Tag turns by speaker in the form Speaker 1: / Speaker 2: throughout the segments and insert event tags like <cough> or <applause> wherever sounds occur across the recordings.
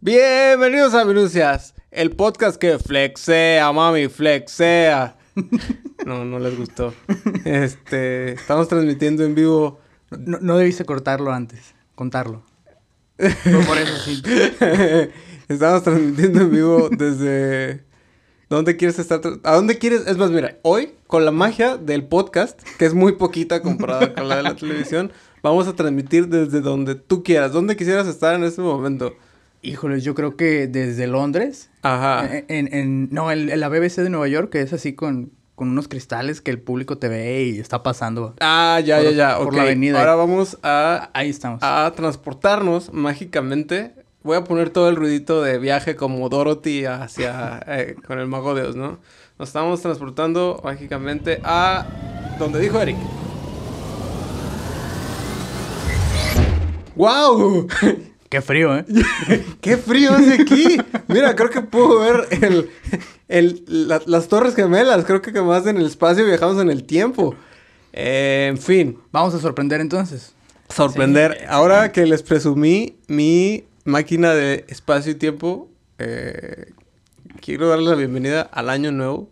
Speaker 1: Bienvenidos a Minucias, el podcast que flexea, mami,
Speaker 2: <laughs>
Speaker 1: flexea. No, no les gustó. Este, estamos transmitiendo en vivo. <laughs>
Speaker 2: No, no debiste cortarlo antes, contarlo. Fue por eso sí.
Speaker 1: Estamos transmitiendo en vivo desde ¿Dónde quieres estar? tra- ¿A dónde quieres? Es más, mira, hoy, con la magia del podcast, que es muy poquita comparada con la de la televisión, vamos a transmitir desde donde tú quieras, donde quisieras estar en este momento.
Speaker 2: Híjole, yo creo que desde Londres. e,
Speaker 1: Ajá.
Speaker 2: En, en- no, en, en la BBC de Nueva York, que es así con, con unos cristales que el público te ve y está pasando.
Speaker 1: Ah, ya, ya, ya.
Speaker 2: Por-
Speaker 1: Ok.
Speaker 2: por la avenida. eh.
Speaker 1: Ahora vamos a,
Speaker 2: Ahí estamos.
Speaker 1: a transportarnos mágicamente. Voy a poner todo el ruidito de viaje como Dorothy hacia... <laughs> eh, con el mago de Dios, ¿no? Nos estamos transportando mágicamente a... Donde dijo Eric. ¡Wow!
Speaker 2: Qué frío, ¿eh?
Speaker 1: <laughs> ¡Qué frío hace aquí! Mira, creo que puedo ver el, el- la- las Torres Gemelas. Creo que más en el espacio viajamos en el tiempo. Eh, en fin.
Speaker 2: Vamos a sorprender entonces.
Speaker 1: Sorprender. Ahora que les presumí mi máquina de espacio y tiempo, eh, quiero darles la bienvenida al año nuevo,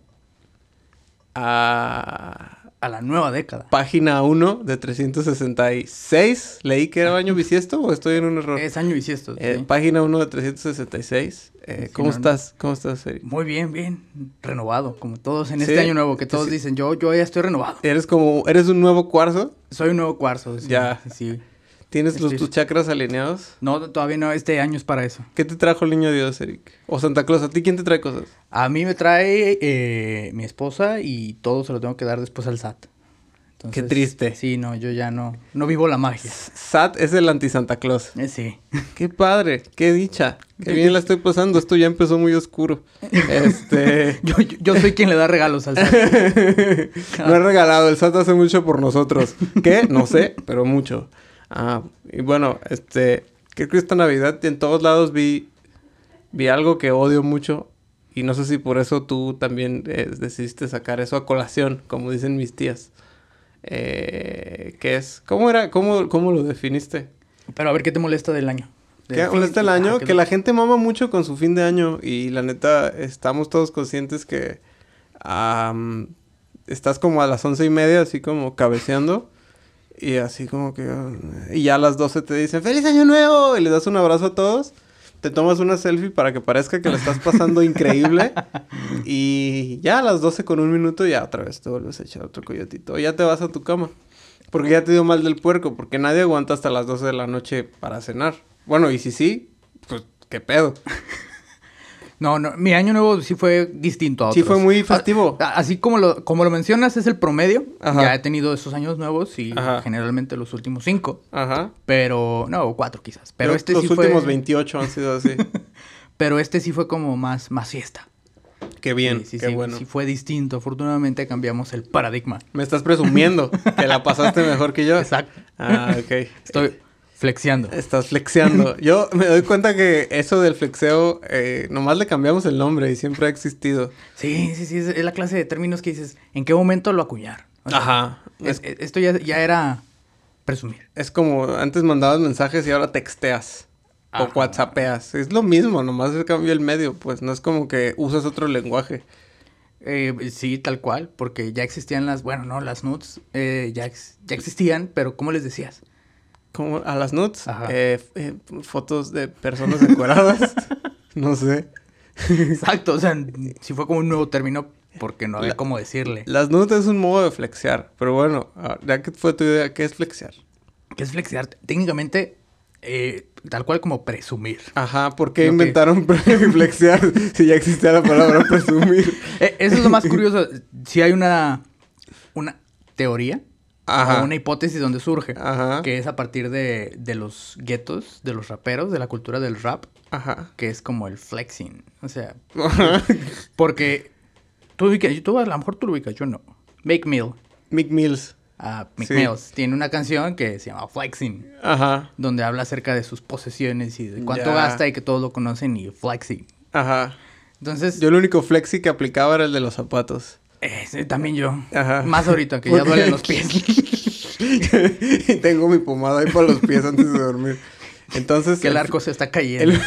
Speaker 1: a
Speaker 2: A la nueva década.
Speaker 1: página 1 de 366. ¿Leí que era año bisiesto o estoy en un error?
Speaker 2: Es año bisiesto.
Speaker 1: Eh,
Speaker 2: sí.
Speaker 1: Página 1 de 366. Eh,
Speaker 2: Sí,
Speaker 1: ¿Cómo
Speaker 2: no, no.
Speaker 1: estás? ¿Cómo estás, Eric?
Speaker 2: Muy bien, bien. Renovado, como todos en
Speaker 1: Sí.
Speaker 2: este año nuevo, que todos
Speaker 1: Sí.
Speaker 2: dicen, yo, yo ya estoy renovado.
Speaker 1: Eres como, eres un nuevo cuarzo,
Speaker 2: Soy un nuevo cuarzo. sí,
Speaker 1: Ya.
Speaker 2: sí, sí.
Speaker 1: tienes los,
Speaker 2: Estoy-
Speaker 1: tus chakras alineados.
Speaker 2: No, todavía no, este año es para eso.
Speaker 1: ¿Qué te trajo el niño Dios, Eric? O Santa Claus, ¿a ti quién te trae cosas?
Speaker 2: A mí me trae eh, mi esposa y todo se lo tengo que dar después al SAT. Entonces,
Speaker 1: Qué triste.
Speaker 2: Sí, no, yo ya no, no vivo la magia.
Speaker 1: Sat es el anti-Santa Claus.
Speaker 2: Eh, sí.
Speaker 1: Qué padre, qué dicha. Qué bien la estoy pasando. Esto ya empezó muy oscuro.
Speaker 2: <laughs>
Speaker 1: Este.
Speaker 2: Yo, yo, yo soy quien le da regalos al
Speaker 1: <laughs>
Speaker 2: SAT.
Speaker 1: no he regalado. El SAT hace mucho por nosotros. ¿Qué? No sé, pero mucho. Ah, y bueno, este. Creo que esta Navidad en todos lados vi. Vi algo que odio mucho. Y no sé si por eso tú también eh, decidiste sacar eso a colación, como dicen mis tías. Eh, ¿Qué es? ¿Cómo era? ¿Cómo, cómo lo definiste?
Speaker 2: Pero a ver, ¿qué te molesta del año?
Speaker 1: ¿Qué
Speaker 2: Del fin-
Speaker 1: molesta el año?
Speaker 2: Ah,
Speaker 1: que la gente mama mucho con su fin de año y la neta estamos todos conscientes que am, estás como a las once y media así como cabeceando y así como que... ah, Y ya a las 12 te dicen ¡Feliz Año Nuevo! Y le das un abrazo a todos, te tomas una selfie para que parezca que lo estás pasando increíble y ya a las 12 con un minuto ya otra vez te vuelves a echar otro coyotito. Ya te vas a tu cama. Porque ya te dio mal del puerco, porque nadie aguanta hasta las 12 de la noche para cenar. Bueno, y si sí, pues qué pedo.
Speaker 2: No, no, mi año nuevo sí fue distinto a otros.
Speaker 1: Sí fue muy festivo.
Speaker 2: A- Así como lo, como lo mencionas, es el promedio.
Speaker 1: Ajá.
Speaker 2: Ya he tenido esos años nuevos y
Speaker 1: Ajá.
Speaker 2: generalmente los últimos cinco.
Speaker 1: Ajá.
Speaker 2: Pero, no, cuatro quizás. Pero
Speaker 1: Yo-
Speaker 2: este
Speaker 1: Los
Speaker 2: sí fue...
Speaker 1: últimos 28 han sido
Speaker 2: <laughs>
Speaker 1: así.
Speaker 2: Pero este sí fue como más, más fiesta.
Speaker 1: qué bien,
Speaker 2: Sí, sí,
Speaker 1: qué
Speaker 2: sí,
Speaker 1: bueno.
Speaker 2: sí fue distinto. Afortunadamente cambiamos el paradigma.
Speaker 1: Me estás presumiendo que la pasaste mejor que yo.
Speaker 2: Exacto.
Speaker 1: Ah,
Speaker 2: <laughs>
Speaker 1: ok.
Speaker 2: Estoy flexiando.
Speaker 1: Estás flexeando. Yo me doy cuenta que eso del flexeo, eh, nomás le cambiamos el nombre y siempre ha existido.
Speaker 2: Sí, sí, sí. Es, es la clase de términos que dices, ¿en qué momento lo acuñar? O sea,
Speaker 1: Ajá.
Speaker 2: es-
Speaker 1: Es,
Speaker 2: es- esto ya, ya era presumir.
Speaker 1: es como antes mandabas mensajes y ahora texteas.
Speaker 2: Ajá.
Speaker 1: O whatsappeas. Es lo mismo, nomás se cambió el medio, pues no es como que usas otro lenguaje.
Speaker 2: Eh, sí, tal cual, porque ya existían las, bueno, no, las nudes eh, ya, ex- ya existían, pero ¿cómo les decías? <laughs>
Speaker 1: Como a las nudes,
Speaker 2: Ajá.
Speaker 1: eh, f- eh, fotos de personas encueradas. <laughs> no sé.
Speaker 2: Exacto, o sea, sí fue como un nuevo término porque no había
Speaker 1: La-
Speaker 2: cómo decirle.
Speaker 1: Las nudes es un modo de flexear, pero bueno, ah, ya que fue tu idea, ¿qué es flexear?
Speaker 2: Que es flexear técnicamente, eh, tal cual como presumir.
Speaker 1: Ajá, ¿por qué
Speaker 2: Lo que-
Speaker 1: inventaron <laughs> pre- flexear si ya existía la palabra <laughs> presumir?
Speaker 2: Eh, Eso es
Speaker 1: <laughs>
Speaker 2: lo más curioso. Si hay una, una teoría
Speaker 1: Ajá.
Speaker 2: o una hipótesis donde surge,
Speaker 1: Ajá.
Speaker 2: que es a partir de, de los guetos, de los raperos, de la cultura del rap,
Speaker 1: Ajá. <laughs>
Speaker 2: que es como el flexing. O sea, porque tú ubicas, tú a lo mejor tú lo ubicas, yo no. Make Mill,
Speaker 1: Mick Mills.
Speaker 2: ah, Meek
Speaker 1: Sí.
Speaker 2: Mills, tiene una canción que se llama Flexing,
Speaker 1: Ajá.
Speaker 2: donde habla acerca de sus posesiones y de cuánto
Speaker 1: Ya.
Speaker 2: gasta y que todos lo conocen y flexing.
Speaker 1: Ajá.
Speaker 2: Entonces,
Speaker 1: Yo el único flexi que aplicaba era el de los zapatos.
Speaker 2: ese también yo.
Speaker 1: Ajá.
Speaker 2: Más ahorita, que
Speaker 1: ¿Por
Speaker 2: ya
Speaker 1: qué?
Speaker 2: duelen
Speaker 1: <laughs>
Speaker 2: los pies.
Speaker 1: y tengo mi pomada ahí para los pies antes de dormir. Entonces.
Speaker 2: Que el
Speaker 1: el- <laughs>
Speaker 2: arco se está cayendo.
Speaker 1: El,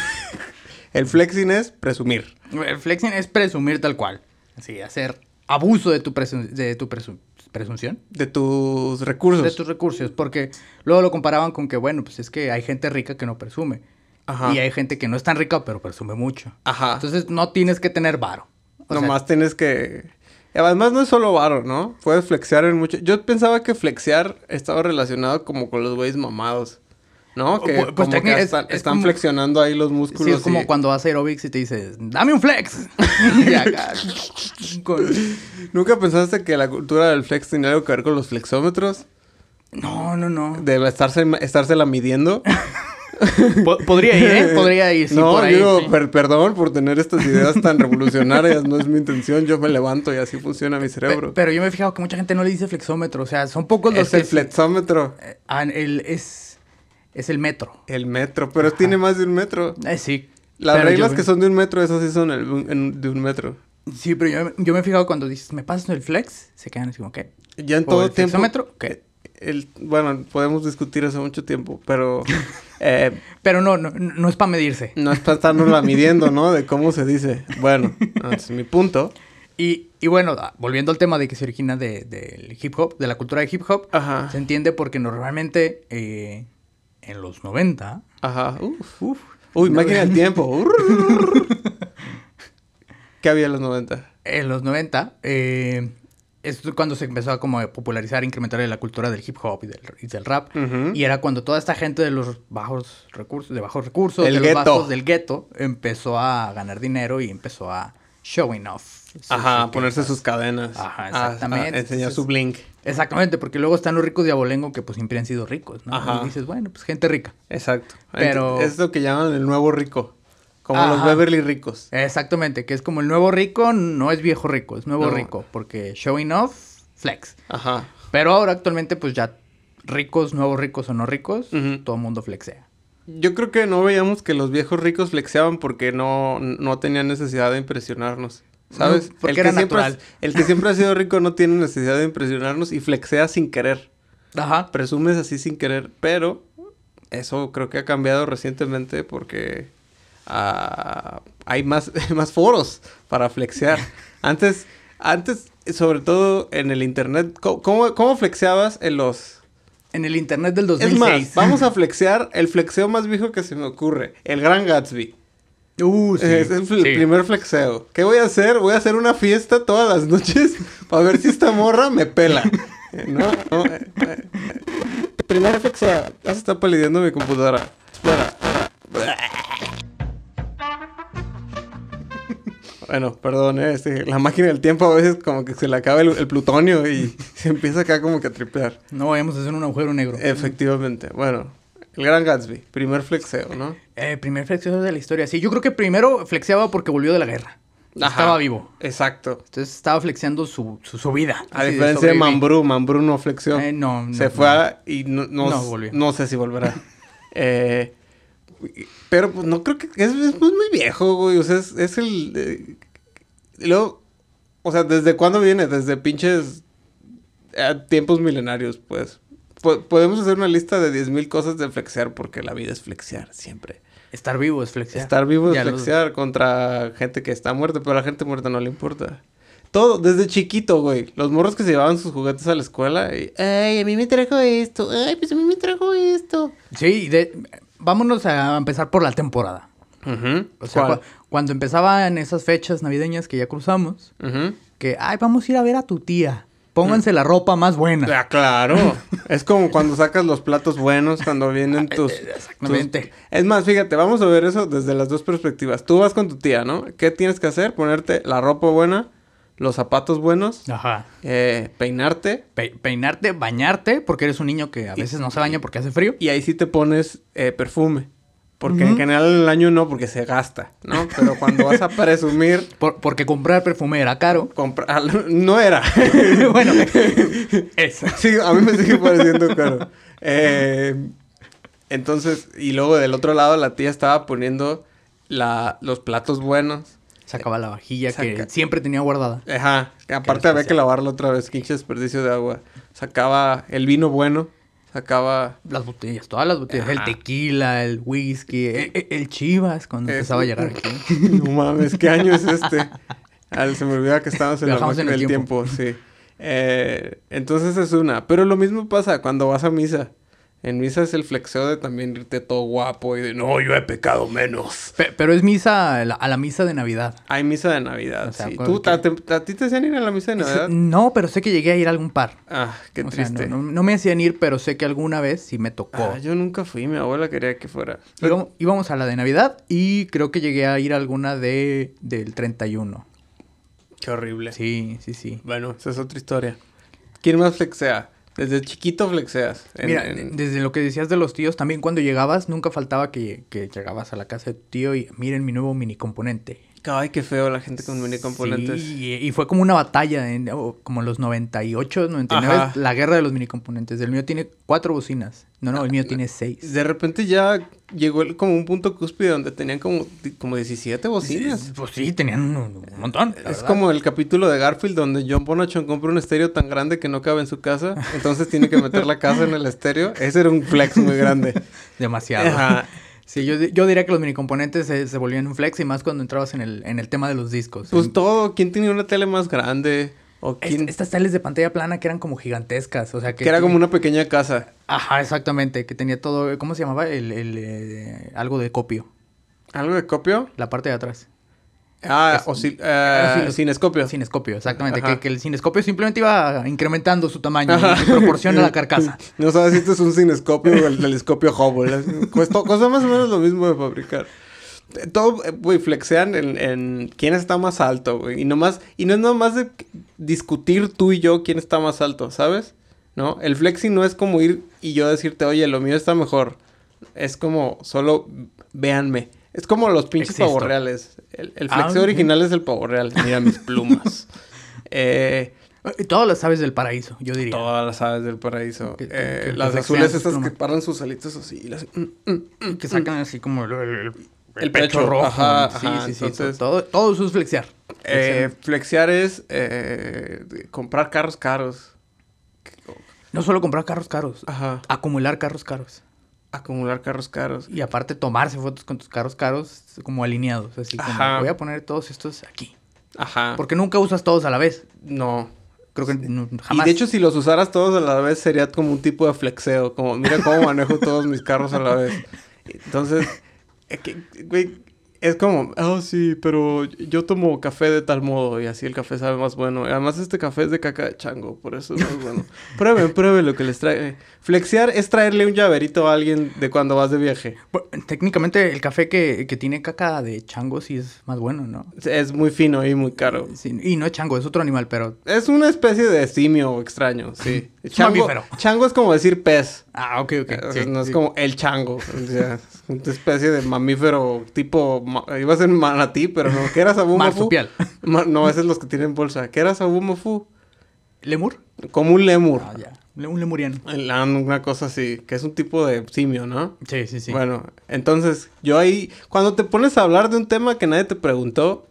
Speaker 1: El flexing es presumir.
Speaker 2: El flexing es presumir tal cual. Así, hacer abuso de tu, presun- de tu presu- presunción.
Speaker 1: De tus recursos.
Speaker 2: De tus recursos, porque luego lo comparaban con que, bueno, pues es que hay gente rica que no presume.
Speaker 1: Ajá.
Speaker 2: Y hay gente que no es tan rica, pero presume mucho.
Speaker 1: Ajá.
Speaker 2: Entonces no tienes que tener varo. O sea,
Speaker 1: Nomás tienes que... y Además no es solo varo, ¿no? Puedes flexear en mucho... Yo pensaba que flexear estaba relacionado como con los güeyes mamados. ¿No? Que
Speaker 2: Pues- pues
Speaker 1: como que
Speaker 2: también es-
Speaker 1: hasta-
Speaker 2: es
Speaker 1: están
Speaker 2: como-
Speaker 1: flexionando ahí los músculos.
Speaker 2: sí, es como
Speaker 1: y-
Speaker 2: cuando vas a aerobics y te dices, dame un flex. <laughs> y acá, con-
Speaker 1: ¿Nunca pensaste que la cultura del flex tenía algo que ver con los flexómetros?
Speaker 2: No, no, no.
Speaker 1: De estarse, estársela
Speaker 2: <laughs>
Speaker 1: midiendo.
Speaker 2: podría ir,
Speaker 1: <laughs>
Speaker 2: ¿eh? <laughs> Podría ir, sí,
Speaker 1: no,
Speaker 2: por ahí.
Speaker 1: digo,
Speaker 2: sí.
Speaker 1: per- perdón por tener estas ideas tan revolucionarias. No es mi intención. Yo me levanto y así funciona mi
Speaker 2: Pe-
Speaker 1: cerebro.
Speaker 2: pero yo me he fijado que mucha gente no le dice flexómetro. O sea, son pocos los
Speaker 1: es
Speaker 2: que...
Speaker 1: el flexómetro.
Speaker 2: Eh, ah, el- es, es el metro.
Speaker 1: El metro. Pero tiene más de un metro.
Speaker 2: Eh, sí.
Speaker 1: Las
Speaker 2: pero
Speaker 1: reglas
Speaker 2: yo-
Speaker 1: que son de un metro, esas sí son el- en- de un metro.
Speaker 2: Sí, pero yo, yo me he fijado cuando dices, ¿me pasas el flex? Se quedan así como, ¿qué?
Speaker 1: Ya en
Speaker 2: ¿O
Speaker 1: todo
Speaker 2: el
Speaker 1: tiempo.
Speaker 2: flexómetro? ¿Qué?
Speaker 1: El, bueno, podemos discutir eso mucho tiempo,
Speaker 2: <laughs>
Speaker 1: pero eh,
Speaker 2: Pero no, no, no es para medirse.
Speaker 1: no es para estarnosla midiendo, ¿no? De cómo se dice. Bueno, <laughs> es mi punto.
Speaker 2: Y, y bueno, ah, volviendo al tema de que se origina de- del hip hop, de la cultura de hip hop,
Speaker 1: Ajá.
Speaker 2: se entiende porque normalmente eh, en los 90,
Speaker 1: Ajá. Uf.
Speaker 2: uf,
Speaker 1: Uy, máquina del <laughs> tiempo. ¿Qué había en los 90?
Speaker 2: en los 90, eh, es cuando se empezó a como a popularizar, incrementar la cultura del hip hop y del, y del rap.
Speaker 1: Ujú.
Speaker 2: Y era cuando toda esta gente de los bajos recursos, de bajos recursos,
Speaker 1: El
Speaker 2: de
Speaker 1: gueto.
Speaker 2: los bajos del gueto, empezó a ganar dinero y empezó a showing off. sus-
Speaker 1: Ajá,
Speaker 2: sus
Speaker 1: ponerse
Speaker 2: piezas.
Speaker 1: sus cadenas.
Speaker 2: Ajá,
Speaker 1: A-
Speaker 2: exactamente.
Speaker 1: a enseñar su
Speaker 2: Entonces-
Speaker 1: blink.
Speaker 2: Exactamente, porque luego están los ricos de abolengo que pues siempre han sido ricos, ¿no?
Speaker 1: Ajá.
Speaker 2: Y dices, bueno, pues gente rica.
Speaker 1: Exacto.
Speaker 2: Pero-
Speaker 1: Es lo que llaman el nuevo rico. Como los
Speaker 2: Ajá.
Speaker 1: Beverly ricos.
Speaker 2: Exactamente, que es como el nuevo rico, no es viejo rico, es nuevo
Speaker 1: No.
Speaker 2: rico, porque showing off, flex.
Speaker 1: Ajá.
Speaker 2: Pero ahora actualmente pues ya ricos, nuevos ricos o no ricos,
Speaker 1: Ujú.
Speaker 2: todo el mundo flexea.
Speaker 1: Yo creo que no veíamos que los viejos ricos flexeaban porque no, no tenían necesidad de impresionarnos. ¿Sabes?
Speaker 2: No, porque era
Speaker 1: siempre ha-
Speaker 2: natural.
Speaker 1: el que siempre ha sido rico no tiene necesidad de impresionarnos y flexea sin querer.
Speaker 2: Ajá.
Speaker 1: presumes así sin querer, pero eso creo que ha cambiado recientemente porque ah, hay más, <laughs> más foros para flexear. Antes, antes, sobre todo en el internet, ¿cómo- ¿cómo, cómo flexeabas en los...?
Speaker 2: En el internet del
Speaker 1: Es
Speaker 2: 2006.
Speaker 1: más, vamos a flexear el flexeo más viejo que se me ocurre, el Gran Gatsby.
Speaker 2: Uh, sí,
Speaker 1: Eh, es el fl-
Speaker 2: sí.
Speaker 1: primer flexeo. ¿Qué voy a hacer? Voy a hacer una fiesta todas las noches <laughs> para ver si esta morra me pela. Eh, ¿No? no, eh, eh,
Speaker 3: Primer flexeo.
Speaker 1: Ya se está palideando mi computadora. Espera. <laughs> Bueno, perdón, eh, este, la máquina del tiempo a veces como que se le acaba el, el plutonio y <laughs> se empieza acá como que a tripear.
Speaker 2: No vayamos a hacer un agujero negro.
Speaker 1: Eh. Efectivamente, bueno, el gran Gatsby, primer flexeo, ¿no?
Speaker 2: Eh, primer flexeador de la historia. Sí, yo creo que primero flexeaba porque volvió de la guerra. Estaba
Speaker 1: Ajá,
Speaker 2: vivo.
Speaker 1: Exacto.
Speaker 2: Entonces estaba flexeando su, su, su vida.
Speaker 1: A
Speaker 2: Así
Speaker 1: diferencia de
Speaker 2: sobrevivir.
Speaker 1: Mambrú, Mambrú no flexió.
Speaker 2: Eh, no, no,
Speaker 1: se
Speaker 2: no.
Speaker 1: fue a- y no, no,
Speaker 2: No
Speaker 1: s-
Speaker 2: volvió.
Speaker 1: no sé si
Speaker 2: <laughs>
Speaker 1: volverá. Eh, pero pues, no creo que es, es pues, muy viejo, güey. O sea, es, es el. eh, y luego, o sea, ¿desde cuándo viene? Desde pinches eh, tiempos milenarios, pues. Po- podemos hacer una lista de 10.000 cosas de flexear porque la vida es flexear siempre.
Speaker 2: Estar vivo es flexear.
Speaker 1: Estar vivo es
Speaker 2: Ya lo-
Speaker 1: flexear contra gente que está muerta, pero a la gente muerta no le importa. Todo, desde chiquito, güey. Los morros que se llevaban sus juguetes a la escuela y... Ay, a mí me trajo esto. Ay, pues a mí me trajo esto.
Speaker 2: Sí, de- vámonos a empezar por la temporada.
Speaker 1: Ujú.
Speaker 2: O sea,
Speaker 1: ¿Cuál?
Speaker 2: cu- cuando empezaban esas fechas navideñas que ya cruzamos,
Speaker 1: Ujú.
Speaker 2: que, ay, vamos a ir a ver a tu tía. Pónganse la ropa más buena.
Speaker 1: Ah, claro.
Speaker 2: <laughs>
Speaker 1: es como cuando sacas los platos buenos, cuando vienen tus...
Speaker 2: Exactamente.
Speaker 1: tus- Es más, fíjate, vamos a ver eso desde las dos perspectivas. Tú vas con tu tía, ¿no? ¿Qué tienes que hacer? Ponerte la ropa buena, los zapatos buenos,
Speaker 2: Ajá.
Speaker 1: eh, peinarte.
Speaker 2: Pe- peinarte, bañarte, porque eres un niño que a veces no se baña porque hace frío.
Speaker 1: Y ahí sí te pones eh, perfume. Porque en general en el año no, porque se gasta, ¿no? Pero cuando vas a presumir,
Speaker 2: Por- porque comprar perfume era caro. <laughs>
Speaker 1: compra- ah, no era. <laughs>
Speaker 2: bueno, eso.
Speaker 1: sí, a mí me sigue pareciendo caro. Eh, entonces, y luego del otro lado la tía estaba poniendo la, los platos buenos.
Speaker 2: Sacaba la vajilla
Speaker 1: Saca-
Speaker 2: que siempre tenía guardada.
Speaker 1: Ajá, que aparte había que
Speaker 2: especial.
Speaker 1: lavarlo otra vez, quinche desperdicio de agua. Sacaba el vino bueno. Sacaba
Speaker 2: Las botellas, todas las botellas. El tequila, el whisky, e- e- el, chivas cuando
Speaker 1: Eso.
Speaker 2: empezaba a llegar aquí.
Speaker 1: No mames, ¿qué año es este? Al- se me olvidaba que estábamos en la
Speaker 2: Viajamos
Speaker 1: máquina
Speaker 2: en el
Speaker 1: del tiempo, sí. Eh, entonces es una. Pero lo mismo pasa cuando vas a misa. En misa es el flexeo de también irte todo guapo y de no, yo he pecado menos.
Speaker 2: Pe- pero es misa, a la- a la misa de Navidad.
Speaker 1: Hay misa de Navidad,
Speaker 2: O sea,
Speaker 1: sí.
Speaker 2: cuando
Speaker 1: ¿Tú, ta- te- a ti te hacían ir a la misa de Navidad?
Speaker 2: No, pero sé que llegué a ir a algún par.
Speaker 1: Ah, qué
Speaker 2: O sea,
Speaker 1: triste.
Speaker 2: no, no- no me hacían ir, pero sé que alguna vez sí me tocó.
Speaker 1: Ah, yo nunca fui, mi abuela quería que fuera.
Speaker 2: Íbamos, íbamos a la de Navidad y creo que llegué a ir a alguna de del 31.
Speaker 1: Qué horrible.
Speaker 2: Sí, sí, sí.
Speaker 1: Bueno, esa es otra historia. ¿Quién más flexea? Desde chiquito flexeas. En-
Speaker 2: Mira,
Speaker 1: en-
Speaker 2: de- desde lo que decías de los tíos, también cuando llegabas, nunca faltaba que, que llegabas a la casa de tu tío y miren mi nuevo mini componente.
Speaker 1: Ay, qué feo la gente con mini componentes.
Speaker 2: Sí, y, y fue como una batalla, en, o como en los 98, 99,
Speaker 1: Ajá.
Speaker 2: la guerra de los mini componentes. El mío tiene cuatro bocinas. No, no, el
Speaker 1: Ah,
Speaker 2: mío tiene seis.
Speaker 1: De repente ya llegó el- como un punto cúspide donde tenían como, di- como 17 bocinas.
Speaker 2: Pues sí, tenían un, un montón. la
Speaker 1: Es
Speaker 2: verdad.
Speaker 1: como el capítulo de Garfield donde John Bonachon compra un estéreo tan grande que no cabe en su casa, entonces tiene que meter la casa en el estéreo. Ese era un flex muy
Speaker 2: <laughs>
Speaker 1: grande.
Speaker 2: Demasiado.
Speaker 1: Ajá.
Speaker 2: Sí, yo, di- yo diría que los minicomponentes se, se volvían un flex y más cuando entrabas en el, en el tema de los discos.
Speaker 1: Pues
Speaker 2: En-
Speaker 1: todo, ¿quién tenía una tele más grande? O
Speaker 2: est-
Speaker 1: quién
Speaker 2: Estas teles de pantalla plana que eran como gigantescas, o sea que...
Speaker 1: que era como una pequeña casa.
Speaker 2: Ajá, exactamente, que tenía todo... ¿Cómo se llamaba? El, el, eh, algo de copio,
Speaker 1: ¿Algo de copio?
Speaker 2: la parte de atrás.
Speaker 1: Ah,
Speaker 2: Es-
Speaker 1: o si,
Speaker 2: Ah, sí,
Speaker 1: eh,
Speaker 2: los-
Speaker 1: cinescopio.
Speaker 2: Cinescopio, exactamente,
Speaker 1: Ajá.
Speaker 2: que, que el cinescopio simplemente iba incrementando su tamaño
Speaker 1: Ajá.
Speaker 2: y proporción a
Speaker 1: <laughs>
Speaker 2: la carcasa.
Speaker 1: No sabes si esto es un cinescopio o el telescopio Hubble. Es- Costó, costó más o menos lo mismo de fabricar. Eh, Todo, eh, güey, flexean en, en quién está más alto, güey. Y, nomás, y no es nada más de que- discutir tú y yo quién está más alto, ¿sabes? ¿No? El flexing no es como ir y yo decirte, oye, lo mío está mejor. Es como, solo véanme. Es como los pinches
Speaker 2: Existo.
Speaker 1: pavorreales. El, el
Speaker 2: Ah,
Speaker 1: flexeo
Speaker 2: ok.
Speaker 1: original es el pavorreal. Mira mis
Speaker 2: <laughs>
Speaker 1: plumas. eh,
Speaker 2: Y Todas las aves del paraíso, yo diría.
Speaker 1: Todas las aves del paraíso.
Speaker 2: Que- que-
Speaker 1: Eh,
Speaker 2: que- que
Speaker 1: las
Speaker 2: flexean
Speaker 1: azules
Speaker 2: sus
Speaker 1: estas que
Speaker 2: plumas.
Speaker 1: paran sus alitas así. y las- mm,
Speaker 2: Que sacan así como el, el- el
Speaker 1: El
Speaker 2: pecho,
Speaker 1: pecho,
Speaker 2: rojo.
Speaker 1: ajá,
Speaker 2: sí,
Speaker 1: ajá,
Speaker 2: sí, sí,
Speaker 1: entonces-
Speaker 2: Todo, todo eso es flexear.
Speaker 1: eh, flexear es eh, de- comprar carros caros.
Speaker 2: No solo comprar carros caros,
Speaker 1: Ajá.
Speaker 2: acumular carros caros.
Speaker 1: Acumular carros caros.
Speaker 2: Y aparte tomarse fotos con tus carros caros como alineados. Así como
Speaker 1: Ajá.
Speaker 2: voy a poner todos estos aquí.
Speaker 1: Ajá.
Speaker 2: Porque nunca usas todos a la vez.
Speaker 1: No.
Speaker 2: Creo que no-
Speaker 1: Y
Speaker 2: jamás.
Speaker 1: de hecho, si los usaras todos a la vez, sería como un tipo de flexeo. Como, mira cómo manejo todos mis carros a la vez. Entonces, eh, que- güey, es como, ah, sí, pero yo tomo café de tal modo y así el café sabe más bueno. Y además, este café es de caca de chango, por eso es más
Speaker 2: <laughs>
Speaker 1: bueno. Prueben, prueben lo que les trae. Flexear es traerle un llaverito a alguien de cuando vas de viaje.
Speaker 2: Bueno, técnicamente el café que, que tiene caca de chango sí es más bueno, ¿no?
Speaker 1: Es muy fino y muy caro.
Speaker 2: Sí, y no es chango, es otro animal, pero...
Speaker 1: Es una especie de simio extraño, sí.
Speaker 2: Es
Speaker 1: Chango,
Speaker 2: <laughs> mamífero.
Speaker 1: chango es como decir pez.
Speaker 2: Ah, ok, ok.
Speaker 1: Eh, O
Speaker 2: sí,
Speaker 1: sea, no es
Speaker 2: sí.
Speaker 1: como el chango. O sea, es una especie de mamífero tipo. ma- iba a ser manatí, pero no. ¿Qué era sabumafu? <laughs>
Speaker 2: Marsupial.
Speaker 1: Ma- no, esos los que tienen bolsa. ¿Qué era sabumafu?
Speaker 2: ¿Lemur?
Speaker 1: Como un lemur.
Speaker 2: Ah, ya. Le- Un lemuriano.
Speaker 1: El- ah, Una cosa así, que es un tipo de simio, ¿no?
Speaker 2: Sí, sí, sí.
Speaker 1: Bueno, entonces, yo ahí. Cuando te pones a hablar de un tema que nadie te preguntó.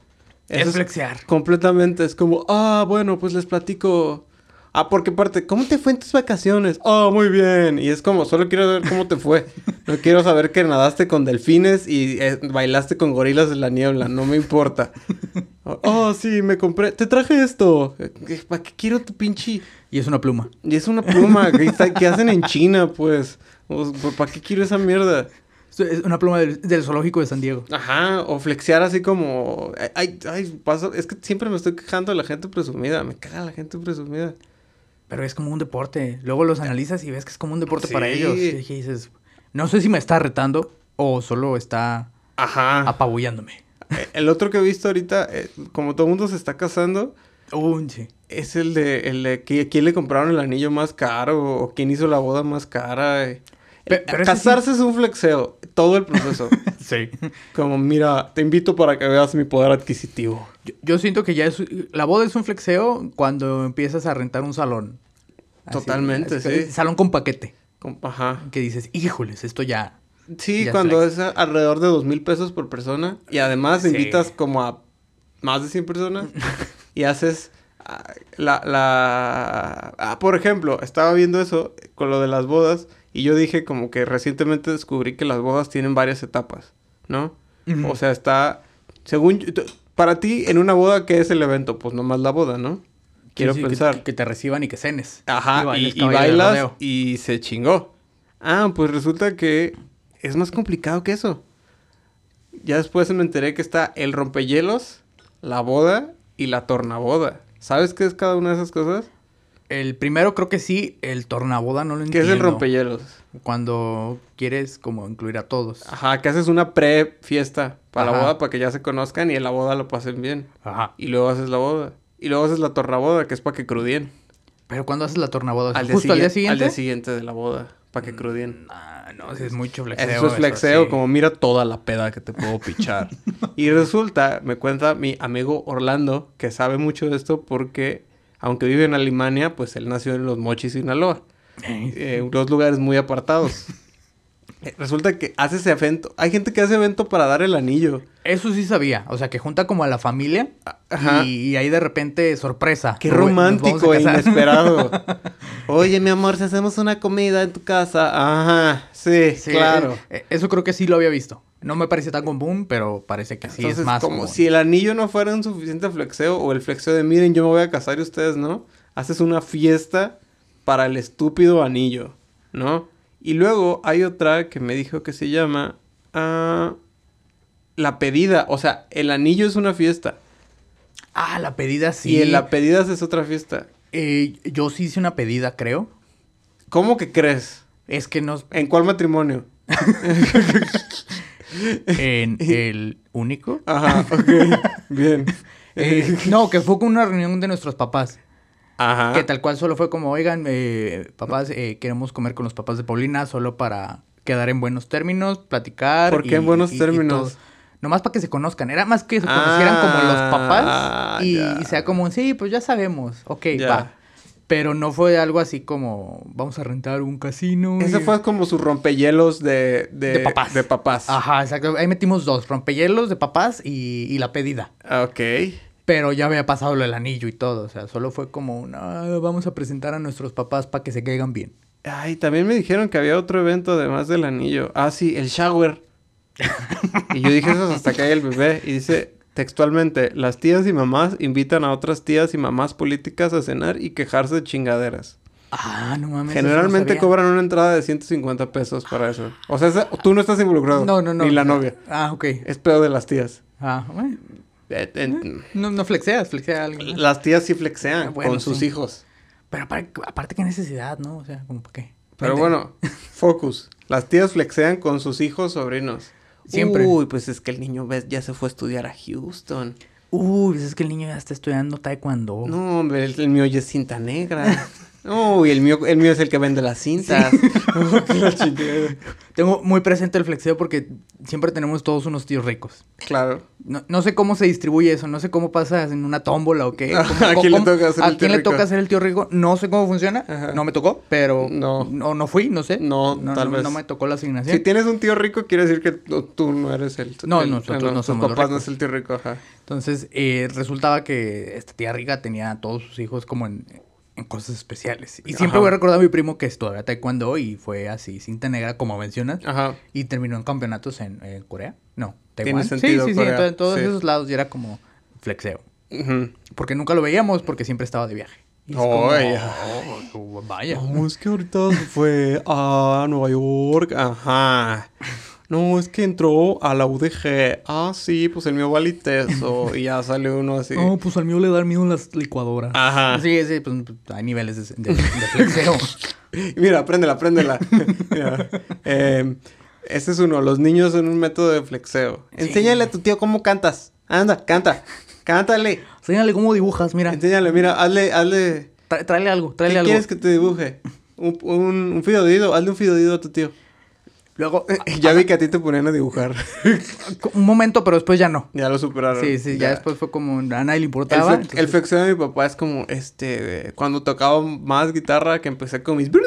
Speaker 2: es,
Speaker 1: eso es
Speaker 2: flexear.
Speaker 1: Completamente, es como, ah, bueno, pues les platico. Ah, porque aparte, ¿cómo te fue en tus vacaciones? Ah, muy bien. Y es como, solo quiero saber cómo te fue. No quiero saber que nadaste con delfines y eh, bailaste con gorilas en la niebla, no me importa. Ah, oh, sí, me compré, te traje esto. Eh, ¿Para qué quiero tu pinche?
Speaker 2: Y es una pluma.
Speaker 1: Y es una pluma que, está- que hacen en China, pues. O- ¿Para qué quiero esa mierda?
Speaker 2: Esto Es una pluma del, del zoológico de San Diego.
Speaker 1: Ajá, o flexear así como. Ay, ay, ay, paso. Es que siempre me estoy quejando de la gente presumida. Me caga la gente presumida.
Speaker 2: Pero es como un deporte. Luego los analizas y ves que es como un deporte para
Speaker 1: Sí.
Speaker 2: ellos. Y dije, dices, no sé si me está retando o solo está Ah.
Speaker 1: Ajá.
Speaker 2: apabullándome.
Speaker 1: Eh, El otro que he visto ahorita, eh, como todo el mundo se está casando,
Speaker 2: Un sí.
Speaker 1: es el de, el de que- quién le compraron el anillo más caro o quién hizo la boda más cara. eh.
Speaker 2: Pe-
Speaker 1: Eh,
Speaker 2: pero ese
Speaker 1: Casarse es un flexeo, todo el
Speaker 2: <laughs>
Speaker 1: proceso.
Speaker 2: <laughs> Sí.
Speaker 1: como, mira, te invito para que veas mi poder adquisitivo.
Speaker 2: Yo, yo siento que ya es... La boda es un flexeo cuando empiezas a rentar un salón. Así,
Speaker 1: Totalmente,
Speaker 2: así,
Speaker 1: sí.
Speaker 2: Salón con paquete.
Speaker 1: Como, Ajá.
Speaker 2: Que dices, híjoles, esto ya...
Speaker 1: Sí,
Speaker 2: Ya es
Speaker 1: cuando
Speaker 2: flex.
Speaker 1: es a- alrededor de dos mil pesos por persona. Y además
Speaker 2: Sí. <laughs>
Speaker 1: invitas como a más de 100 personas. y haces ah, la, la... ah, por ejemplo, estaba viendo eso con lo de las bodas y yo dije como que recientemente descubrí que las bodas tienen varias etapas, ¿no?
Speaker 2: Ujú.
Speaker 1: O sea, está, según, yo- t- para ti, en una boda, ¿qué es el evento? Pues nomás la boda, ¿no? Quiero
Speaker 2: Sí, sí, que-
Speaker 1: pensar.
Speaker 2: Que, te reciban y que cenes.
Speaker 1: Ajá, y,
Speaker 2: bailes
Speaker 1: y
Speaker 2: caballo de
Speaker 1: bailas
Speaker 2: rodeo.
Speaker 1: y se chingó. Ah, pues resulta que es más complicado que eso. Ya después me enteré que está el rompehielos, la boda y la tornaboda. ¿Sabes qué es cada una de esas cosas?
Speaker 2: El primero creo que sí, el tornaboda no lo
Speaker 1: ¿Qué
Speaker 2: entiendo.
Speaker 1: es el rompehielos?
Speaker 2: Cuando quieres como incluir a todos.
Speaker 1: Ajá, que haces una pre-fiesta para la
Speaker 2: Ajá.
Speaker 1: boda para que ya se conozcan y en la boda lo pasen bien.
Speaker 2: Ajá.
Speaker 1: Y luego haces la boda. Y luego haces la tornaboda, que es para que crudien.
Speaker 2: Pero cuando haces la tornaboda,
Speaker 1: Al día
Speaker 2: justo al día
Speaker 1: siguiente- Al día siguiente
Speaker 2: siguiente. Mm.
Speaker 1: de la boda, para que crudien.
Speaker 2: Ah, no, sí es mucho flexeo.
Speaker 1: Eso es flexeo,
Speaker 2: sí.
Speaker 1: como mira toda la peda que te puedo pichar.
Speaker 2: <laughs>
Speaker 1: y resulta, me cuenta mi amigo Orlando, que sabe mucho de esto porque, aunque vive en Alemania, pues él nació en Los Mochis, Sinaloa. Eh, dos lugares muy
Speaker 2: <laughs>
Speaker 1: apartados. Eh, Resulta que hace ese evento. Hay gente que hace evento para dar el anillo.
Speaker 2: Eso sí sabía. O sea, que junta como a la familia.
Speaker 1: Ajá.
Speaker 2: Y, y ahí de repente, sorpresa.
Speaker 1: Qué
Speaker 2: Rubén, nos vamos a
Speaker 1: romántico e
Speaker 2: casar.
Speaker 1: inesperado. Oye, mi amor, si hacemos una comida en tu casa. Ajá, sí,
Speaker 2: <laughs> Sí,
Speaker 1: claro.
Speaker 2: eh, eh, Eso creo que sí lo había visto. No me parece tan común, pero parece que sí
Speaker 1: Entonces,
Speaker 2: es más
Speaker 1: como
Speaker 2: común.
Speaker 1: si el anillo no fuera un suficiente flexeo o el flexeo de miren, yo me voy a casar y ustedes no, haces una fiesta para el estúpido anillo, ¿no? Y luego hay otra que me dijo que se llama ah, la pedida, o sea, el anillo es una fiesta
Speaker 2: Ah, la pedida sí.
Speaker 1: y en la pedida es otra fiesta.
Speaker 2: Eh, yo sí hice una pedida, creo.
Speaker 1: ¿Cómo que crees?
Speaker 2: Es que no...
Speaker 1: ¿En cuál matrimonio? <laughs>
Speaker 2: En el único. <laughs>
Speaker 1: Ajá, ok, bien.
Speaker 2: Eh, no, que fue con una reunión de nuestros papás.
Speaker 1: Ajá.
Speaker 2: Que tal cual solo fue como, oigan, eh, papás, eh, queremos comer con los papás de Paulina solo para quedar en buenos términos, platicar.
Speaker 1: ¿Por qué en buenos términos?
Speaker 2: todo. Nomás para que se conozcan. Era más que se conocieran como los
Speaker 1: Ah,
Speaker 2: papás. Y,
Speaker 1: ya.
Speaker 2: y sea como, un, sí, pues ya sabemos. Ok,
Speaker 1: Ya.
Speaker 2: va. Pero no fue algo así como, vamos a rentar un casino.
Speaker 1: Ese
Speaker 2: y-
Speaker 1: fue como su rompehielos de, de,
Speaker 2: De papás. Ah.
Speaker 1: De papás.
Speaker 2: Ajá, exacto. Ahí metimos dos, rompehielos de papás y, y la pedida.
Speaker 1: Ok.
Speaker 2: Pero ya había pasado lo del anillo y todo. O sea, solo fue como una, "Ah, vamos a presentar a nuestros papás para que se caigan bien.
Speaker 1: Ay, también me dijeron que había otro evento además del anillo. Ah, sí, el
Speaker 2: <laughs>
Speaker 1: shower. y yo dije eso es hasta que hay el bebé. Y dice textualmente, las tías y mamás invitan a otras tías y mamás políticas a cenar y quejarse de chingaderas.
Speaker 2: Ah, no mames. eso no
Speaker 1: Generalmente
Speaker 2: sabía.
Speaker 1: cobran una entrada de 150 pesos para eso. O sea, esa- tú no estás involucrado.
Speaker 2: No, no, no.
Speaker 1: Ni la novia.
Speaker 2: Ah, ok.
Speaker 1: Es pedo de las tías.
Speaker 2: Ah, bueno.
Speaker 1: Eh, eh,
Speaker 2: No, no flexeas, flexea algo. más.
Speaker 1: las tías sí
Speaker 2: Ah,
Speaker 1: flexean
Speaker 2: bueno,
Speaker 1: con sus
Speaker 2: sí.
Speaker 1: hijos.
Speaker 2: Pero para- aparte, qué necesidad, ¿no? O sea, como para qué.
Speaker 1: Pero
Speaker 2: Vente.
Speaker 1: <laughs> bueno, focus. Las tías flexean con sus hijos, sobrinos.
Speaker 2: Siempre.
Speaker 1: Uy, pues es que el niño ves, ya se fue a estudiar a Houston.
Speaker 2: Uy, pues es que el niño ya está estudiando taekwondo.
Speaker 1: No, hombre, el, el mío ya es cinta <laughs> negra. Uy, el mío, el mío es el que vende las cintas. <laughs> Oh, qué la chingada.
Speaker 2: Tengo muy presente el flexeo porque siempre tenemos todos unos tíos ricos.
Speaker 1: claro.
Speaker 2: No, no sé cómo se distribuye eso, no sé cómo pasa en una tómbola o
Speaker 1: <laughs>
Speaker 2: qué.
Speaker 1: ¿A
Speaker 2: cómo-
Speaker 1: quién le
Speaker 2: cómo-
Speaker 1: toca ser
Speaker 2: a
Speaker 1: el tío
Speaker 2: quién le
Speaker 1: rico?
Speaker 2: toca ser el tío rico? No sé cómo funciona,
Speaker 1: Ajá.
Speaker 2: no me tocó, pero
Speaker 1: No.
Speaker 2: no, no fui, no sé.
Speaker 1: No, tal
Speaker 2: no,
Speaker 1: vez.
Speaker 2: No me tocó la asignación.
Speaker 1: Si tienes un tío rico, quiere decir que no- tú no eres el...
Speaker 2: No,
Speaker 1: el-
Speaker 2: nosotros no
Speaker 1: tus
Speaker 2: somos los
Speaker 1: papás no
Speaker 2: ricos.
Speaker 1: es el tío rico, ajá.
Speaker 2: Entonces, eh, resultaba que esta tía rica tenía a todos sus hijos como en, en cosas especiales. Y siempre
Speaker 1: Ajá.
Speaker 2: voy a recordar a mi primo que estudiaba taekwondo y fue así, cinta negra, como mencionas.
Speaker 1: Ajá.
Speaker 2: Y terminó en campeonatos en, en Corea. No,
Speaker 1: Tiene
Speaker 2: Taiwán. Sí,
Speaker 1: sentido,
Speaker 2: sí, sí,
Speaker 1: Corea,
Speaker 2: en to- en todos
Speaker 1: sí.
Speaker 2: esos lados y era como flexeo.
Speaker 1: Ujú.
Speaker 2: Porque nunca lo veíamos porque siempre estaba de viaje. Y es como,
Speaker 1: Ay,
Speaker 2: "Oh, vaya.
Speaker 1: No, es que ahorita se fue a Nueva York. Ajá. No, es que entró a la UDG. Ah, sí, pues el mío vale y teso. Y ya sale uno así.
Speaker 2: No, pues al mío le da miedo las licuadoras.
Speaker 1: Ajá.
Speaker 2: Sí, sí, pues hay niveles de, de- de flexeo.
Speaker 1: <laughs>
Speaker 2: <laughs>
Speaker 1: Mira, apréndela, <laughs> apréndela. Mira, eh, este es uno. Los niños son un método de flexeo.
Speaker 2: Sí.
Speaker 1: Enséñale a tu tío cómo cantas. Anda, canta. Cántale.
Speaker 2: Enséñale cómo dibujas, mira.
Speaker 1: Enséñale, mira, hazle, hazle.
Speaker 2: Tra- tráele algo,
Speaker 1: ¿Qué
Speaker 2: tráele algo.
Speaker 1: quieres que te dibuje? Un, un, un fideoído. Hazle un fideoído a tu
Speaker 2: <laughs>
Speaker 1: tío.
Speaker 2: Luego,
Speaker 1: Ya vi que a ti te ponían a dibujar. <laughs>
Speaker 2: un momento, pero después ya no.
Speaker 1: ya lo superaron.
Speaker 2: Sí, sí, ya, después fue como a nadie le
Speaker 1: El,
Speaker 2: importaba.
Speaker 1: flex- el flexeo de mi papá es como, este, de- cuando tocaba más guitarra que empecé con mis... <laughs>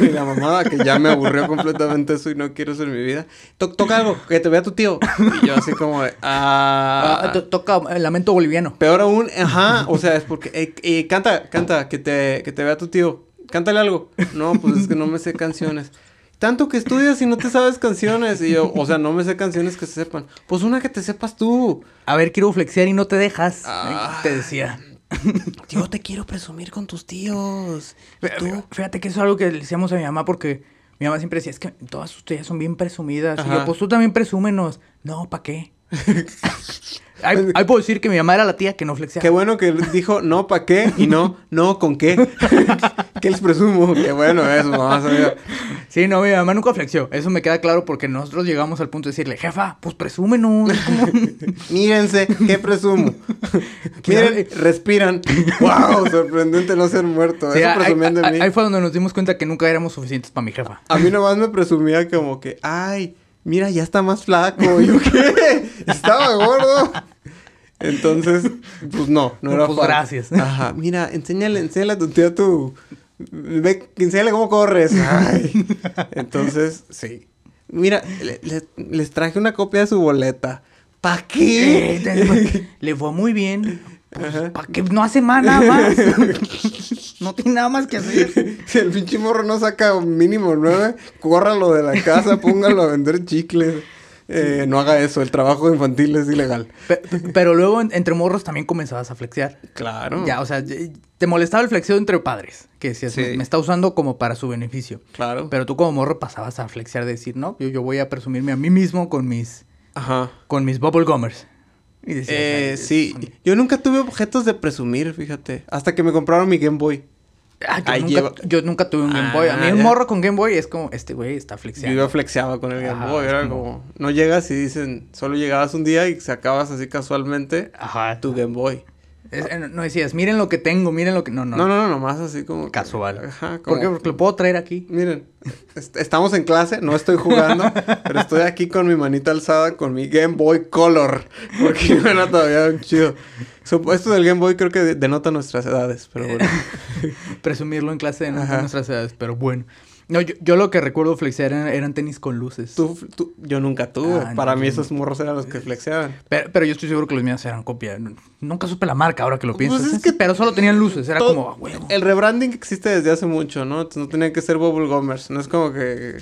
Speaker 1: Y la mamada que ya me aburrió completamente eso y no quiero eso en mi vida. To- toca algo, que te vea tu tío. Y yo así como, de,
Speaker 2: Ah,
Speaker 1: ah...
Speaker 2: to- toca eh, Lamento Boliviano.
Speaker 1: Peor aún, ajá, o sea, es porque, eh, eh, canta, canta, que te, que te vea tu tío, cántale algo. No, pues es que no me sé canciones. Tanto que estudias y no te sabes canciones. Y yo, o sea, no me sé canciones que se sepan. Pues una que te sepas tú.
Speaker 2: A ver, quiero flexear y no te dejas. ¿eh?
Speaker 1: Ah.
Speaker 2: Te decía.
Speaker 1: Yo te quiero presumir con tus tíos.
Speaker 2: Fí- Fíjate que eso es algo que le decíamos a mi mamá porque mi mamá siempre decía, es que todas ustedes son bien presumidas. Y
Speaker 1: Ajá.
Speaker 2: yo, pues tú también presúmenos. No,
Speaker 1: <laughs>
Speaker 2: ¿para qué? ahí, ahí puedo decir que mi mamá era la tía que no flexía.
Speaker 1: Qué bueno que dijo no, ¿pa' qué? Y no, no, ¿con qué? <laughs> ¿Qué les presumo? Qué bueno eso, mamá. sabía.
Speaker 2: Sí, no, mi mamá nunca flexió. Eso me queda claro porque nosotros llegamos al punto de decirle, jefa, pues presúmenos. <laughs>
Speaker 1: Mírense, ¿qué presumo? Miren, respiran. ¡Wow! Sorprendente no ser muerto.
Speaker 2: Sí,
Speaker 1: Eso
Speaker 2: ahí-
Speaker 1: presumían de
Speaker 2: ahí-
Speaker 1: mí.
Speaker 2: ahí fue donde nos dimos cuenta que nunca éramos suficientes para mi jefa.
Speaker 1: A
Speaker 2: <laughs>
Speaker 1: mí nomás me presumía como que, ay, mira, ya está más flaco. <laughs> Y yo, ¿qué? Estaba gordo. Entonces, pues no, no
Speaker 2: No,
Speaker 1: era
Speaker 2: pues,
Speaker 1: fan. <laughs>
Speaker 2: gracias.
Speaker 1: Ajá, mira, enséñale, enséñale a tu tía tu... Ve, enséñale cómo
Speaker 2: <laughs>
Speaker 1: corres. Ay. Entonces, sí. Mira, le- le- les traje una copia de su boleta. ¿Pa'
Speaker 2: <laughs> Eh,
Speaker 1: qué?
Speaker 2: <laughs> te- Le fue muy bien.
Speaker 1: Ajá.
Speaker 2: ¿Para qué no hace más nada <laughs> más? no tiene nada más que hacer.
Speaker 1: <laughs> Si el pinche morro no saca mínimo nueve, córralo de la <laughs> casa, póngalo a vender chicles. Eh, No haga eso, el trabajo infantil es ilegal.
Speaker 2: Pe- pe- Pero luego en- entre morros también comenzabas a flexear.
Speaker 1: Claro.
Speaker 2: Ya, o sea, ya- te molestaba el flexeo entre padres, que decías,
Speaker 1: Sí.
Speaker 2: me, me está usando como para su beneficio.
Speaker 1: Claro.
Speaker 2: Pero tú como morro pasabas a flexear de decir, no, yo, yo voy a presumirme a mí mismo con mis,
Speaker 1: Ajá.
Speaker 2: con mis bubble gummers. Y decías,
Speaker 1: Eh,
Speaker 2: "Ay,
Speaker 1: sí, yo nunca tuve objetos de presumir, fíjate. Hasta que me compraron mi Game Boy.
Speaker 2: ah, yo,
Speaker 1: ahí
Speaker 2: nunca,
Speaker 1: lleva-
Speaker 2: yo nunca tuve un Game
Speaker 1: Ah,
Speaker 2: Boy. A mí un
Speaker 1: ya.
Speaker 2: morro con Game Boy es como, este güey está
Speaker 1: Yo
Speaker 2: flexeando.
Speaker 1: iba flexeaba con el Game
Speaker 2: Ajá,
Speaker 1: Boy.
Speaker 2: es
Speaker 1: Era
Speaker 2: como-
Speaker 1: como... No llegas y dicen... Solo llegabas un día y sacabas así casualmente
Speaker 2: Ajá.
Speaker 1: tu Game Boy.
Speaker 2: Es- eh, no- no decías, miren lo que tengo, miren lo que... No, no.
Speaker 1: No, no, no. Nomás así como... que-
Speaker 2: Casual.
Speaker 1: Ajá.
Speaker 2: ¿Por
Speaker 1: Como...
Speaker 2: qué? Porque lo puedo traer aquí.
Speaker 1: Miren, est- estamos en clase, no estoy jugando,
Speaker 2: <laughs>
Speaker 1: pero estoy aquí con mi manita alzada con mi Game Boy Color,
Speaker 2: <laughs>
Speaker 1: porque no era todavía un chido. So, esto del Game Boy creo que de- denota nuestras edades, pero
Speaker 2: <laughs>
Speaker 1: bueno.
Speaker 2: Eh, Presumirlo en clase de
Speaker 1: Ajá.
Speaker 2: nuestras edades, pero bueno. No, yo, yo lo que recuerdo flexear eran, eran tenis con luces.
Speaker 1: Tú, tú- yo nunca tuve,
Speaker 2: Ah,
Speaker 1: para
Speaker 2: no,
Speaker 1: mí
Speaker 2: yo
Speaker 1: esos morros eran los que flexeaban.
Speaker 2: Pero, pero yo estoy seguro que los míos eran copia. N- Nunca supe la marca ahora que lo
Speaker 1: Pues
Speaker 2: pienso.
Speaker 1: es que
Speaker 2: pero solo tenían luces. Era
Speaker 1: Todo-
Speaker 2: como, ah, huevo.
Speaker 1: El rebranding existe desde hace mucho, ¿no? Entonces, no tenían que ser Bubble Gummers, no es como que...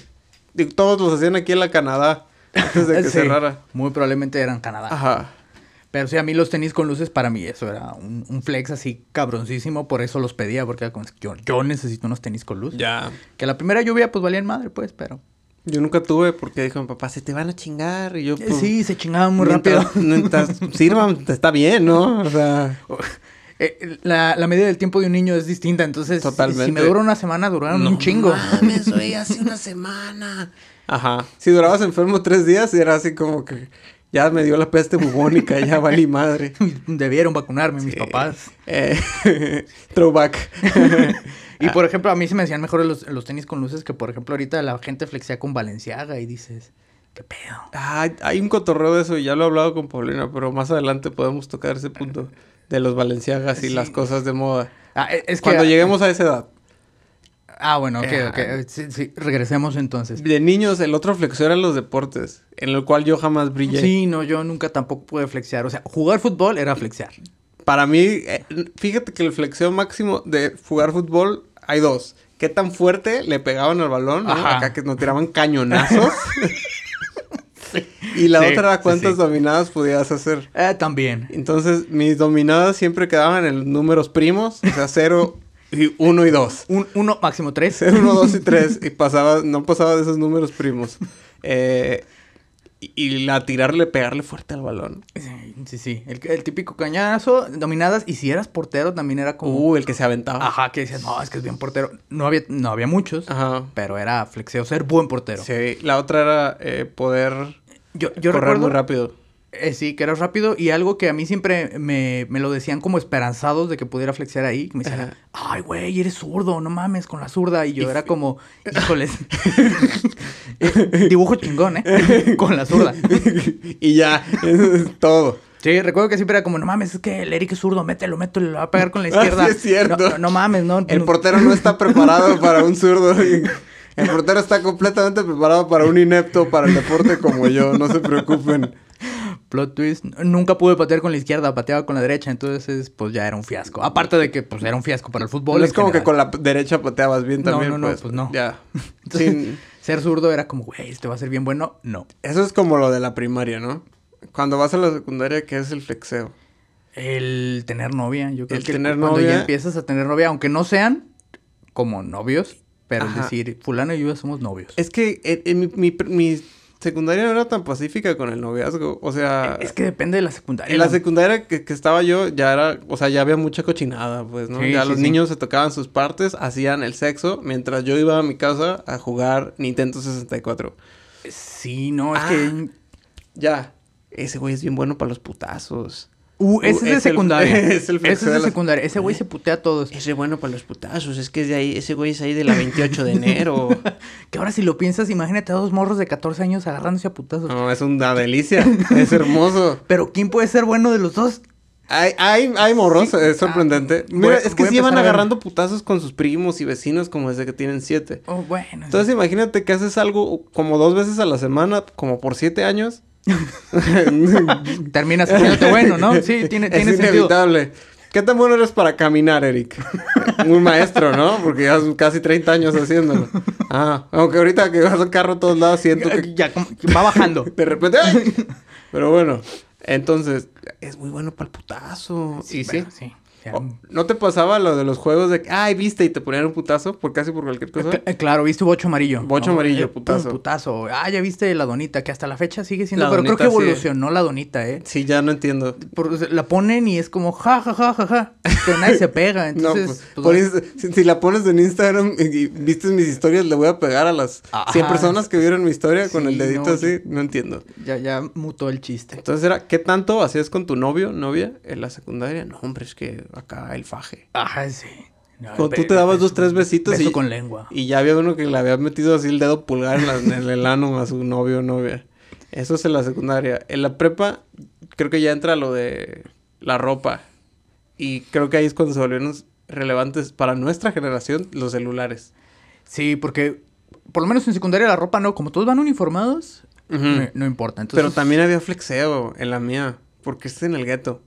Speaker 1: digo, todos los hacían aquí en la Canadá, antes
Speaker 2: <laughs>
Speaker 1: de que
Speaker 2: Sí, Ah.
Speaker 1: cerrara.
Speaker 2: Muy probablemente eran Canadá.
Speaker 1: Ajá.
Speaker 2: Pero sí, a mí los tenis con luces, para mí eso era un, un flex así cabroncísimo. Por eso los pedía, porque era como, es que yo, yo necesito unos tenis con luz.
Speaker 1: Ya.
Speaker 2: Que la primera lluvia, pues valían madre, pues, pero.
Speaker 1: Yo nunca tuve porque dijo mi papá, se te van a chingar. Y yo,
Speaker 2: Eh,
Speaker 1: pues,
Speaker 2: Sí, se chingaban muy
Speaker 1: Mientras-
Speaker 2: rápido.
Speaker 1: <laughs>
Speaker 2: <laughs>
Speaker 1: mientras sirvan, está bien, ¿no? O sea,
Speaker 2: Eh, la, la medida del tiempo de un niño es distinta, entonces. si- Si,
Speaker 1: Totalmente.
Speaker 2: me dura una semana, duraron un chingo.
Speaker 1: mames, güey, hace una semana. Ajá. Si durabas enfermo tres días, era así como que ya me dio la peste bubónica, ya valí
Speaker 2: <laughs>
Speaker 1: madre.
Speaker 2: <laughs> Debieron vacunarme mis papás.
Speaker 1: Eh, <laughs> throwback. <laughs> Ah.
Speaker 2: Y por ejemplo, a mí se me hacían mejores los, los tenis con luces que, por ejemplo, ahorita la gente flexea con Valenciaga y dices, ¿qué pedo?
Speaker 1: Ah, hay un cotorreo de eso y ya lo he hablado con Paulina, pero más adelante podemos tocar ese punto de los valenciagas y
Speaker 2: Sí.
Speaker 1: las cosas de moda.
Speaker 2: Ah, e- es que.
Speaker 1: Cuando lleguemos a esa edad.
Speaker 2: Ah, bueno, ok,
Speaker 1: Eh,
Speaker 2: ok. Sí, sí, regresemos entonces.
Speaker 1: De niños, el otro flexión eran los deportes, en el cual yo jamás brillé.
Speaker 2: Sí, no, yo nunca tampoco pude flexear. O sea, jugar fútbol era flexear.
Speaker 1: Para mí, eh, fíjate que el flexión máximo de jugar fútbol hay dos. ¿Qué tan fuerte le pegaban al balón? ¿no?
Speaker 2: Ajá.
Speaker 1: Acá que nos tiraban cañonazos.
Speaker 2: <laughs>
Speaker 1: Y la
Speaker 2: Sí,
Speaker 1: otra
Speaker 2: sí,
Speaker 1: era cuántas
Speaker 2: sí.
Speaker 1: dominadas podías hacer.
Speaker 2: Eh, también.
Speaker 1: Entonces, mis dominadas siempre quedaban en números primos, o sea, 0 y 1 y 2.
Speaker 2: Un, uno,
Speaker 1: <laughs>
Speaker 2: máximo tres.
Speaker 1: 0, 1, 2 y 3. Y pasaba, no pasaba de esos números primos. Eh, y, y la tirarle, pegarle fuerte al balón.
Speaker 2: Sí, sí. El, el típico cañazo, dominadas. Y si eras portero, también era como. ah,
Speaker 1: Uh, el que se aventaba.
Speaker 2: Ajá, que decías, no, es que es bien portero. No había, no había muchos,
Speaker 1: Ajá.
Speaker 2: pero era flexeo, ser buen portero.
Speaker 1: Sí, la otra era eh, poder
Speaker 2: Yo, yo
Speaker 1: correr
Speaker 2: recuerdo.
Speaker 1: muy <laughs> rápido.
Speaker 2: Eh, sí, que eras rápido. Y algo que a mí siempre me, me lo decían como esperanzados de que pudiera flexear ahí. que me decían,
Speaker 1: Ajá.
Speaker 2: ay, güey, eres zurdo, no mames, con la zurda. Y yo
Speaker 1: Y
Speaker 2: era
Speaker 1: fi-
Speaker 2: <laughs> como, híjoles. <laughs> Eh, dibujo chingón, ¿eh? con la zurda.
Speaker 1: y ya, eso es todo.
Speaker 2: Sí, recuerdo que siempre era como, no mames, es que el Eric es zurdo, mételo, mételo, lo va a
Speaker 1: <laughs>
Speaker 2: pegar con la
Speaker 1: Ah,
Speaker 2: izquierda.
Speaker 1: sí, es cierto.
Speaker 2: No, no, no mames, no.
Speaker 1: El
Speaker 2: no-
Speaker 1: portero no está preparado para un zurdo. <laughs> El portero está completamente preparado para un inepto para el deporte como yo, no se preocupen.
Speaker 2: Plot twist, n- nunca pude patear con la izquierda, pateaba con la derecha, entonces pues ya era un fiasco. Aparte de que pues era un fiasco para el fútbol.
Speaker 1: No
Speaker 2: en
Speaker 1: es como que
Speaker 2: general.
Speaker 1: con la derecha pateabas bien
Speaker 2: No,
Speaker 1: también,
Speaker 2: no, no,
Speaker 1: pues.
Speaker 2: pues no.
Speaker 1: Ya.
Speaker 2: <laughs> Entonces,
Speaker 1: Sin-
Speaker 2: ser zurdo era como, güey, este va a ser bien bueno. No.
Speaker 1: Eso es como lo de la primaria, ¿no? Cuando vas a la secundaria, ¿qué es el flexeo?
Speaker 2: El tener novia, yo creo
Speaker 1: El
Speaker 2: que
Speaker 1: tener
Speaker 2: cuando
Speaker 1: novia.
Speaker 2: ya empiezas a tener novia, aunque no sean como novios, pero
Speaker 1: Ajá.
Speaker 2: es decir, fulano y yo somos novios.
Speaker 1: Es que eh, eh, mi, mi pr- mi secundaria no era tan pacífica con el noviazgo. O sea,
Speaker 2: Es que depende de la secundaria.
Speaker 1: en la secundaria que, que estaba yo ya era, o sea, ya había mucha cochinada, pues, ¿no?
Speaker 2: Sí,
Speaker 1: ya
Speaker 2: sí,
Speaker 1: los
Speaker 2: sí.
Speaker 1: niños se tocaban sus partes, hacían el sexo, mientras yo iba a mi casa a jugar Nintendo 64.
Speaker 2: Sí, no, es
Speaker 1: Ah.
Speaker 2: que...
Speaker 1: Ya, ese güey es bien bueno para los putazos.
Speaker 2: Uh, ese
Speaker 1: Uh,
Speaker 2: es de
Speaker 1: es el- <laughs>
Speaker 2: secundaria.
Speaker 1: es el
Speaker 2: ese es
Speaker 1: flexeo de
Speaker 2: de
Speaker 1: la-
Speaker 2: secundaria. Ese güey se putea a todos.
Speaker 1: Ese es bueno para los putazos, es que es de ahí, ese güey es ahí de la 28 de
Speaker 2: <laughs>
Speaker 1: enero.
Speaker 2: Que ahora si lo piensas, imagínate a dos morros de 14 años agarrándose a putazos.
Speaker 1: No, es una delicia, es hermoso.
Speaker 2: Pero ¿quién puede ser bueno de los dos?
Speaker 1: Hay, hay, hay morros,
Speaker 2: Sí.
Speaker 1: es sorprendente.
Speaker 2: Ah,
Speaker 1: Mira,
Speaker 2: voy-
Speaker 1: es que
Speaker 2: voy a
Speaker 1: sí van
Speaker 2: empezar a ver.
Speaker 1: agarrando putazos con sus primos y vecinos como desde que tienen siete.
Speaker 2: Oh, bueno.
Speaker 1: Entonces imagínate que haces algo como dos veces a la semana, como por siete años. Tiene
Speaker 2: terminas poniéndote bueno,
Speaker 1: <laughs>
Speaker 2: ¿no? Sí, tiene,
Speaker 1: es
Speaker 2: tiene sentido.
Speaker 1: inevitable. ¿Qué tan bueno eres para caminar, Eric? <laughs> Un maestro, ¿no? Porque ya son casi 30 años haciéndolo. Ah, aunque ahorita que vas al carro a todos lados siento
Speaker 2: <laughs>
Speaker 1: que
Speaker 2: Eh, Ya, como- va bajando.
Speaker 1: de repente... ¡ay! Pero bueno, entonces es muy bueno para el putazo. y sí.
Speaker 2: bueno, sí. Ya.
Speaker 1: O- ¿No te pasaba lo de los juegos de que, ay, viste y te ponían un putazo por casi por cualquier cosa?
Speaker 2: Cl- <laughs> eh, Claro, viste Bocho Amarillo.
Speaker 1: Bocho Amarillo, putazo.
Speaker 2: pum, putazo. Ah, ya viste la donita, que hasta la fecha sigue siendo.
Speaker 1: La
Speaker 2: pero creo que
Speaker 1: donita, sí.
Speaker 2: evolucionó la donita, ¿eh?
Speaker 1: Sí, ya no entiendo.
Speaker 2: Por- o sea, la ponen y es como ja, ja, ja, ja, ja. Pero nadie se pega. Entonces,
Speaker 1: <laughs> no, pues,
Speaker 2: pues,
Speaker 1: por Insta- si, si la pones en Instagram y, y viste mis historias, le voy a pegar a las 100
Speaker 2: Ajá.
Speaker 1: personas que vieron mi historia con
Speaker 2: Sí,
Speaker 1: el dedito
Speaker 2: no,
Speaker 1: así. Ah, No entiendo.
Speaker 2: ya, ya mutó el chiste.
Speaker 1: Entonces era, ¿qué tanto hacías con tu novio, novia, en la secundaria? No, hombre, es que acá el faje.
Speaker 2: Ajá, sí. No,
Speaker 1: Cuando tú
Speaker 2: pe-
Speaker 1: te dabas
Speaker 2: beso-
Speaker 1: dos, tres besitos
Speaker 2: beso
Speaker 1: y,
Speaker 2: con lengua.
Speaker 1: y ya había uno que le había metido así el dedo pulgar en, la- en el ano a su novio o novia. Eso es en la secundaria. En la prepa, creo que ya entra lo de la ropa. Y creo que ahí es cuando se volvieron relevantes para nuestra generación los celulares.
Speaker 2: Sí, porque por lo menos en secundaria la ropa no, como todos van uniformados, no, no importa. Entonces,
Speaker 1: Pero también había flexeo en la mía, porque es en el gueto.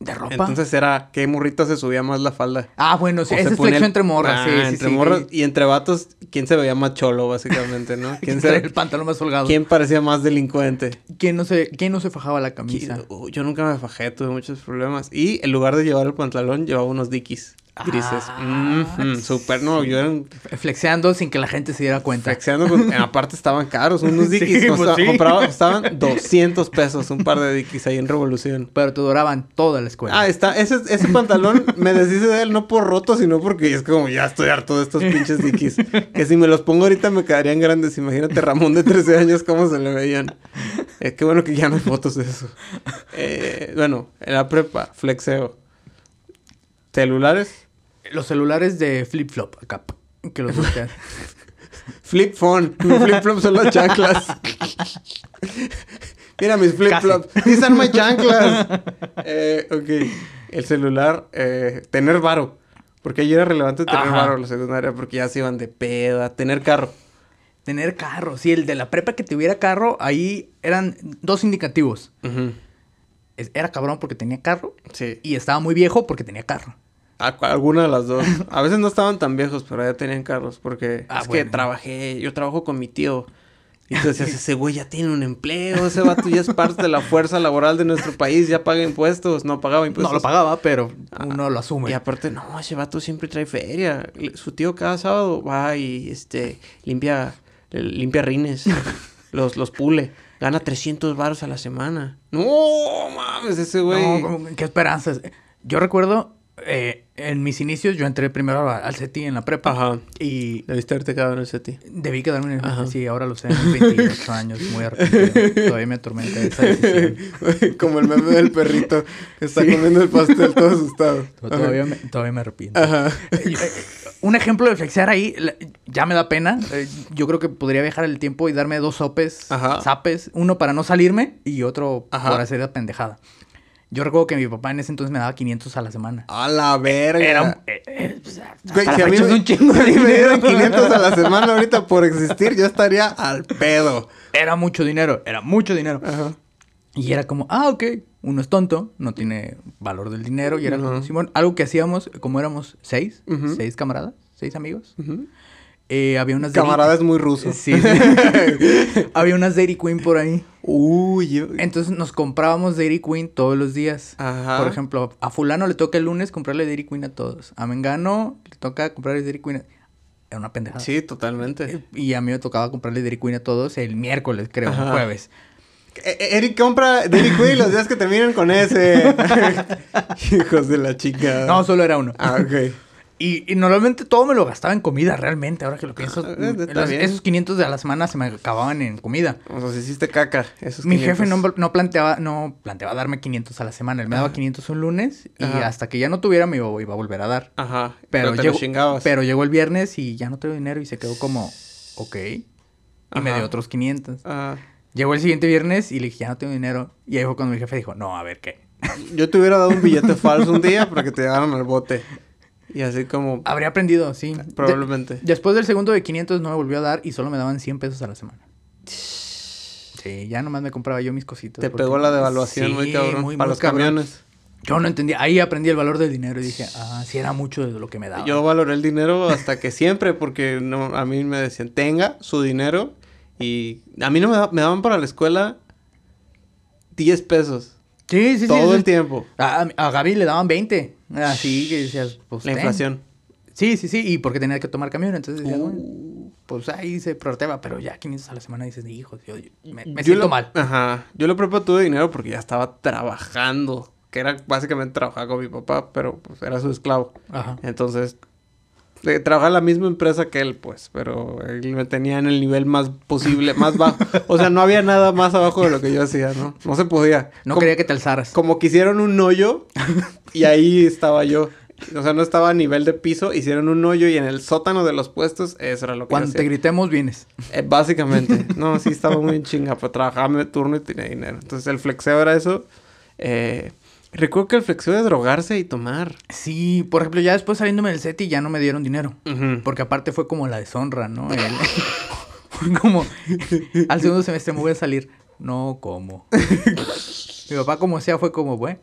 Speaker 2: de ropa.
Speaker 1: Entonces era que morrita se subía más la falda.
Speaker 2: ah, bueno, sí,
Speaker 1: O
Speaker 2: esa
Speaker 1: se
Speaker 2: es
Speaker 1: ponía
Speaker 2: flexión
Speaker 1: el-
Speaker 2: entre morras,
Speaker 1: Ah,
Speaker 2: sí, sí,
Speaker 1: entre
Speaker 2: sí,
Speaker 1: morras
Speaker 2: que-
Speaker 1: y entre vatos, ¿quién se veía más cholo, básicamente,
Speaker 2: <laughs>
Speaker 1: no? <laughs>
Speaker 2: que
Speaker 1: ¿Quién,
Speaker 2: trae
Speaker 1: se,
Speaker 2: el pantalón más holgado. ¿Quién,
Speaker 1: ¿quién parecía más delincuente?
Speaker 2: no se, quién no se fajaba la camisa?
Speaker 1: Qui- oh, Yo nunca me fajé, tuve muchos problemas. Y en lugar de llevar el pantalón, llevaba unos dickies grises.
Speaker 2: Ah,
Speaker 1: Mhm, super, no, yo era un-
Speaker 2: Flexeando sin que la gente se diera cuenta.
Speaker 1: flexeando con- Aparte estaban caros, unos
Speaker 2: <laughs> Sí,
Speaker 1: dickies.
Speaker 2: pues
Speaker 1: costa-
Speaker 2: sí.
Speaker 1: compraba- costaban 200 pesos un par de dickies ahí en Revolución.
Speaker 2: Pero te duraban toda la escuela.
Speaker 1: Ah, está, ese, ese pantalón me deshice de él no por roto, sino porque es como ya estoy harto de estos pinches dickies. Que si me los pongo ahorita me quedarían grandes. Imagínate Ramón de 13 años cómo se le veían. Eh, qué bueno que ya no hay fotos de eso. Eh, bueno, en la prepa, flexeo. Celulares,
Speaker 2: Los celulares de flip-flop acá. Que los
Speaker 1: <laughs>
Speaker 2: voltean.
Speaker 1: flip phone. Mi flip flop son las chanclas. Mira mis flip flops. These are my chanclas. Eh, ok. El celular, eh, tener varo. Porque ayer era relevante tener
Speaker 2: Ajá.
Speaker 1: varo en la secundaria porque ya se iban de peda. Tener carro.
Speaker 2: Tener carro. Sí, el de la prepa que tuviera carro, ahí eran dos indicativos.
Speaker 1: Ujú.
Speaker 2: Es- Era cabrón porque tenía carro
Speaker 1: Sí.
Speaker 2: y estaba muy viejo porque tenía carro.
Speaker 1: A- alguna de las dos. A veces no estaban tan viejos, pero ya tenían carros. Porque
Speaker 2: Ah,
Speaker 1: es que
Speaker 2: bueno.
Speaker 1: trabajé, yo trabajo con mi tío. Y entonces ese güey ya tiene un empleo, ese vato ya es parte de la fuerza laboral de nuestro país, ya paga impuestos, no pagaba impuestos.
Speaker 2: no lo pagaba, pero
Speaker 1: Pues Ah,
Speaker 2: uno lo asume.
Speaker 1: Y aparte, no, ese vato siempre trae feria. Le- Su tío cada sábado va y este limpia eh, limpia <laughs> rines, los, los pule, gana 300 varos a la semana. No mames, ese güey.
Speaker 2: No, como- qué esperanzas. Yo recuerdo eh, en mis inicios, yo entré primero a- al CETI en la prepa
Speaker 1: Ajá.
Speaker 2: y
Speaker 1: Debiste haberte quedado en ese tío.
Speaker 2: debí quedarme en el
Speaker 1: Ajá.
Speaker 2: Sí, ahora lo sé, a mis 28 años,
Speaker 1: <laughs>
Speaker 2: muy arrepentido. Todavía me atormenta esa decisión.
Speaker 1: Como el meme del perrito que está comiendo el pastel todo asustado.
Speaker 2: To- Todavía me, todavía me arrepiento.
Speaker 1: <laughs> Ajá.
Speaker 2: Eh, eh, Un ejemplo de flexear ahí, la- ya me da pena. Eh, Yo creo que podría viajar el tiempo y darme dos sopes,
Speaker 1: Ajá.
Speaker 2: zapes, uno para no salirme y otro
Speaker 1: Ajá.
Speaker 2: por hacer la pendejada. Yo recuerdo que mi papá en ese entonces me daba 500 a la semana.
Speaker 1: A la verga.
Speaker 2: Era un... eh, eh, pues, hasta
Speaker 1: Güey,
Speaker 2: la
Speaker 1: si a mí
Speaker 2: fecha es
Speaker 1: me-
Speaker 2: un chingo de
Speaker 1: si <laughs> me dieran
Speaker 2: dinero.
Speaker 1: 500 a la semana ahorita por existir, yo estaría al pedo.
Speaker 2: Era mucho dinero, era mucho dinero.
Speaker 1: Ajá.
Speaker 2: Y era como, ah, ok, uno es tonto, no tiene valor del dinero. Y era como,
Speaker 1: Ujú.
Speaker 2: Simón, algo que hacíamos, como éramos seis,
Speaker 1: Ujú.
Speaker 2: seis camaradas, seis amigos.
Speaker 1: Ujú.
Speaker 2: eh, había unas... Dairy-
Speaker 1: Camarada es muy ruso.
Speaker 2: Sí, sí. <laughs> había unas Dairy Queen por ahí.
Speaker 1: Uy, yo...
Speaker 2: Entonces nos comprábamos Dairy Queen todos los días.
Speaker 1: Ajá.
Speaker 2: Por ejemplo, a fulano le toca el lunes comprarle Dairy Queen a todos. A Mengano le toca comprarle Dairy Queen a... Era una pendejada.
Speaker 1: Sí, totalmente.
Speaker 2: Y a mí me tocaba comprarle Dairy Queen a todos el miércoles, creo,
Speaker 1: Ajá.
Speaker 2: el jueves.
Speaker 1: E- e- Eric compra Dairy Queen los días que terminen con
Speaker 2: <laughs>
Speaker 1: ese. <laughs> Hijos de la chica.
Speaker 2: No, solo era uno.
Speaker 1: Ah, ok.
Speaker 2: Y, y normalmente todo me lo gastaba en comida, realmente. Ahora que lo pienso,
Speaker 1: Ah, eh, está
Speaker 2: las-
Speaker 1: bien.
Speaker 2: esos 500 de a la semana se me acababan en comida.
Speaker 1: O sea, si hiciste caca. Esos
Speaker 2: Mi
Speaker 1: 500.
Speaker 2: jefe no, no planteaba no planteaba darme 500 a la semana. Él me daba 500 un lunes y
Speaker 1: Ajá.
Speaker 2: hasta que ya no tuviera me iba iba a volver a dar.
Speaker 1: Ajá. Pero,
Speaker 2: Pero,
Speaker 1: te
Speaker 2: llegó,
Speaker 1: lo chingabas.
Speaker 2: pero llegó el viernes y ya no tengo dinero y se quedó como, ok. Y me
Speaker 1: Ajá.
Speaker 2: dio otros 500.
Speaker 1: Ah,
Speaker 2: Llegó el siguiente viernes y le dije, ya no tengo dinero. Y ahí fue cuando mi jefe dijo, no, a ver qué.
Speaker 1: yo te hubiera dado un billete falso un día para que te llevaran al bote. Y así como.
Speaker 2: Habría aprendido, sí. De-
Speaker 1: Ah, Probablemente.
Speaker 2: después del segundo de 500 no me volvió a dar y solo me daban 100 pesos a la semana. Sí, ya nomás me compraba yo mis cositas.
Speaker 1: Te
Speaker 2: porque-
Speaker 1: pegó la devaluación
Speaker 2: Sí,
Speaker 1: muy cabrón.
Speaker 2: muy,
Speaker 1: para
Speaker 2: muy
Speaker 1: los
Speaker 2: cabrón.
Speaker 1: camiones.
Speaker 2: Yo no entendía. Ahí aprendí el valor del dinero y dije, ah, sí era mucho de lo que me daba.
Speaker 1: Yo valoré el dinero hasta que siempre, porque no, a mí me decían, tenga su dinero. Y a mí no me, da- me daban para la escuela 10 pesos.
Speaker 2: sí, sí, sí.
Speaker 1: todo
Speaker 2: sí.
Speaker 1: el tiempo.
Speaker 2: A, a Gaby le daban 20. Así que decías, pues.
Speaker 1: La
Speaker 2: ten.
Speaker 1: inflación.
Speaker 2: Sí, sí, sí. Y porque tenía que tomar camión. Entonces decías,
Speaker 1: Uh.
Speaker 2: "Bueno, pues ahí se prorteba. Pero ya 500 a la semana dices, hijo, yo, yo- me, me
Speaker 1: Yo
Speaker 2: siento
Speaker 1: lo-
Speaker 2: mal.
Speaker 1: Ajá. Yo lo prepa tuve dinero porque ya estaba trabajando. Que era básicamente trabajar con mi papá, pero pues era su esclavo.
Speaker 2: Ajá.
Speaker 1: Entonces, eh, trabajaba en la misma empresa que él, pues, pero él me tenía en el nivel más posible, más bajo. O sea, no había nada más abajo de lo que yo hacía, ¿no? No se podía.
Speaker 2: No
Speaker 1: Como-
Speaker 2: quería que te alzaras.
Speaker 1: Como que hicieron un hoyo y ahí estaba yo. O sea, no estaba a nivel de piso, hicieron un hoyo y en el sótano de los puestos, eso era lo que
Speaker 2: Cuando
Speaker 1: yo
Speaker 2: te
Speaker 1: hacía.
Speaker 2: gritemos, vienes.
Speaker 1: Eh, básicamente, no, sí estaba muy en chinga, pero trabajaba de turno y tenía dinero. Entonces el flexeo era eso. Eh, recuerdo que el flexeo de drogarse y tomar.
Speaker 2: Sí, por ejemplo, ya después saliéndome del set y ya no me dieron dinero.
Speaker 1: Ujú.
Speaker 2: Porque aparte fue como la deshonra, ¿no? El- <laughs> fue como al segundo semestre me voy a salir. No, como. mi papá, como sea, fue como, bueno.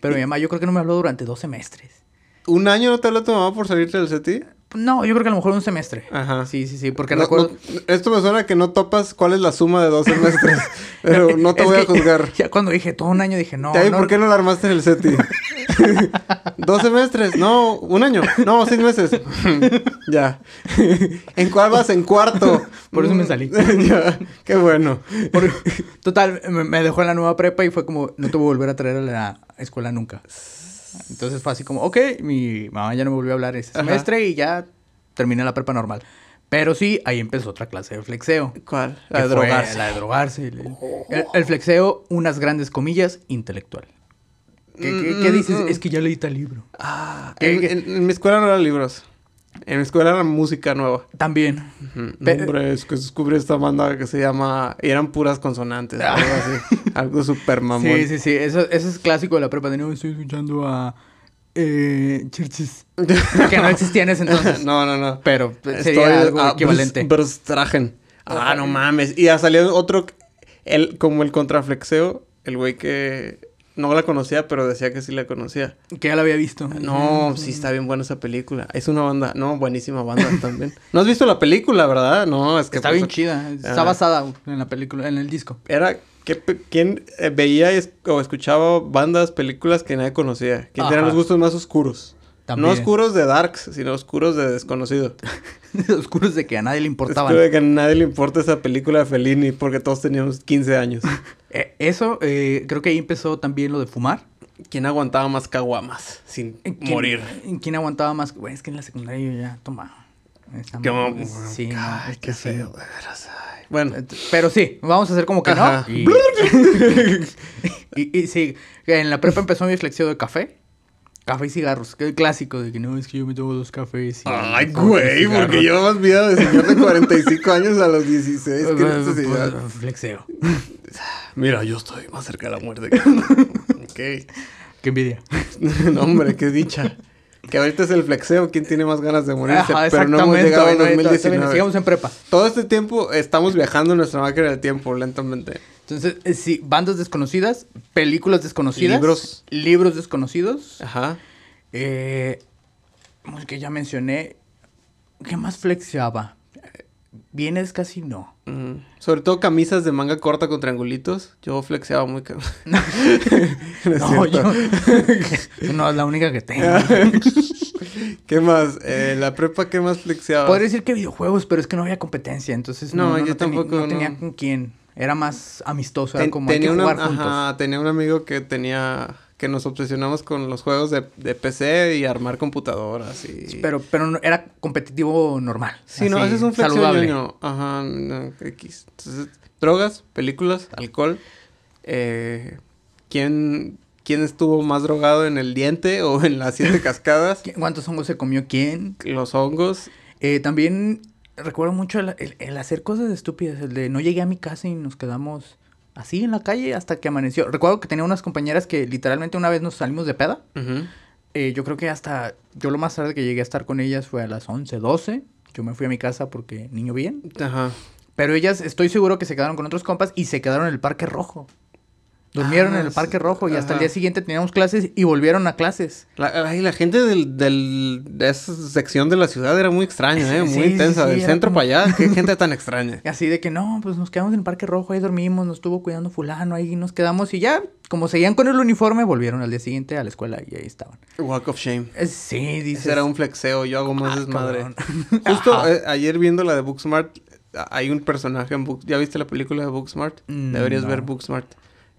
Speaker 2: Pero mi mamá, yo creo que no me habló durante dos semestres.
Speaker 1: ¿Un año no te habló tu mamá por salirte del CETI?
Speaker 2: No, yo creo que a lo mejor un semestre.
Speaker 1: Ajá.
Speaker 2: Sí, sí, sí. Porque
Speaker 1: No-
Speaker 2: recuerdo.
Speaker 1: no- esto me suena a que no topas cuál es la suma de dos semestres, <laughs> pero no te
Speaker 2: Es
Speaker 1: voy a
Speaker 2: que
Speaker 1: juzgar.
Speaker 2: Ya cuando dije todo un año dije, no.
Speaker 1: De ahí,
Speaker 2: no
Speaker 1: ¿Por qué no la armaste en el CETI? <laughs> ¿Dos semestres? No, un año. No, seis
Speaker 2: <laughs>
Speaker 1: meses. ya. ¿En cuál vas? En cuarto. Mm.
Speaker 2: Por eso me salí.
Speaker 1: <laughs> ya. Qué bueno.
Speaker 2: Por- Total, me, me dejó en la nueva prepa y fue como, no te voy a volver a traer a la escuela nunca. Entonces fue así como, ok, mi mamá ya no me volvió a hablar ese
Speaker 1: Ajá.
Speaker 2: semestre y ya terminé la prepa normal. Pero sí, ahí empezó otra clase de flexeo.
Speaker 1: ¿Cuál?
Speaker 2: que
Speaker 1: La de
Speaker 2: fue
Speaker 1: drogarse.
Speaker 2: La de drogarse. El, el- el flexeo, unas grandes comillas, intelectual. ¿Qué, qué- qué dices?
Speaker 1: Mm.
Speaker 2: Es que ya leí tal libro.
Speaker 1: Ah,
Speaker 2: ¿Qué-
Speaker 1: en,
Speaker 2: qué?
Speaker 1: en- en mi escuela no eran libros. En mi escuela era música nueva.
Speaker 2: También.
Speaker 1: Ujú.
Speaker 2: Pe-
Speaker 1: Hombre, es que descubrí esta banda que se llama... Y eran puras consonantes.
Speaker 2: Ah.
Speaker 1: Algo así. Algo
Speaker 2: <laughs>
Speaker 1: súper mamón.
Speaker 2: Sí, sí, sí. Eso, eso es clásico de la prepa. De nuevo estoy escuchando a... Eh,
Speaker 1: <laughs>
Speaker 2: Churches. que no existía en ese entonces.
Speaker 1: no, no, no.
Speaker 2: Pero pues, sería algo
Speaker 1: ah,
Speaker 2: equivalente.
Speaker 1: Brus- Brustragen. Ah, no mames. Y ya salió otro... que- El, como el contraflexeo. El güey que... No la conocía, pero decía que sí la conocía.
Speaker 2: Que ya lo había visto.
Speaker 1: Ah, No, sí está bien buena esa película. Es una banda... No, buenísima banda <laughs> también. ¿No has visto la película, verdad? No, es que...
Speaker 2: Está
Speaker 1: pues,
Speaker 2: bien chida. Está
Speaker 1: Ah.
Speaker 2: basada en la película, en el disco.
Speaker 1: era que pe- quién eh, veía y es- o escuchaba bandas, películas que nadie conocía. Quién tenía
Speaker 2: Ajá.
Speaker 1: los gustos más oscuros.
Speaker 2: También.
Speaker 1: No oscuros de darks, sino oscuros de desconocido.
Speaker 2: Oscuros <laughs> de que a nadie le importaban.
Speaker 1: Oscuro de que a nadie le importa esa película de Fellini porque todos teníamos 15 años.
Speaker 2: Eh, eso, eh, creo que ahí empezó también lo de fumar.
Speaker 1: <laughs> ¿Quién aguantaba más caguamas sin
Speaker 2: ¿Quién-
Speaker 1: morir?
Speaker 2: ¿Quién aguantaba más? Güey, es que en la secundaria yo ya tomaba. Esta
Speaker 1: Qué
Speaker 2: madre,
Speaker 1: mam-
Speaker 2: Sí, no,
Speaker 1: Ay, qué
Speaker 2: sí.
Speaker 1: feo, pues, de veras. ay. Bueno,
Speaker 2: Eh, Pero sí, vamos a hacer como que
Speaker 1: Ajá.
Speaker 2: no. Y... <laughs> y, y sí, en la prepa empezó mi flexión de café. Café y cigarros, que el clásico de que no, es que yo me tomo dos cafés. y-
Speaker 1: ay,
Speaker 2: y
Speaker 1: güey,
Speaker 2: cigarros.
Speaker 1: porque llevabas vida de señor <laughs> de 45 años a los 16. ¿Qué
Speaker 2: Pues,
Speaker 1: necesidad?
Speaker 2: Flexeo.
Speaker 1: <laughs> Mira, yo estoy más cerca de la muerte que Ok.
Speaker 2: Qué envidia.
Speaker 1: <laughs> no, hombre, qué dicha. Que ahorita es el flexeo, quién tiene más ganas de morirse.
Speaker 2: Ajá,
Speaker 1: pero no hemos
Speaker 2: exactamente,
Speaker 1: llegado a
Speaker 2: güey, no, todavía- todavía ni
Speaker 1: 2019.
Speaker 2: Sigamos en prepa.
Speaker 1: Todo este tiempo estamos viajando en nuestra máquina del tiempo lentamente.
Speaker 2: Entonces, eh, sí, bandas desconocidas, películas desconocidas.
Speaker 1: Libros.
Speaker 2: Libros desconocidos.
Speaker 1: Ajá.
Speaker 2: Eh, que ya mencioné. ¿Qué más flexeaba? Vienes casi no.
Speaker 1: Mm. Sobre todo camisas de manga corta con triangulitos. Yo flexeaba muy...
Speaker 2: <laughs>
Speaker 1: ca- <laughs> no, es
Speaker 2: No,
Speaker 1: cierto.
Speaker 2: yo- <laughs> no es la única que tengo.
Speaker 1: <laughs> Ah. ¿Qué más? Eh, la prepa, ¿qué más flexiaba?
Speaker 2: Podría decir que videojuegos, pero es que no había competencia, entonces
Speaker 1: No,
Speaker 2: no, no,
Speaker 1: yo
Speaker 2: no teni-
Speaker 1: tampoco,
Speaker 2: no
Speaker 1: no.
Speaker 2: tenía con quién. Era más amistoso, era
Speaker 1: Ten-
Speaker 2: como hay
Speaker 1: tenía
Speaker 2: que
Speaker 1: una-
Speaker 2: jugar juntos.
Speaker 1: ajá, tenía un amigo que tenía... Que nos obsesionamos con los juegos de, de PC y armar computadoras y...
Speaker 2: Pero, pero no- era competitivo normal.
Speaker 1: Sí, no,
Speaker 2: así,
Speaker 1: ese es un flexeo
Speaker 2: saludable.
Speaker 1: ñoño. Ajá, no, X. Entonces, drogas, películas, alcohol. Eh, ¿quién, ¿Quién estuvo más drogado en el diente o en las siete cascadas?
Speaker 2: <laughs> ¿Qui- ¿Cuántos hongos se comió quién?
Speaker 1: Los hongos.
Speaker 2: Eh, también recuerdo mucho el, el- el hacer cosas estúpidas, el de no llegué a mi casa y nos quedamos así en la calle hasta que amaneció. Recuerdo que tenía unas compañeras que literalmente una vez nos salimos de peda.
Speaker 1: Ujú.
Speaker 2: Eh, yo creo que hasta, yo lo más tarde que llegué a estar con ellas fue a las 11, 12. Yo me fui a mi casa porque niño bien.
Speaker 1: Ajá.
Speaker 2: Pero ellas, estoy seguro que se quedaron con otros compas y se quedaron en el Parque Rojo. Durmieron
Speaker 1: Ah,
Speaker 2: en el
Speaker 1: sí.
Speaker 2: Parque Rojo y
Speaker 1: Ajá.
Speaker 2: hasta el día siguiente teníamos clases y volvieron a clases.
Speaker 1: La, ay, la gente del, del- de esa sección de la ciudad era muy extraña, ¿eh? Muy
Speaker 2: Sí, sí,
Speaker 1: intensa.
Speaker 2: sí,
Speaker 1: del
Speaker 2: era
Speaker 1: centro
Speaker 2: como-
Speaker 1: para
Speaker 2: <laughs>
Speaker 1: allá. Qué gente tan extraña.
Speaker 2: Y Así de que no, pues nos quedamos en el Parque Rojo, ahí dormimos, nos estuvo cuidando fulano, ahí nos quedamos y ya, como seguían con el uniforme, volvieron al día siguiente a la escuela y ahí estaban.
Speaker 1: Walk of shame.
Speaker 2: Eh, Sí, dices.
Speaker 1: Ese era un flexeo, yo hago más
Speaker 2: Ah,
Speaker 1: desmadre.
Speaker 2: cabrón. <laughs>
Speaker 1: Justo
Speaker 2: Ajá.
Speaker 1: eh, ayer viendo la de Booksmart, a- hay un personaje en Book... ¿Ya viste la película de Booksmart?
Speaker 2: Mm,
Speaker 1: Deberías
Speaker 2: no.
Speaker 1: ver Booksmart.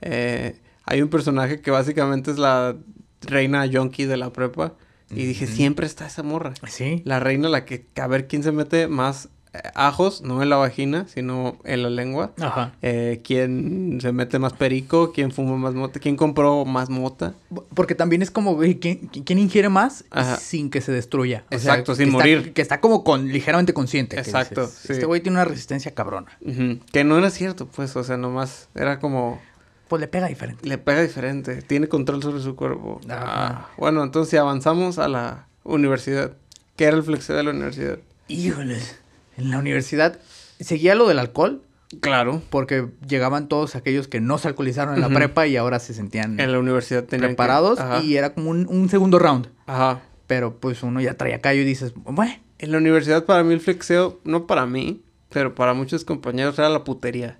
Speaker 1: Eh, hay un personaje que básicamente es la reina yonki de la prepa. Y dije, siempre está esa morra.
Speaker 2: Sí.
Speaker 1: La reina la que, a ver quién se mete más eh, ajos, no en la vagina, sino en la lengua.
Speaker 2: Ajá.
Speaker 1: Eh, quién se mete más perico, quién fuma más mota, quién compró más mota.
Speaker 2: Porque también es como, güey, ¿quién, quién ingiere más
Speaker 1: Ajá.
Speaker 2: sin que se destruya?
Speaker 1: Exacto, sin
Speaker 2: que está-
Speaker 1: morir.
Speaker 2: que está como con, ligeramente consciente. que
Speaker 1: Exacto,
Speaker 2: dices,
Speaker 1: sí.
Speaker 2: Este güey tiene una resistencia cabrona.
Speaker 1: Ujú. Que no era cierto, pues, o sea, nomás era como...
Speaker 2: Pues le pega diferente.
Speaker 1: Le pega diferente, tiene control sobre su cuerpo.
Speaker 2: Ajá.
Speaker 1: Ah, bueno, entonces si avanzamos a la universidad. ¿Qué era el flexeo de la universidad?
Speaker 2: Híjoles. En la universidad seguía lo del alcohol
Speaker 1: Claro.
Speaker 2: porque llegaban todos aquellos que no se alcoholizaron en la
Speaker 1: Ujú.
Speaker 2: prepa y ahora se sentían
Speaker 1: En la universidad tenían que-
Speaker 2: preparados
Speaker 1: Ajá.
Speaker 2: y era como un, un segundo round.
Speaker 1: Ajá.
Speaker 2: Pero pues uno ya traía callo y dices, bueno,
Speaker 1: En la universidad para mí el flexeo, no para mí, pero para muchos compañeros era la putería.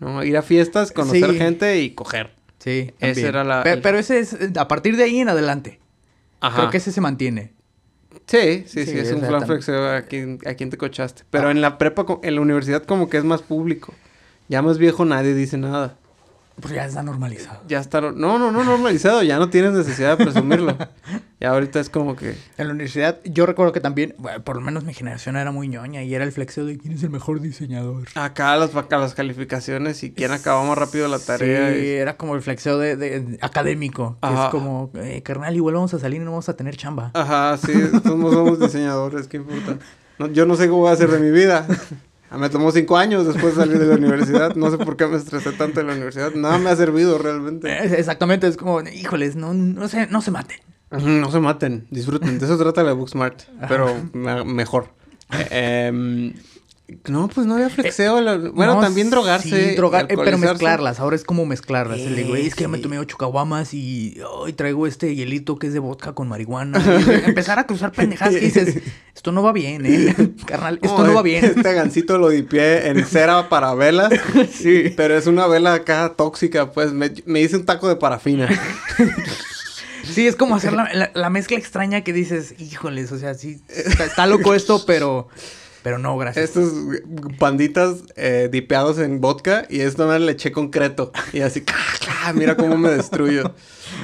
Speaker 1: ¿No? Ir a fiestas, conocer
Speaker 2: Sí.
Speaker 1: gente y coger.
Speaker 2: sí.
Speaker 1: Ese
Speaker 2: también.
Speaker 1: era la-
Speaker 2: Pe-
Speaker 1: el-
Speaker 2: Pero, ese es, a partir de ahí en adelante,
Speaker 1: Ajá.
Speaker 2: creo que ese se mantiene.
Speaker 1: Sí, sí, sí,
Speaker 2: Sí,
Speaker 1: es un plan
Speaker 2: exactamente.
Speaker 1: flexeo a quien, a quien te cochaste.
Speaker 2: Ah.
Speaker 1: Pero en la prepa, co- en la universidad como que es más público. Ya más viejo nadie dice nada.
Speaker 2: Pues ya está normalizado.
Speaker 1: Ya está. No, no, no normalizado. Ya no tienes necesidad de <laughs> presumirlo. ya ahorita es como que.
Speaker 2: En la universidad, yo recuerdo que también, bueno, por lo menos mi generación era muy ñoña y era el flexeo de quién es el mejor diseñador.
Speaker 1: Acá las, vaca- las calificaciones y quién acaba más rápido la tarea.
Speaker 2: Sí,
Speaker 1: y-
Speaker 2: era como el flexeo de, de- académico. Que
Speaker 1: Ajá. Ah,
Speaker 2: es como, eh, carnal, igual vamos a salir y no vamos a tener chamba.
Speaker 1: Ajá, sí. Nosotros no somos diseñadores, qué importa. No, yo no sé cómo voy a hacer de mi vida. Ah, Me tomó cinco años después de salir de la universidad. No sé por qué me estresé tanto en la universidad. Nada me ha servido realmente.
Speaker 2: Es- exactamente, es como, híjoles, no, no, se, no se maten.
Speaker 1: Ujú, No se maten, disfruten. De eso trata la Booksmart, pero me- mejor. Eh, em, no, pues no había flexeo. la- bueno,
Speaker 2: Eh, No,
Speaker 1: también drogarse.
Speaker 2: Sí, drogar, eh, pero
Speaker 1: alcoholizarse.
Speaker 2: mezclarlas. Ahora es como mezclarlas. el de,
Speaker 1: Eh,
Speaker 2: güey, es que ya me
Speaker 1: sí.
Speaker 2: tomé ocho caguamas y hoy traigo este hielito que es de vodka
Speaker 1: <laughs>
Speaker 2: con marihuana. Y de empezar a cruzar pendejadas y dices, esto no va bien, eh, <laughs> carnal, esto no va bien.
Speaker 1: Este gancito lo dipié en cera para velas. <laughs> sí. Pero es una vela acá tóxica, pues me, me hice un taco de <laughs> parafina.
Speaker 2: Sí, es como hacer
Speaker 1: <laughs>
Speaker 2: la, la- la mezcla extraña que dices, híjoles, o sea, sí, está, está loco esto, pero, pero no, gracias.
Speaker 1: Estos panditas eh, dipeados en vodka y esto me le eché concreto. Y así, <laughs> ¡ca, ca! mira cómo me destruyo.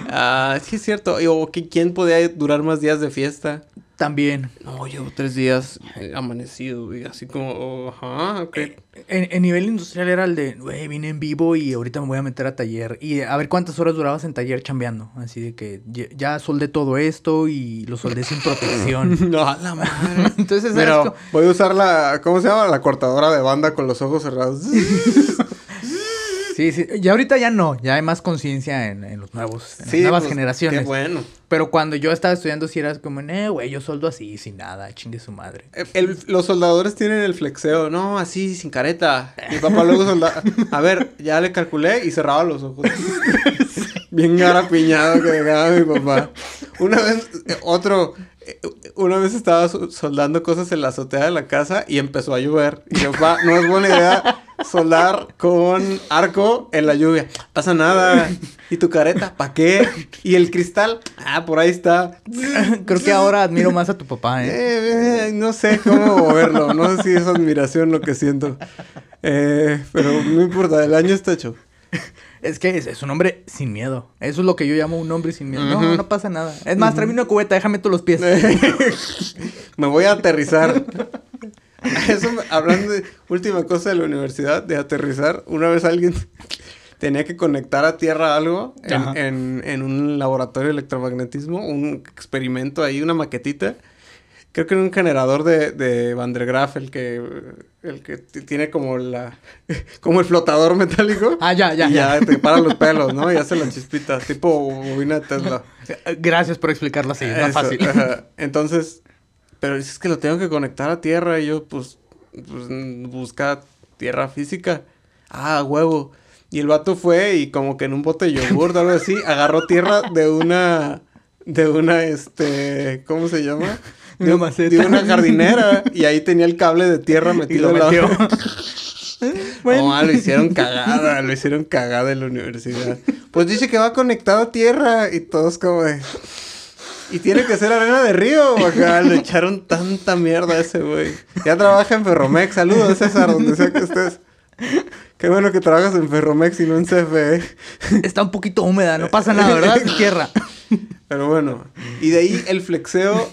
Speaker 1: Ah, sí, es cierto. Y, o que- ¿Quién podía durar más días de fiesta?
Speaker 2: También.
Speaker 1: No, llevo tres días eh, amanecido y así como, oh, ajá, ok.
Speaker 2: Eh, En, en nivel industrial era el de, güey, vine en vivo y ahorita me voy a meter a taller. Y a ver cuántas horas durabas en taller chambeando. Así de que ye- ya soldé todo esto y lo soldé sin
Speaker 1: <laughs> <laughs>
Speaker 2: protección.
Speaker 1: No, a la madre.
Speaker 2: Entonces
Speaker 1: Pero
Speaker 2: era esto-
Speaker 1: voy <laughs> a usar la, ¿cómo se llama? La cortadora de banda con los ojos cerrados.
Speaker 2: Sí, sí. Ya ahorita ya no. Ya hay más conciencia en, en los nuevos, en las nuevas
Speaker 1: pues,
Speaker 2: generaciones.
Speaker 1: Qué bueno.
Speaker 2: Pero cuando yo estaba estudiando, sí era como, eh, güey, yo soldo así, sin nada, chingue su madre.
Speaker 1: Eh, el- los soldadores tienen el flexeo, no, así, sin careta. Mi papá luego soldaba. A ver, ya le calculé y cerraba los ojos. <laughs> Bien garapiñado que llegaba mi papá. Una vez, eh, otro, eh, una vez estaba so- soldando cosas en la azotea de la casa y empezó a llover. Y yo, papá, no es buena idea soldar con arco en la lluvia. Pasa nada. ¿Y tu careta? ¿Para qué? ¿Y el cristal? Ah, por ahí está.
Speaker 2: <laughs> Creo que ahora admiro más a tu papá, ¿eh?
Speaker 1: Eh, eh, no sé cómo moverlo. No sé si es admiración lo que siento. Eh, pero no importa, el año está hecho.
Speaker 2: Es que es, es un hombre sin miedo. Eso es lo que yo llamo un hombre sin miedo. No,
Speaker 1: Ujú. Eh.
Speaker 2: no pasa nada. Es más, tráeme una cubeta, déjame tú
Speaker 1: <laughs>
Speaker 2: los pies.
Speaker 1: Me voy a aterrizar. Eso, me- hablando de última cosa de la universidad, de aterrizar, una vez alguien tenía que conectar a tierra algo
Speaker 2: Ajá.
Speaker 1: en, en- en un laboratorio de electromagnetismo, un experimento ahí, una maquetita. Creo que era un generador de, de Van der Graaf, el que, el que t- tiene como la <laughs> como el flotador metálico.
Speaker 2: Ah, ya, ya,
Speaker 1: Y
Speaker 2: ya.
Speaker 1: ya te para
Speaker 2: <laughs>
Speaker 1: los pelos, ¿no? Y hace las chispitas, tipo bobina de Tesla.
Speaker 2: Gracias por explicarlo así, no
Speaker 1: Eso, <laughs>
Speaker 2: es fácil.
Speaker 1: ajá. Entonces, pero dices que lo tengo que conectar a tierra y yo, pues, pues mm, busca tierra física. Ah, huevo. Y el vato fue y como que en un bote de yogur o algo así, agarró tierra de una, de una, este, ¿cómo se llama?
Speaker 2: De
Speaker 1: De,
Speaker 2: una
Speaker 1: un-
Speaker 2: maceta.
Speaker 1: de una jardinera y ahí tenía el cable de tierra
Speaker 2: <laughs> Y
Speaker 1: metido.
Speaker 2: lo
Speaker 1: al lado.
Speaker 2: metió.
Speaker 1: No, ah, lo hicieron cagada, lo hicieron cagada en la universidad. Pues dice que va conectado a tierra y todos como de... Y tiene que ser arena de río,
Speaker 2: <laughs>
Speaker 1: acá le echaron tanta mierda a ese güey. Ya trabaja en Ferromex, saludos César, donde sea que estés. Qué bueno que trabajas en Ferromex y no en E. CFE.
Speaker 2: Está un poquito húmeda, no pasa
Speaker 1: <laughs>
Speaker 2: nada, ¿verdad? Tierra.
Speaker 1: Pero bueno, y de ahí el flexeo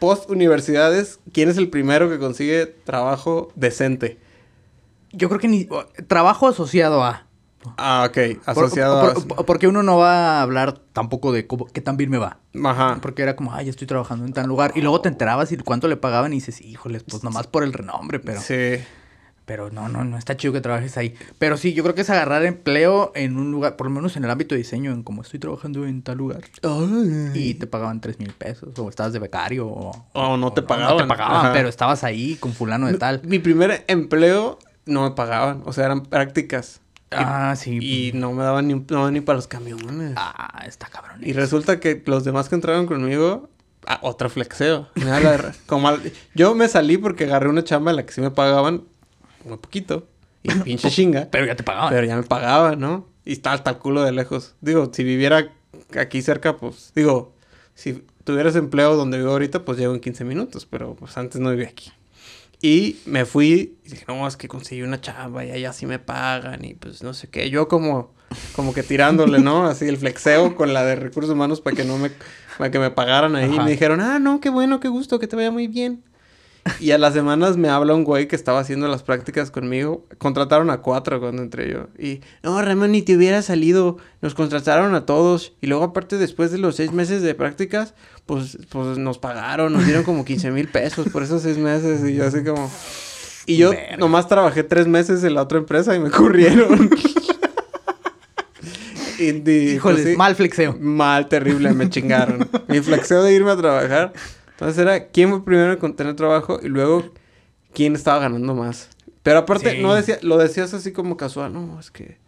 Speaker 1: post universidades, ¿quién es el primero que consigue trabajo decente?
Speaker 2: Yo creo que ni. o- Trabajo asociado a.
Speaker 1: Ah, ok,
Speaker 2: Por-
Speaker 1: asociado
Speaker 2: por- por- porque uno no va a hablar tampoco de cómo, qué tan bien me va.
Speaker 1: a... Ajá.
Speaker 2: Porque era como, ay, ya estoy trabajando en tal lugar. Y luego te enterabas y cuánto le pagaban y dices, híjoles, pues nomás por el renombre, pero.
Speaker 1: Sí.
Speaker 2: Pero no, no, no está chido que trabajes ahí. Pero sí, yo creo que es agarrar empleo en un lugar, por lo menos en el ámbito de diseño, en como estoy trabajando en tal lugar. Y te pagaban tres mil pesos, o estabas de becario, o.
Speaker 1: O no te
Speaker 2: o
Speaker 1: pagaban.
Speaker 2: No te pagaban,
Speaker 1: Ajá.
Speaker 2: pero estabas ahí con fulano de tal.
Speaker 1: Mi primer empleo no me pagaban, o sea, eran prácticas. Y-
Speaker 2: Ah, sí.
Speaker 1: Y no me daban ni, un- no, ni para los camiones.
Speaker 2: Ah, está cabrón.
Speaker 1: Y resulta que los demás que entraron conmigo, ah, otro flexeo. Me da la ra- <laughs> como al- yo me salí porque agarré una chamba en la que sí me pagaban muy poquito. Y pinche chinga.
Speaker 2: Pero ya te pagaban.
Speaker 1: Pero ya me pagaban, ¿no? Y está hasta el culo de lejos. Digo, si viviera aquí cerca, pues, digo, si tuvieras empleo donde vivo ahorita, pues llego en 15 minutos, pero pues antes no vivía aquí. Y me fui y dije, no, es que conseguí una chamba y allá sí me pagan y pues no sé qué. Yo como, como que tirándole, ¿no? Así el flexeo con la de recursos humanos para que no me, para que me pagaran ahí. Y
Speaker 2: Ajá.
Speaker 1: me dijeron, ah, no, qué bueno, qué gusto, que te vaya muy bien. Y a las semanas me habla un güey que estaba haciendo las prácticas conmigo. Contrataron a cuatro cuando entré yo. Y, no, Ramón, ni te hubiera salido. Nos contrataron a todos. Y luego, aparte, después de los seis meses de prácticas, pues, pues nos pagaron. Nos dieron como 15 mil pesos por esos seis meses. Y yo así como... Y yo
Speaker 2: Verga.
Speaker 1: nomás trabajé tres meses en la otra empresa y me <laughs> corrieron. Y di-
Speaker 2: Híjoles,
Speaker 1: pues sí.
Speaker 2: mal flexeo.
Speaker 1: Mal, terrible, me chingaron. Mi flexeo de irme a trabajar. Entonces era quién fue primero con tener trabajo y luego quién estaba ganando más. Pero aparte,
Speaker 2: Sí.
Speaker 1: no decía, lo decías así como casual, no, es que.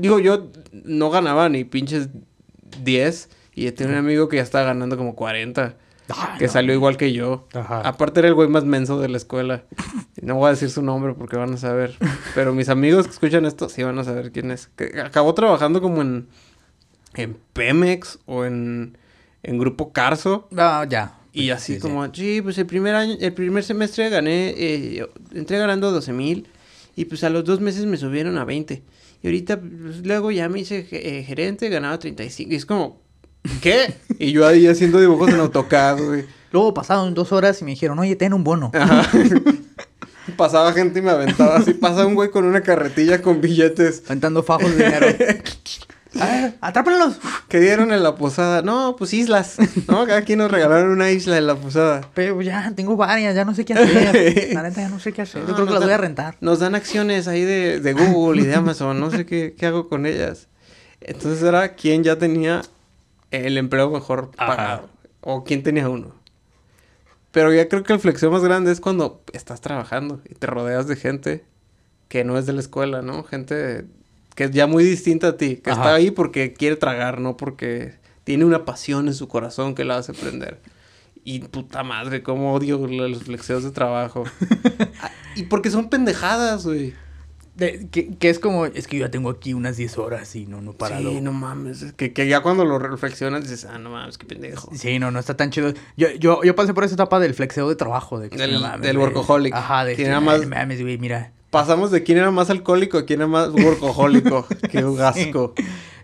Speaker 1: Digo, yo no ganaba ni pinches 10 y tenía un amigo que ya estaba ganando como 40.
Speaker 2: Ay,
Speaker 1: Que
Speaker 2: Ah, no.
Speaker 1: salió igual que yo.
Speaker 2: Ajá.
Speaker 1: Aparte era el güey más menso de la <laughs> escuela. No voy a decir su nombre porque van a saber. Pero mis amigos que escuchan esto sí van a saber quién es. Que acabó trabajando como en, en Pemex o en, en Grupo Carso.
Speaker 2: Ah, ya.
Speaker 1: Y así
Speaker 2: Sí, sí.
Speaker 1: como, sí, pues el primer año, el primer semestre gané, eh, entré ganando 12 mil y pues a los dos meses me subieron a 20. Y ahorita, pues, luego ya me hice ge- eh, gerente, ganaba 35. Y es como, ¿qué? <laughs> y yo ahí haciendo dibujos en AutoCAD, güey.
Speaker 2: Luego pasaron dos horas y me dijeron, oye, ten un
Speaker 1: <laughs>
Speaker 2: bono.
Speaker 1: Ajá. Pasaba gente y me aventaba así. Pasa un güey con una carretilla con billetes. <laughs>
Speaker 2: Aventando fajos de dinero. Ah, ¡Atrápenlos!
Speaker 1: ¿Qué dieron en la posada? No, pues islas. No, cada quien nos regalaron una isla en la posada.
Speaker 2: Pero ya tengo varias, ya no sé qué hacer. La neta, ya no sé qué hacer. Yo
Speaker 1: No,
Speaker 2: creo que
Speaker 1: nos
Speaker 2: las voy a
Speaker 1: dan-
Speaker 2: rentar.
Speaker 1: Nos dan acciones ahí de, de Google y de Amazon. No sé qué, qué hago con ellas. Entonces era quien ya tenía el empleo mejor
Speaker 2: Ajá.
Speaker 1: pagado. O quien tenía uno. Pero ya creo que el flexeo más grande es cuando estás trabajando y te rodeas de gente que no es de la escuela, ¿no? Gente que es ya muy distinta a ti, que
Speaker 2: Ajá.
Speaker 1: está ahí porque quiere tragar, no porque tiene una pasión en su corazón que la hace prender. Y puta madre, cómo odio lo- los flexeos de
Speaker 2: <laughs>
Speaker 1: trabajo. Ah, y porque son pendejadas, güey.
Speaker 2: De- que, que es como, es que yo ya tengo aquí unas 10 horas y no, no he parado.
Speaker 1: Sí, no mames. es Que, que ya cuando lo reflexionas dices, ah, no mames, qué pendejo.
Speaker 2: Sí, no, no está tan chido. Yo, yo, yo pasé por esa etapa del flexeo de trabajo. De que,
Speaker 1: Del-
Speaker 2: no mames,
Speaker 1: del
Speaker 2: güey.
Speaker 1: workaholic.
Speaker 2: Ajá, de
Speaker 1: Que
Speaker 2: que,
Speaker 1: nada
Speaker 2: "Ay,
Speaker 1: más-
Speaker 2: no mames, güey, mira.
Speaker 1: Pasamos de quién era más alcohólico a quién era más
Speaker 2: <laughs>
Speaker 1: workahólico. qué asco.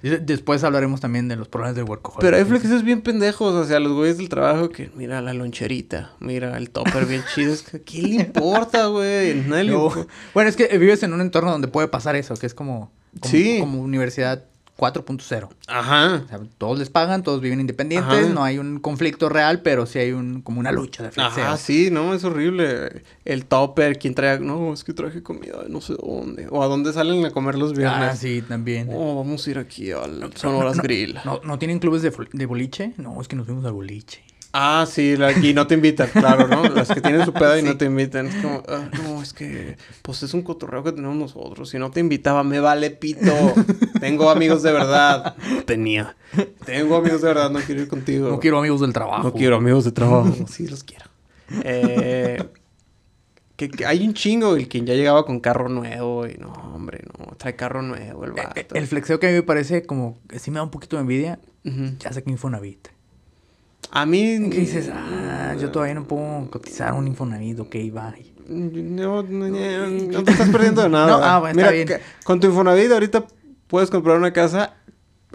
Speaker 2: Y Después hablaremos también de los problemas del workaholic.
Speaker 1: Pero hay flexes bien pendejos, o sea, los güeyes del trabajo que mira la loncherita, mira el topper <laughs> bien chido. Es que, ¿Qué le importa, güey? Nadie le
Speaker 2: <laughs> No.
Speaker 1: impo-
Speaker 2: Bueno, es que vives en un entorno donde puede pasar eso, que es como, como,
Speaker 1: Sí.
Speaker 2: como universidad 4.0.
Speaker 1: Ajá.
Speaker 2: O sea, todos les pagan, todos viven independientes,
Speaker 1: Ajá.
Speaker 2: no hay un conflicto real, pero sí hay un, como una lucha de flexeo.
Speaker 1: Ajá, sí, no, es horrible. El topper, quien trae, no, es que traje comida de no sé dónde. O a dónde salen a comer los viernes.
Speaker 2: Ah, sí, también.
Speaker 1: Oh, vamos a ir aquí a la
Speaker 2: No,
Speaker 1: <laughs> Sonoras
Speaker 2: no,
Speaker 1: Grill.
Speaker 2: No, ¿no tienen clubes de, fol- de boliche? No, es que nos fuimos al boliche.
Speaker 1: Ah, sí, la- y no te invitan, claro, ¿no? Las que tienen su peda y
Speaker 2: Sí.
Speaker 1: no te invitan. Es como, "Ah, no, es que, pues es un cotorreo que tenemos nosotros. Si no te invitaba, me vale pito. Tengo amigos de verdad. Tenía. Tengo amigos de verdad, no quiero ir contigo.
Speaker 2: No quiero amigos del trabajo.
Speaker 1: No quiero amigos de
Speaker 2: <laughs>
Speaker 1: trabajo. Sí, los quiero. Eh, que, que hay un chingo el quien ya llegaba con carro nuevo y no, hombre, no, trae carro nuevo el
Speaker 2: Eh, eh,
Speaker 1: vato.
Speaker 2: El flexeo que a mí me parece como, sí me da un poquito de envidia,
Speaker 1: Ujú.
Speaker 2: ya sé que Infonavit.
Speaker 1: A mí...
Speaker 2: Que dices, ah, yo todavía no puedo cotizar un Infonavit, ok, Eh, bye.
Speaker 1: No, no, no, no te estás perdiendo de nada.
Speaker 2: <laughs> No, ah, bueno,
Speaker 1: Mira,
Speaker 2: está bien.
Speaker 1: que- con tu Infonavit ahorita puedes comprar una casa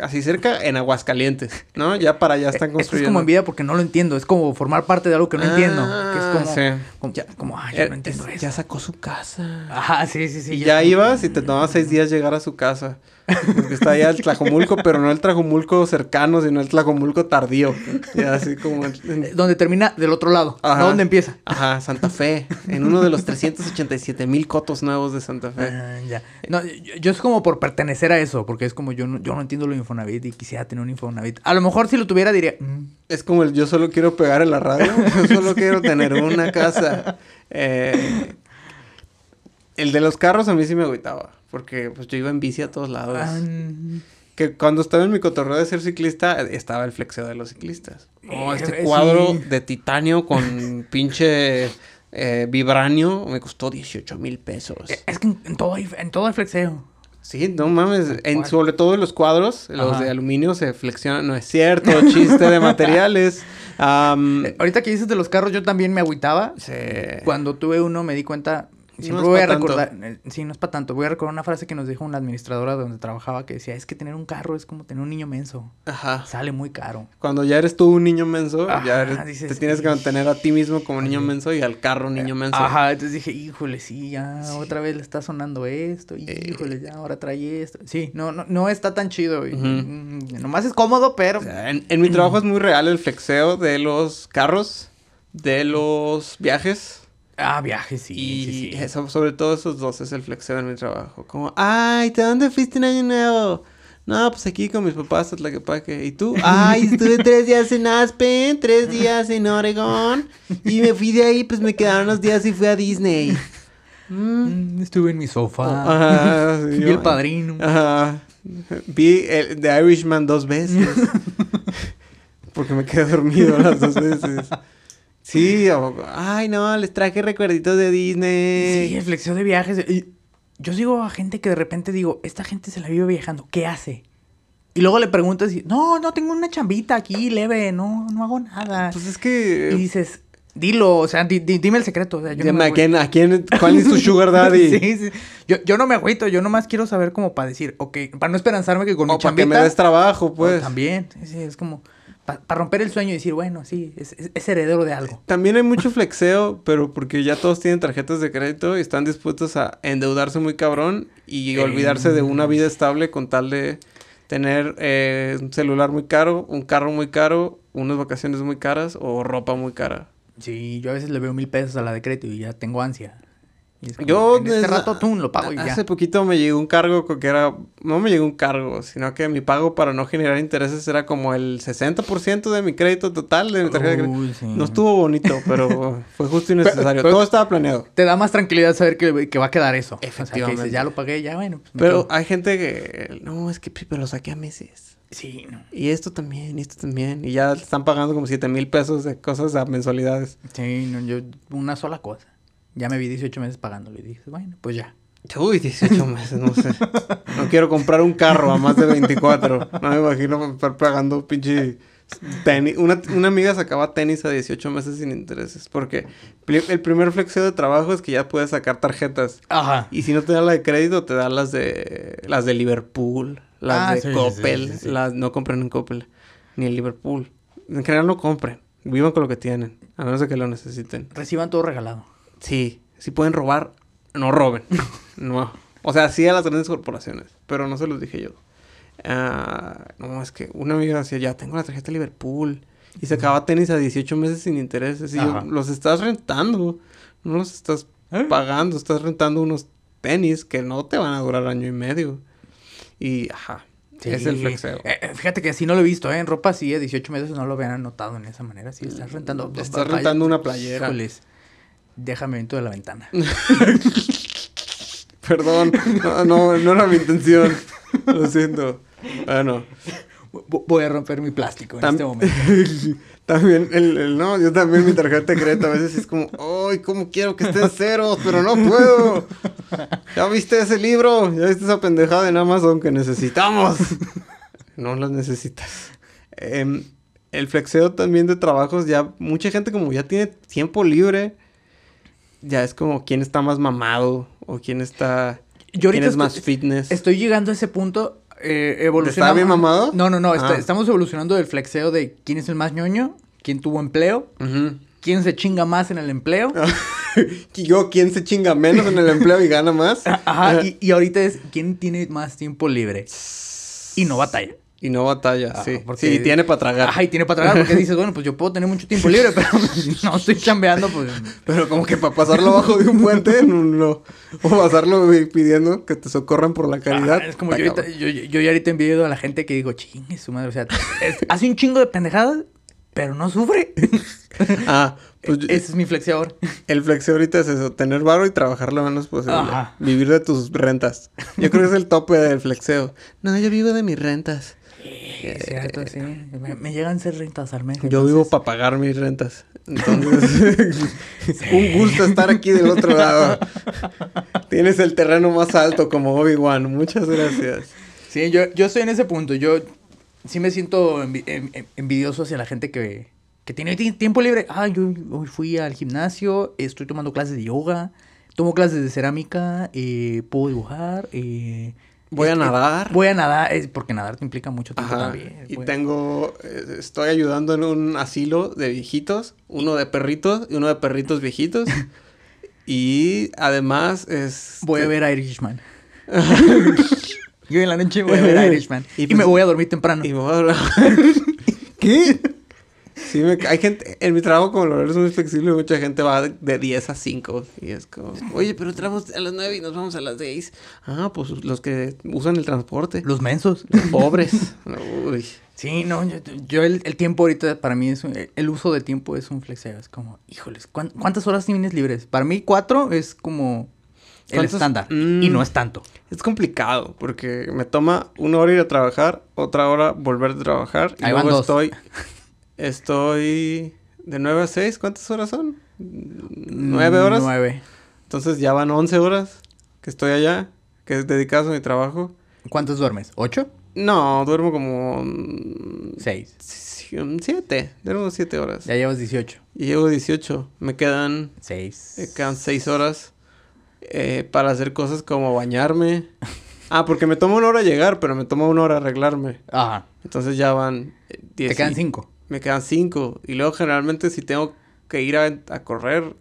Speaker 1: así cerca en Aguascalientes, ¿no? Ya para allá están
Speaker 2: Eh, eso es
Speaker 1: construyendo.
Speaker 2: como envidia porque no lo entiendo, es como formar parte de algo que no entiendo. Que es
Speaker 1: Ah,
Speaker 2: como,
Speaker 1: sí.
Speaker 2: como, como, ah, yo
Speaker 1: Eh,
Speaker 2: no entiendo
Speaker 1: es-
Speaker 2: eso.
Speaker 1: ya sacó su casa.
Speaker 2: Ajá, sí, sí, sí.
Speaker 1: y
Speaker 2: ya
Speaker 1: ya
Speaker 2: es como-
Speaker 1: ibas y te tomaba seis días llegar a su casa. Porque está allá el Tlajomulco, pero no el Tlajomulco cercano, sino el Tlajomulco tardío. Ya así como... en- en-
Speaker 2: Eh, Donde termina del otro lado,
Speaker 1: Ajá.
Speaker 2: no donde empieza.
Speaker 1: Ajá, Santa Fe. En uno de los 387 mil cotos nuevos de Santa Fe.
Speaker 2: Ah, ya. No, yo, yo es como por pertenecer a eso, porque es como yo no, yo no entiendo lo de Infonavit y quisiera tener un Infonavit. A lo mejor si lo tuviera diría, "Mm,
Speaker 1: Es como el yo solo quiero pegar en la radio, <laughs> yo solo quiero tener una casa. Eh, el de los carros a mí sí me agüitaba, porque pues yo iba en bici a todos lados.
Speaker 2: ah,
Speaker 1: Que cuando estaba en mi cotorreo de ser ciclista, estaba el flexeo de los ciclistas. Oh,
Speaker 2: Eh,
Speaker 1: este
Speaker 2: sí.
Speaker 1: cuadro de titanio con pinche eh, vibranio me costó 18 mil pesos.
Speaker 2: eh, es que en, en todo hay, en todo hay flexeo.
Speaker 1: Sí, no mames. En,
Speaker 2: cual.
Speaker 1: sobre todo en los cuadros, los
Speaker 2: Ajá.
Speaker 1: de aluminio se flexionan. No es cierto, chiste de
Speaker 2: <laughs>
Speaker 1: materiales. Am,
Speaker 2: Eh, ahorita que dices de los carros, yo también me agüitaba.
Speaker 1: se-
Speaker 2: Cuando tuve uno me di cuenta, siempre
Speaker 1: es
Speaker 2: voy a
Speaker 1: pa' tanto.
Speaker 2: recordar, eh, sí, no es para tanto, voy a recordar una frase que nos dijo una administradora donde trabajaba que decía, es que tener un carro es como tener un niño menso,
Speaker 1: Ajá.
Speaker 2: sale muy caro.
Speaker 1: Cuando ya eres tú un niño menso,
Speaker 2: Ajá,
Speaker 1: ya eres-
Speaker 2: dices, Eh,
Speaker 1: te tienes que mantener a ti mismo como niño menso y al carro niño menso.
Speaker 2: Ajá, entonces dije, híjole, sí, ya otra vez le está sonando esto,
Speaker 1: Eh.
Speaker 2: híjole, ya ahora trae esto. Sí, no, no, no está tan chido. y- mm, Nomás es cómodo, pero...
Speaker 1: O sea, en, en mi trabajo es muy real el flexeo de los carros, de los viajes.
Speaker 2: Ah, viaje, sí,
Speaker 1: y
Speaker 2: sí, sí.
Speaker 1: eso- sobre todo esos dos es el flexeo en mi trabajo. Como, ay, ¿de dónde fuiste en año nuevo? No, pues aquí con mis papás, la que ¿Y tú? Ay,
Speaker 2: <laughs>
Speaker 1: estuve tres días en Aspen, tres días en Oregón. Y me fui de ahí, pues me quedaron unos días y fui a
Speaker 2: <laughs>
Speaker 1: Disney. Mm.
Speaker 2: Mm, Estuve en mi sofá,
Speaker 1: Oh, Ajá, sí,
Speaker 2: <laughs>
Speaker 1: Ah,
Speaker 2: vi
Speaker 1: yo-
Speaker 2: el padrino.
Speaker 1: Ajá. Vi el, The Irishman dos veces. <laughs> Porque me quedé dormido las dos veces. Sí, o- ay no, les traje recuerditos de Disney.
Speaker 2: Sí, el flexeo de viajes. y yo sigo a gente que de repente digo, esta gente se la vive viajando, ¿qué hace? Y luego le preguntas y, no, no, tengo una chambita aquí, leve, no, no hago nada.
Speaker 1: Pues es
Speaker 2: Y
Speaker 1: que.
Speaker 2: dices, dilo, o sea, di- di- dime el secreto. O sea, yo no
Speaker 1: Dime,
Speaker 2: me
Speaker 1: ¿a
Speaker 2: agüito".
Speaker 1: quién, a quién- cuál
Speaker 2: <laughs>
Speaker 1: es tu sugar daddy?
Speaker 2: Sí, sí. Yo, yo no me agüito, yo nomás quiero saber como para decir, ok, para no esperanzarme que con mi
Speaker 1: O para que
Speaker 2: chambita...
Speaker 1: me des trabajo,
Speaker 2: o
Speaker 1: pues.
Speaker 2: También, sí, sí, es como para romper el sueño y decir, bueno, sí, es, es- es heredero de algo.
Speaker 1: También hay mucho flexeo, pero porque ya todos tienen tarjetas de crédito y están dispuestos a endeudarse muy cabrón y
Speaker 2: Eh,
Speaker 1: olvidarse de una vida estable con tal de tener eh, un celular muy caro, un carro muy caro, unas vacaciones muy caras o ropa muy cara.
Speaker 2: Sí, yo a veces le veo mil pesos a la de crédito y ya tengo ansia. Y es como,
Speaker 1: Yo
Speaker 2: en este
Speaker 1: desde-
Speaker 2: rato, tú lo pago y ya.
Speaker 1: Hace poquito me llegó un cargo co- que era... No me llegó un cargo, sino que mi pago para no generar intereses era como el 60% de mi crédito total de mi tarjeta de crédito.
Speaker 2: Uy, sí.
Speaker 1: No estuvo bonito,
Speaker 2: <laughs>
Speaker 1: pero fue justo y necesario.
Speaker 2: Oh. pero-
Speaker 1: Todo estaba planeado.
Speaker 2: Te da más tranquilidad saber que, que va a quedar eso. O sea, que dices,
Speaker 1: Efectivamente.
Speaker 2: ya lo pagué, ya bueno. pues, me
Speaker 1: Pero
Speaker 2: quedo.
Speaker 1: hay gente que... No, es que pi- pero lo saqué a meses.
Speaker 2: Sí, no.
Speaker 1: Y esto también, y esto también. Y ya están pagando como 7 mil pesos de cosas a mensualidades.
Speaker 2: Sí, no, yo una sola cosa. Ya me vi 18 meses pagándolo y dije, bueno, pues ya.
Speaker 1: Uy, <laughs> 18 meses, no sé. No quiero comprar un carro a más de 24. No me imagino estar pagando pinche tenis. Una, una amiga sacaba tenis a 18 meses sin intereses. Porque pli- el primer flexeo de trabajo es que ya puedes sacar tarjetas.
Speaker 2: Ajá.
Speaker 1: Y si no te da la de crédito, te da las de las de Liverpool, las
Speaker 2: Ah,
Speaker 1: de
Speaker 2: sí, sí,
Speaker 1: Coppel.
Speaker 2: sí, sí, sí.
Speaker 1: Las no compren en Coppel, ni en Liverpool. En general no compren. Vivan con lo que tienen, a menos de que lo necesiten.
Speaker 2: Reciban todo regalado.
Speaker 1: Sí, si pueden robar, no
Speaker 2: <laughs>
Speaker 1: roben. no. O sea, sí a las grandes corporaciones, pero no se los dije yo. Ah, no, es que una amiga decía, ya tengo la tarjeta Liverpool. Y se acaba tenis a 18 meses sin intereses. Y yo,
Speaker 2: Ajá.
Speaker 1: los estás rentando. No los estás
Speaker 2: ¿Eh?
Speaker 1: pagando. Estás rentando unos tenis que no te van a durar año y medio. Y, ajá. Es el
Speaker 2: <laughs>
Speaker 1: flexeo.
Speaker 2: Eh, eh, fíjate que así no lo he visto, ¿eh? En ropa sí, a 18 meses no lo habían anotado en esa manera. Sí, estás rentando.
Speaker 1: Estás rentando una playera.
Speaker 2: Híjoles. Déjame dentro de la
Speaker 1: <laughs>
Speaker 2: ventana.
Speaker 1: Perdón. No, no, no era mi
Speaker 2: <laughs>
Speaker 1: intención. Lo siento. Bueno.
Speaker 2: Vo- Voy a romper mi plástico en
Speaker 1: Tam-
Speaker 2: este momento.
Speaker 1: <laughs> también, el, el- no, yo también mi tarjeta de crédito a veces es como, ¡ay, cómo quiero que estén ceros! Pero no puedo. ¿Ya viste ese libro? ¿Ya viste esa pendejada en Amazon que necesitamos? <laughs> No las necesitas. Em, el flexeo también de trabajos, ya mucha gente como ya tiene tiempo libre, ya es como quién está más mamado o quién está...
Speaker 2: Yo ahorita
Speaker 1: quién es
Speaker 2: escu-
Speaker 1: más fitness.
Speaker 2: Estoy llegando a ese punto. Eh, evolucionamos.
Speaker 1: ¿Está bien mamado?
Speaker 2: No, no, no. está-
Speaker 1: Ah.
Speaker 2: estamos evolucionando del flexeo de quién es el más ñoño, quién tuvo empleo,
Speaker 1: Ujú.
Speaker 2: quién se chinga más en el empleo.
Speaker 1: Yo, ¿quién se chinga menos en el empleo y gana más?
Speaker 2: <laughs>
Speaker 1: Ah.
Speaker 2: Ajá. Y, y ahorita es quién tiene más tiempo libre y no batalla.
Speaker 1: Y no batalla,
Speaker 2: Ah,
Speaker 1: sí.
Speaker 2: porque-
Speaker 1: Sí, tiene para tragar.
Speaker 2: Ajá, y tiene para tragar porque dices, bueno, pues yo puedo tener mucho tiempo libre, pero pues, si no estoy chambeando, pues.
Speaker 1: Pero como que para pasarlo abajo de un puente, <laughs> no, no. O pasarlo eh, pidiendo que te socorran por la caridad.
Speaker 2: Ah, es como
Speaker 1: está
Speaker 2: yo, ahorita,
Speaker 1: cabrón.
Speaker 2: yo, yo- yo ya ahorita envidio a la gente que digo, chingue su madre. O sea, es- hace un chingo de pendejadas, pero no sufre.
Speaker 1: Ah, pues yo-
Speaker 2: Ese es mi
Speaker 1: <laughs>
Speaker 2: flexeador.
Speaker 1: el flexeo ahorita es eso, tener varo y trabajar lo menos posible.
Speaker 2: Ajá.
Speaker 1: Vivir de tus rentas. Yo creo que es el tope del flexeo. No, yo vivo de mis rentas.
Speaker 2: Es cierto, sí. Me, me llegan ser rentas al mes.
Speaker 1: Yo vivo para pagar mis rentas.
Speaker 2: <laughs>
Speaker 1: Entonces, <laughs> un gusto estar aquí del otro lado. Tienes el terreno más alto como Obi-Wan. Muchas gracias.
Speaker 2: Sí, yo, yo estoy en ese punto. Yo sí me siento envi- en- en- envidioso hacia la gente que, que tiene ti- tiempo libre. Ah, yo hoy fui al gimnasio, estoy tomando clases de yoga, tomo clases de cerámica, eh, puedo dibujar. eh,
Speaker 1: Voy a
Speaker 2: este,
Speaker 1: nadar.
Speaker 2: Voy a nadar, es porque nadar te pues. implica mucho tiempo
Speaker 1: Ajá.
Speaker 2: también.
Speaker 1: Y
Speaker 2: voy a-
Speaker 1: tengo, eh, estoy ayudando en un asilo de viejitos, uno de perritos y uno de perritos
Speaker 2: <laughs>
Speaker 1: viejitos. y además este, es...
Speaker 2: Voy a ver
Speaker 1: <laughs>
Speaker 2: a Irishman. <laughs> yo en la noche voy a ver a Irishman.
Speaker 1: Y
Speaker 2: Y,
Speaker 1: pues-
Speaker 2: me voy a dormir temprano.
Speaker 1: Y me voy a-
Speaker 2: <laughs>
Speaker 1: <laughs> ¿Qué? Sí, me- hay gente, en mi trabajo como el horario es muy flexible, mucha gente va de, de 10 a 5 y es como, oye, pero entramos a las 9 y nos vamos a las 6. Ah, pues los que usan el transporte,
Speaker 2: Los mensos.
Speaker 1: los
Speaker 2: <laughs>
Speaker 1: pobres. Uy.
Speaker 2: Sí, no, yo, yo el, el tiempo ahorita para mí es un- el uso de tiempo es un flexeo. Es como, híjoles, ¿cuán- ¿cuántas horas tienes libres? Para mí cuatro es como el
Speaker 1: ¿Cuántas?
Speaker 2: estándar
Speaker 1: Mm.
Speaker 2: y no es tanto.
Speaker 1: Es complicado porque me toma una hora ir a trabajar, otra hora volver de trabajar. Y
Speaker 2: Ahí van
Speaker 1: luego
Speaker 2: dos. <laughs>
Speaker 1: estoy. Estoy de 9 a 6. ¿Cuántas horas son? ¿Nueve horas?
Speaker 2: Mm, Nueve.
Speaker 1: Entonces ya van 11 horas que estoy allá, que es dedicado a mi trabajo.
Speaker 2: ¿Cuántas duermes? ¿Ocho?
Speaker 1: No, duermo como. mm,
Speaker 2: Seis.
Speaker 1: si- mm, Siete. Duermo 7 horas.
Speaker 2: Ya llevas dieciocho.
Speaker 1: Y llego 18. Me quedan.
Speaker 2: Seis.
Speaker 1: Me Eh, quedan seis horas eh, para hacer cosas como
Speaker 2: <laughs>
Speaker 1: bañarme. Ah, porque me toma una hora llegar, pero me toma una hora arreglarme.
Speaker 2: Ajá.
Speaker 1: Entonces ya van eh, diez
Speaker 2: Te quedan
Speaker 1: y-
Speaker 2: cinco.
Speaker 1: Me quedan cinco. Y luego generalmente si tengo que ir a, a correr,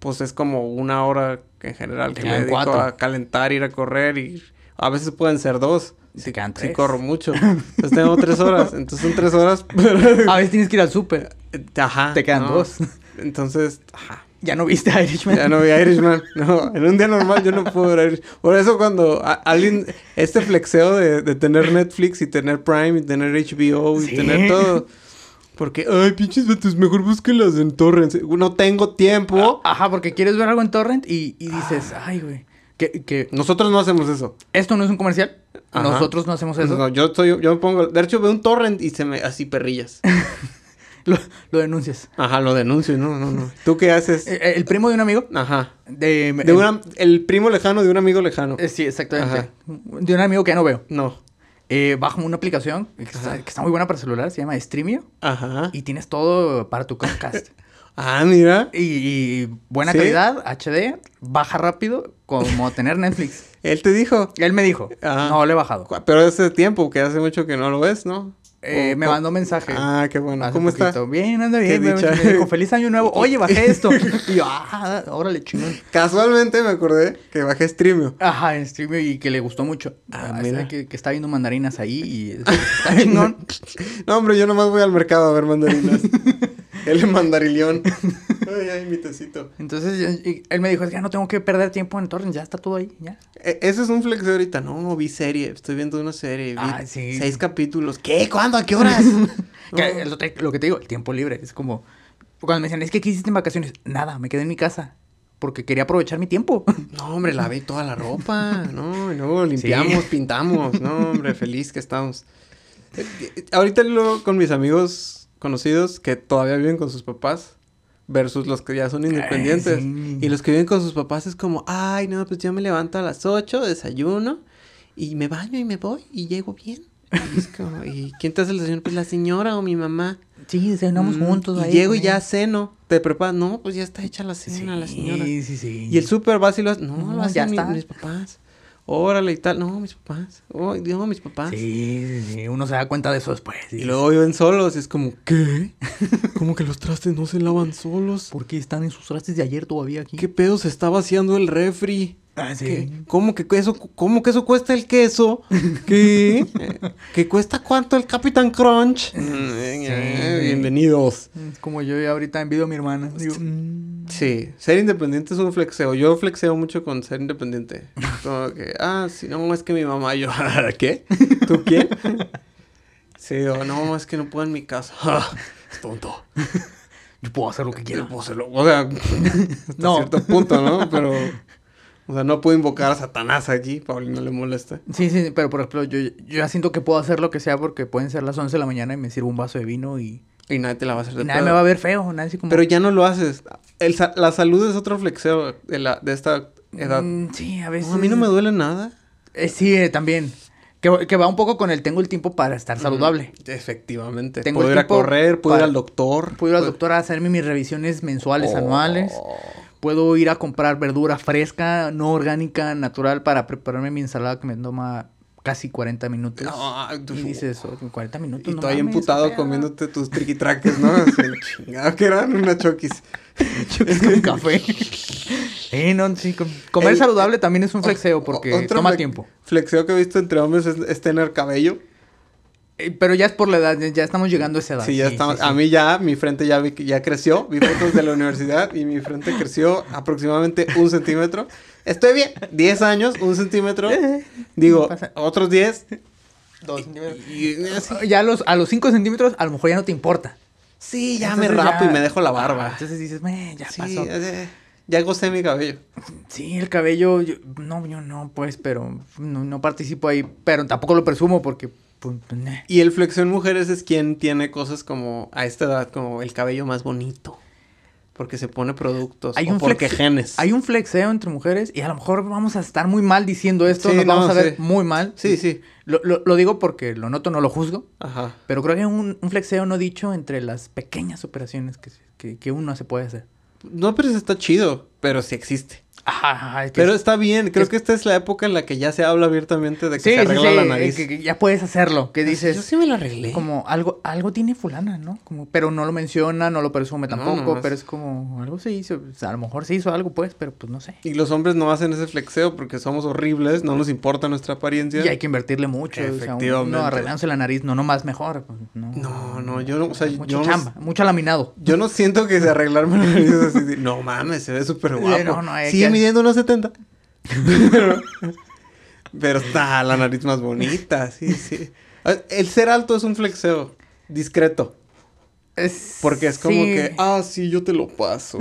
Speaker 1: pues es como una hora que en general que
Speaker 2: Te
Speaker 1: le
Speaker 2: quedan
Speaker 1: dedico
Speaker 2: cuatro.
Speaker 1: a calentar, ir a correr y a veces pueden ser dos.
Speaker 2: Se quedan
Speaker 1: Sí
Speaker 2: tres.
Speaker 1: corro
Speaker 2: <laughs>
Speaker 1: mucho. Entonces tengo tres horas. Entonces son tres horas. <laughs>
Speaker 2: A veces tienes que ir al súper.
Speaker 1: Ajá.
Speaker 2: Te quedan
Speaker 1: no.
Speaker 2: dos.
Speaker 1: Entonces, ajá.
Speaker 2: Ya no viste a Irishman.
Speaker 1: Ya no vi Irishman. <laughs> No, en un día normal yo no puedo ver Irishman. Por eso cuando a- alguien... Este flexeo de, de tener Netflix y tener Prime y tener HBO y
Speaker 2: Sí.
Speaker 1: tener todo... Porque, ay, pinches betos, mejor búsquenlas en torrents. No tengo tiempo.
Speaker 2: Ajá, porque quieres ver algo en Torrent y, y dices,
Speaker 1: Ah.
Speaker 2: ay, güey. Que, que
Speaker 1: Nosotros no hacemos eso.
Speaker 2: esto no es un comercial.
Speaker 1: Ajá.
Speaker 2: Nosotros no hacemos eso.
Speaker 1: No, yo, soy, yo me pongo... De hecho, veo un torrent y se me... Así perrillas.
Speaker 2: Lo, lo denuncias.
Speaker 1: <laughs> Ajá, lo denuncio. No, no, no. ¿Tú qué haces?
Speaker 2: Eh, eh, El primo de un amigo.
Speaker 1: Ajá.
Speaker 2: De,
Speaker 1: De una, el primo lejano de un amigo lejano.
Speaker 2: eh, sí, exactamente.
Speaker 1: Ajá.
Speaker 2: De un amigo que ya no veo.
Speaker 1: No.
Speaker 2: Eh, bajo una aplicación que
Speaker 1: Ajá.
Speaker 2: está, que está muy buena para celular, se llama Streamio.
Speaker 1: Ajá.
Speaker 2: Y tienes todo para tu Comcast.
Speaker 1: Ah, mira.
Speaker 2: y, y buena
Speaker 1: ¿Sí?
Speaker 2: calidad, HD, baja rápido, como tener Netflix.
Speaker 1: Él te dijo.
Speaker 2: Él me dijo,
Speaker 1: Ajá.
Speaker 2: no le he bajado.
Speaker 1: Cu- Pero hace tiempo, que hace mucho que no lo ves, ¿no?
Speaker 2: Eh,
Speaker 1: O-
Speaker 2: me
Speaker 1: o-
Speaker 2: mandó mensaje.
Speaker 1: Oh, Ah, qué bueno.
Speaker 2: Hace
Speaker 1: ¿Cómo está?
Speaker 2: poquito. Bien, anda
Speaker 1: Qué
Speaker 2: bien. Me,
Speaker 1: dicha.
Speaker 2: me dijo, feliz año nuevo. Oye, bajé
Speaker 1: <laughs>
Speaker 2: esto. y yo, ah, órale, chingón.
Speaker 1: Casualmente me acordé que bajé Streamio.
Speaker 2: Ajá, en stream y que le gustó mucho.
Speaker 1: Ah,
Speaker 2: Ah,
Speaker 1: mira.
Speaker 2: está- Que, que está viendo mandarinas ahí y <laughs> está chingón.
Speaker 1: No, hombre, yo nomás voy al mercado a ver
Speaker 2: <laughs>
Speaker 1: mandarinas. Él es mandarilión. Ay, ay, mi tecito.
Speaker 2: Entonces y- y él me dijo, ya no tengo que perder tiempo en torrent, ya está todo ahí, ya.
Speaker 1: E- ese es un flex de ahorita. No, vi serie. Estoy viendo una serie. Vi
Speaker 2: Ah, sí.
Speaker 1: seis capítulos. ¿Qué? ¿Cuándo? ¿A qué horas?
Speaker 2: Que
Speaker 1: No.
Speaker 2: lo, te- lo que te digo, el tiempo libre. Es como. Cuando me decían, es que ¿qué hiciste en vacaciones? Nada, me quedé en mi casa. Porque quería aprovechar mi tiempo.
Speaker 1: No, hombre, lavé toda la ropa, ¿no? Y luego limpiamos, pintamos, ¿no? Hombre, feliz que estamos. Eh, eh, Ahorita lo con mis amigos conocidos que todavía viven con sus papás versus los que ya son independientes.
Speaker 2: Eh, sí.
Speaker 1: Y los que viven con sus papás es como, ay, no, pues yo me levanto a las 8, desayuno y me baño y me voy y llego bien. Y es como, ¿y quién te hace el desayuno? Pues la señora o mi mamá.
Speaker 2: <laughs> Sí, desayunamos
Speaker 1: Mm,
Speaker 2: juntos.
Speaker 1: Y
Speaker 2: ahí
Speaker 1: llego y
Speaker 2: con
Speaker 1: ya
Speaker 2: ellos.
Speaker 1: ceno. Te preparas, no, pues ya está hecha la cena, la señora.
Speaker 2: Sí, sí, sí.
Speaker 1: Y el súper vas y lo haces. No,
Speaker 2: No,
Speaker 1: lo hacen
Speaker 2: ya
Speaker 1: mi-
Speaker 2: está.
Speaker 1: mis papás. Órale y tal. No, mis papás. Oh, no, mis papás.
Speaker 2: Sí, sí, sí, uno se da cuenta de eso después.
Speaker 1: Y luego viven solos y es como, ¿qué? <laughs> ¿Cómo que los trastes no se lavan solos?
Speaker 2: ¿Por qué están en sus trastes de ayer todavía aquí?
Speaker 1: ¿Qué pedo se está vaciando el refri?
Speaker 2: Ah, sí.
Speaker 1: ¿Qué? ¿Cómo, que eso, ¿Cómo que eso cuesta el
Speaker 2: <laughs>
Speaker 1: queso? ¿Qué? ¿Que cuesta cuánto el Capitán Crunch? Eh, Bienvenidos.
Speaker 2: Es Mm, como yo ya ahorita envidio a mi hermana. Digo, mm,
Speaker 1: Sí, ser independiente es un flexeo. Yo flexeo mucho con ser
Speaker 2: <laughs>
Speaker 1: independiente. Como que, ah, sí, no, es que mi mamá, <laughs> yo, ¿qué? ¿Tú quién? Sí, o no, es que no puedo en mi casa. <laughs> Ah, es tonto.
Speaker 2: yo puedo hacer lo que quiera.
Speaker 1: Yo puedo hacerlo. O sea, <laughs> hasta
Speaker 2: No.
Speaker 1: cierto punto, ¿no? Pero, o sea, no puedo invocar a Satanás aquí. Paulino le molesta.
Speaker 2: Sí, sí, pero por ejemplo, yo, yo ya siento que puedo hacer lo que sea porque pueden ser las 11 de la mañana y me sirvo un vaso de vino y,
Speaker 1: Y nadie te la va a hacer de
Speaker 2: y nadie
Speaker 1: pedo.
Speaker 2: me va a ver feo. Nadie así como...
Speaker 1: Pero ya no lo haces. El sa- la salud es otro flexeo de, la, de esta edad.
Speaker 2: Mm, sí, a veces.
Speaker 1: No, a mí no me duele nada.
Speaker 2: Eh, sí, eh, también. Que, que va un poco con el tengo el tiempo para estar saludable.
Speaker 1: Efectivamente.
Speaker 2: Tengo
Speaker 1: puedo
Speaker 2: el
Speaker 1: ir a
Speaker 2: tiempo
Speaker 1: correr, puedo ir
Speaker 2: para-
Speaker 1: al doctor.
Speaker 2: Puedo ir al
Speaker 1: puedo-
Speaker 2: doctor a hacerme mis revisiones mensuales,
Speaker 1: Pues- Oh.
Speaker 2: anuales. Puedo ir a comprar verdura fresca, no orgánica, natural, para prepararme mi ensalada que me toma casi 40 minutos.
Speaker 1: No, ah, tú-
Speaker 2: y dices, "Oh, 40 minutos.
Speaker 1: Y
Speaker 2: no
Speaker 1: tú ahí
Speaker 2: mames,
Speaker 1: emputado
Speaker 2: qué pedo".
Speaker 1: comiéndote tus triquitraques, ¿no? Así, chingado, que eran una choquis.
Speaker 2: Choques con café. <laughs> Eh, sí, no, sí, com- comer
Speaker 1: El-
Speaker 2: saludable también es un <laughs> flexeo
Speaker 1: O-
Speaker 2: porque
Speaker 1: otro
Speaker 2: toma
Speaker 1: fle-
Speaker 2: tiempo.
Speaker 1: Flexeo que he visto entre hombres es, es tener cabello.
Speaker 2: Eh, pero ya es por la edad, ya- ya estamos llegando a esa edad.
Speaker 1: sí, ya estamos.
Speaker 2: Ah, sí,
Speaker 1: A
Speaker 2: sí.
Speaker 1: mí ya, mi frente ya, vi que ya creció. Vi fotos de la universidad y mi frente creció aproximadamente un centímetro. Estoy bien. 10 años, un
Speaker 2: <laughs>
Speaker 1: centímetro. Digo,
Speaker 2: pasa.
Speaker 1: otros 10.
Speaker 2: Dos centímetros.
Speaker 1: Y, y así.
Speaker 2: Ya a los, a los 5 centímetros, a lo mejor ya no te importa.
Speaker 1: Sí, ya me
Speaker 2: Entonces
Speaker 1: rapo
Speaker 2: ya-
Speaker 1: y me dejo la barba.
Speaker 2: Ah, entonces dices, "Meh, ya
Speaker 1: Sí,
Speaker 2: pasó.
Speaker 1: eh, ya gocé mi cabello.
Speaker 2: Sí, el cabello, yo- no, yo no, pues, pero no, no participo ahí. Pero tampoco lo presumo porque, pues, meh.
Speaker 1: Y el flexión mujeres es quien tiene cosas como a esta edad, como el cabello más bonito. Porque se pone productos.
Speaker 2: Hay
Speaker 1: o
Speaker 2: un
Speaker 1: porque
Speaker 2: flex-
Speaker 1: genes.
Speaker 2: hay un flexeo entre mujeres y a lo mejor vamos a estar muy mal diciendo esto,
Speaker 1: Sí,
Speaker 2: nos vamos
Speaker 1: no,
Speaker 2: a ver
Speaker 1: sí.
Speaker 2: muy mal.
Speaker 1: Sí, sí.
Speaker 2: Lo, lo- lo digo porque lo noto, no lo juzgo.
Speaker 1: Ajá.
Speaker 2: Pero creo que hay un, un flexeo no dicho entre las pequeñas operaciones que, se- que, que uno se puede hacer.
Speaker 1: No, pero eso está chido. Pero sí existe.
Speaker 2: Ajá, es que-
Speaker 1: Pero está bien, creo
Speaker 2: es-
Speaker 1: que esta es la época en la que ya se habla abiertamente de que
Speaker 2: sí,
Speaker 1: se
Speaker 2: sí,
Speaker 1: arregla
Speaker 2: sí,
Speaker 1: la nariz.
Speaker 2: que- que ya puedes hacerlo. Que dices,
Speaker 1: Yo sí me la arreglé.
Speaker 2: como algo, algo tiene fulana, ¿no? Como, pero no lo menciona, no lo presume
Speaker 1: No,
Speaker 2: tampoco,
Speaker 1: nomás-
Speaker 2: pero es como, algo se hizo, o sea, a lo mejor se hizo algo, pues, pero pues no sé.
Speaker 1: Y los hombres no hacen ese flexeo porque somos horribles, no nos importa nuestra apariencia.
Speaker 2: Pues Y hay que invertirle mucho, o sea, un-
Speaker 1: Efectivamente.
Speaker 2: no arreglándose la nariz, no nomás mejor, pues, no.
Speaker 1: No, no, yo no, o sea,
Speaker 2: mucho
Speaker 1: yo no-
Speaker 2: chamba, mucho laminado.
Speaker 1: Yo no siento que se arreglarme la nariz es así. de, No mames, se ve súper guapo.
Speaker 2: No, no, hay
Speaker 1: Sigue
Speaker 2: que-
Speaker 1: midiendo unos 70. pero, <laughs> pero está la nariz más bonita, sí, sí. Ah, El ser alto es un flexeo discreto.
Speaker 2: Es-
Speaker 1: Porque es como
Speaker 2: sí.
Speaker 1: que, ah, sí, yo te lo paso.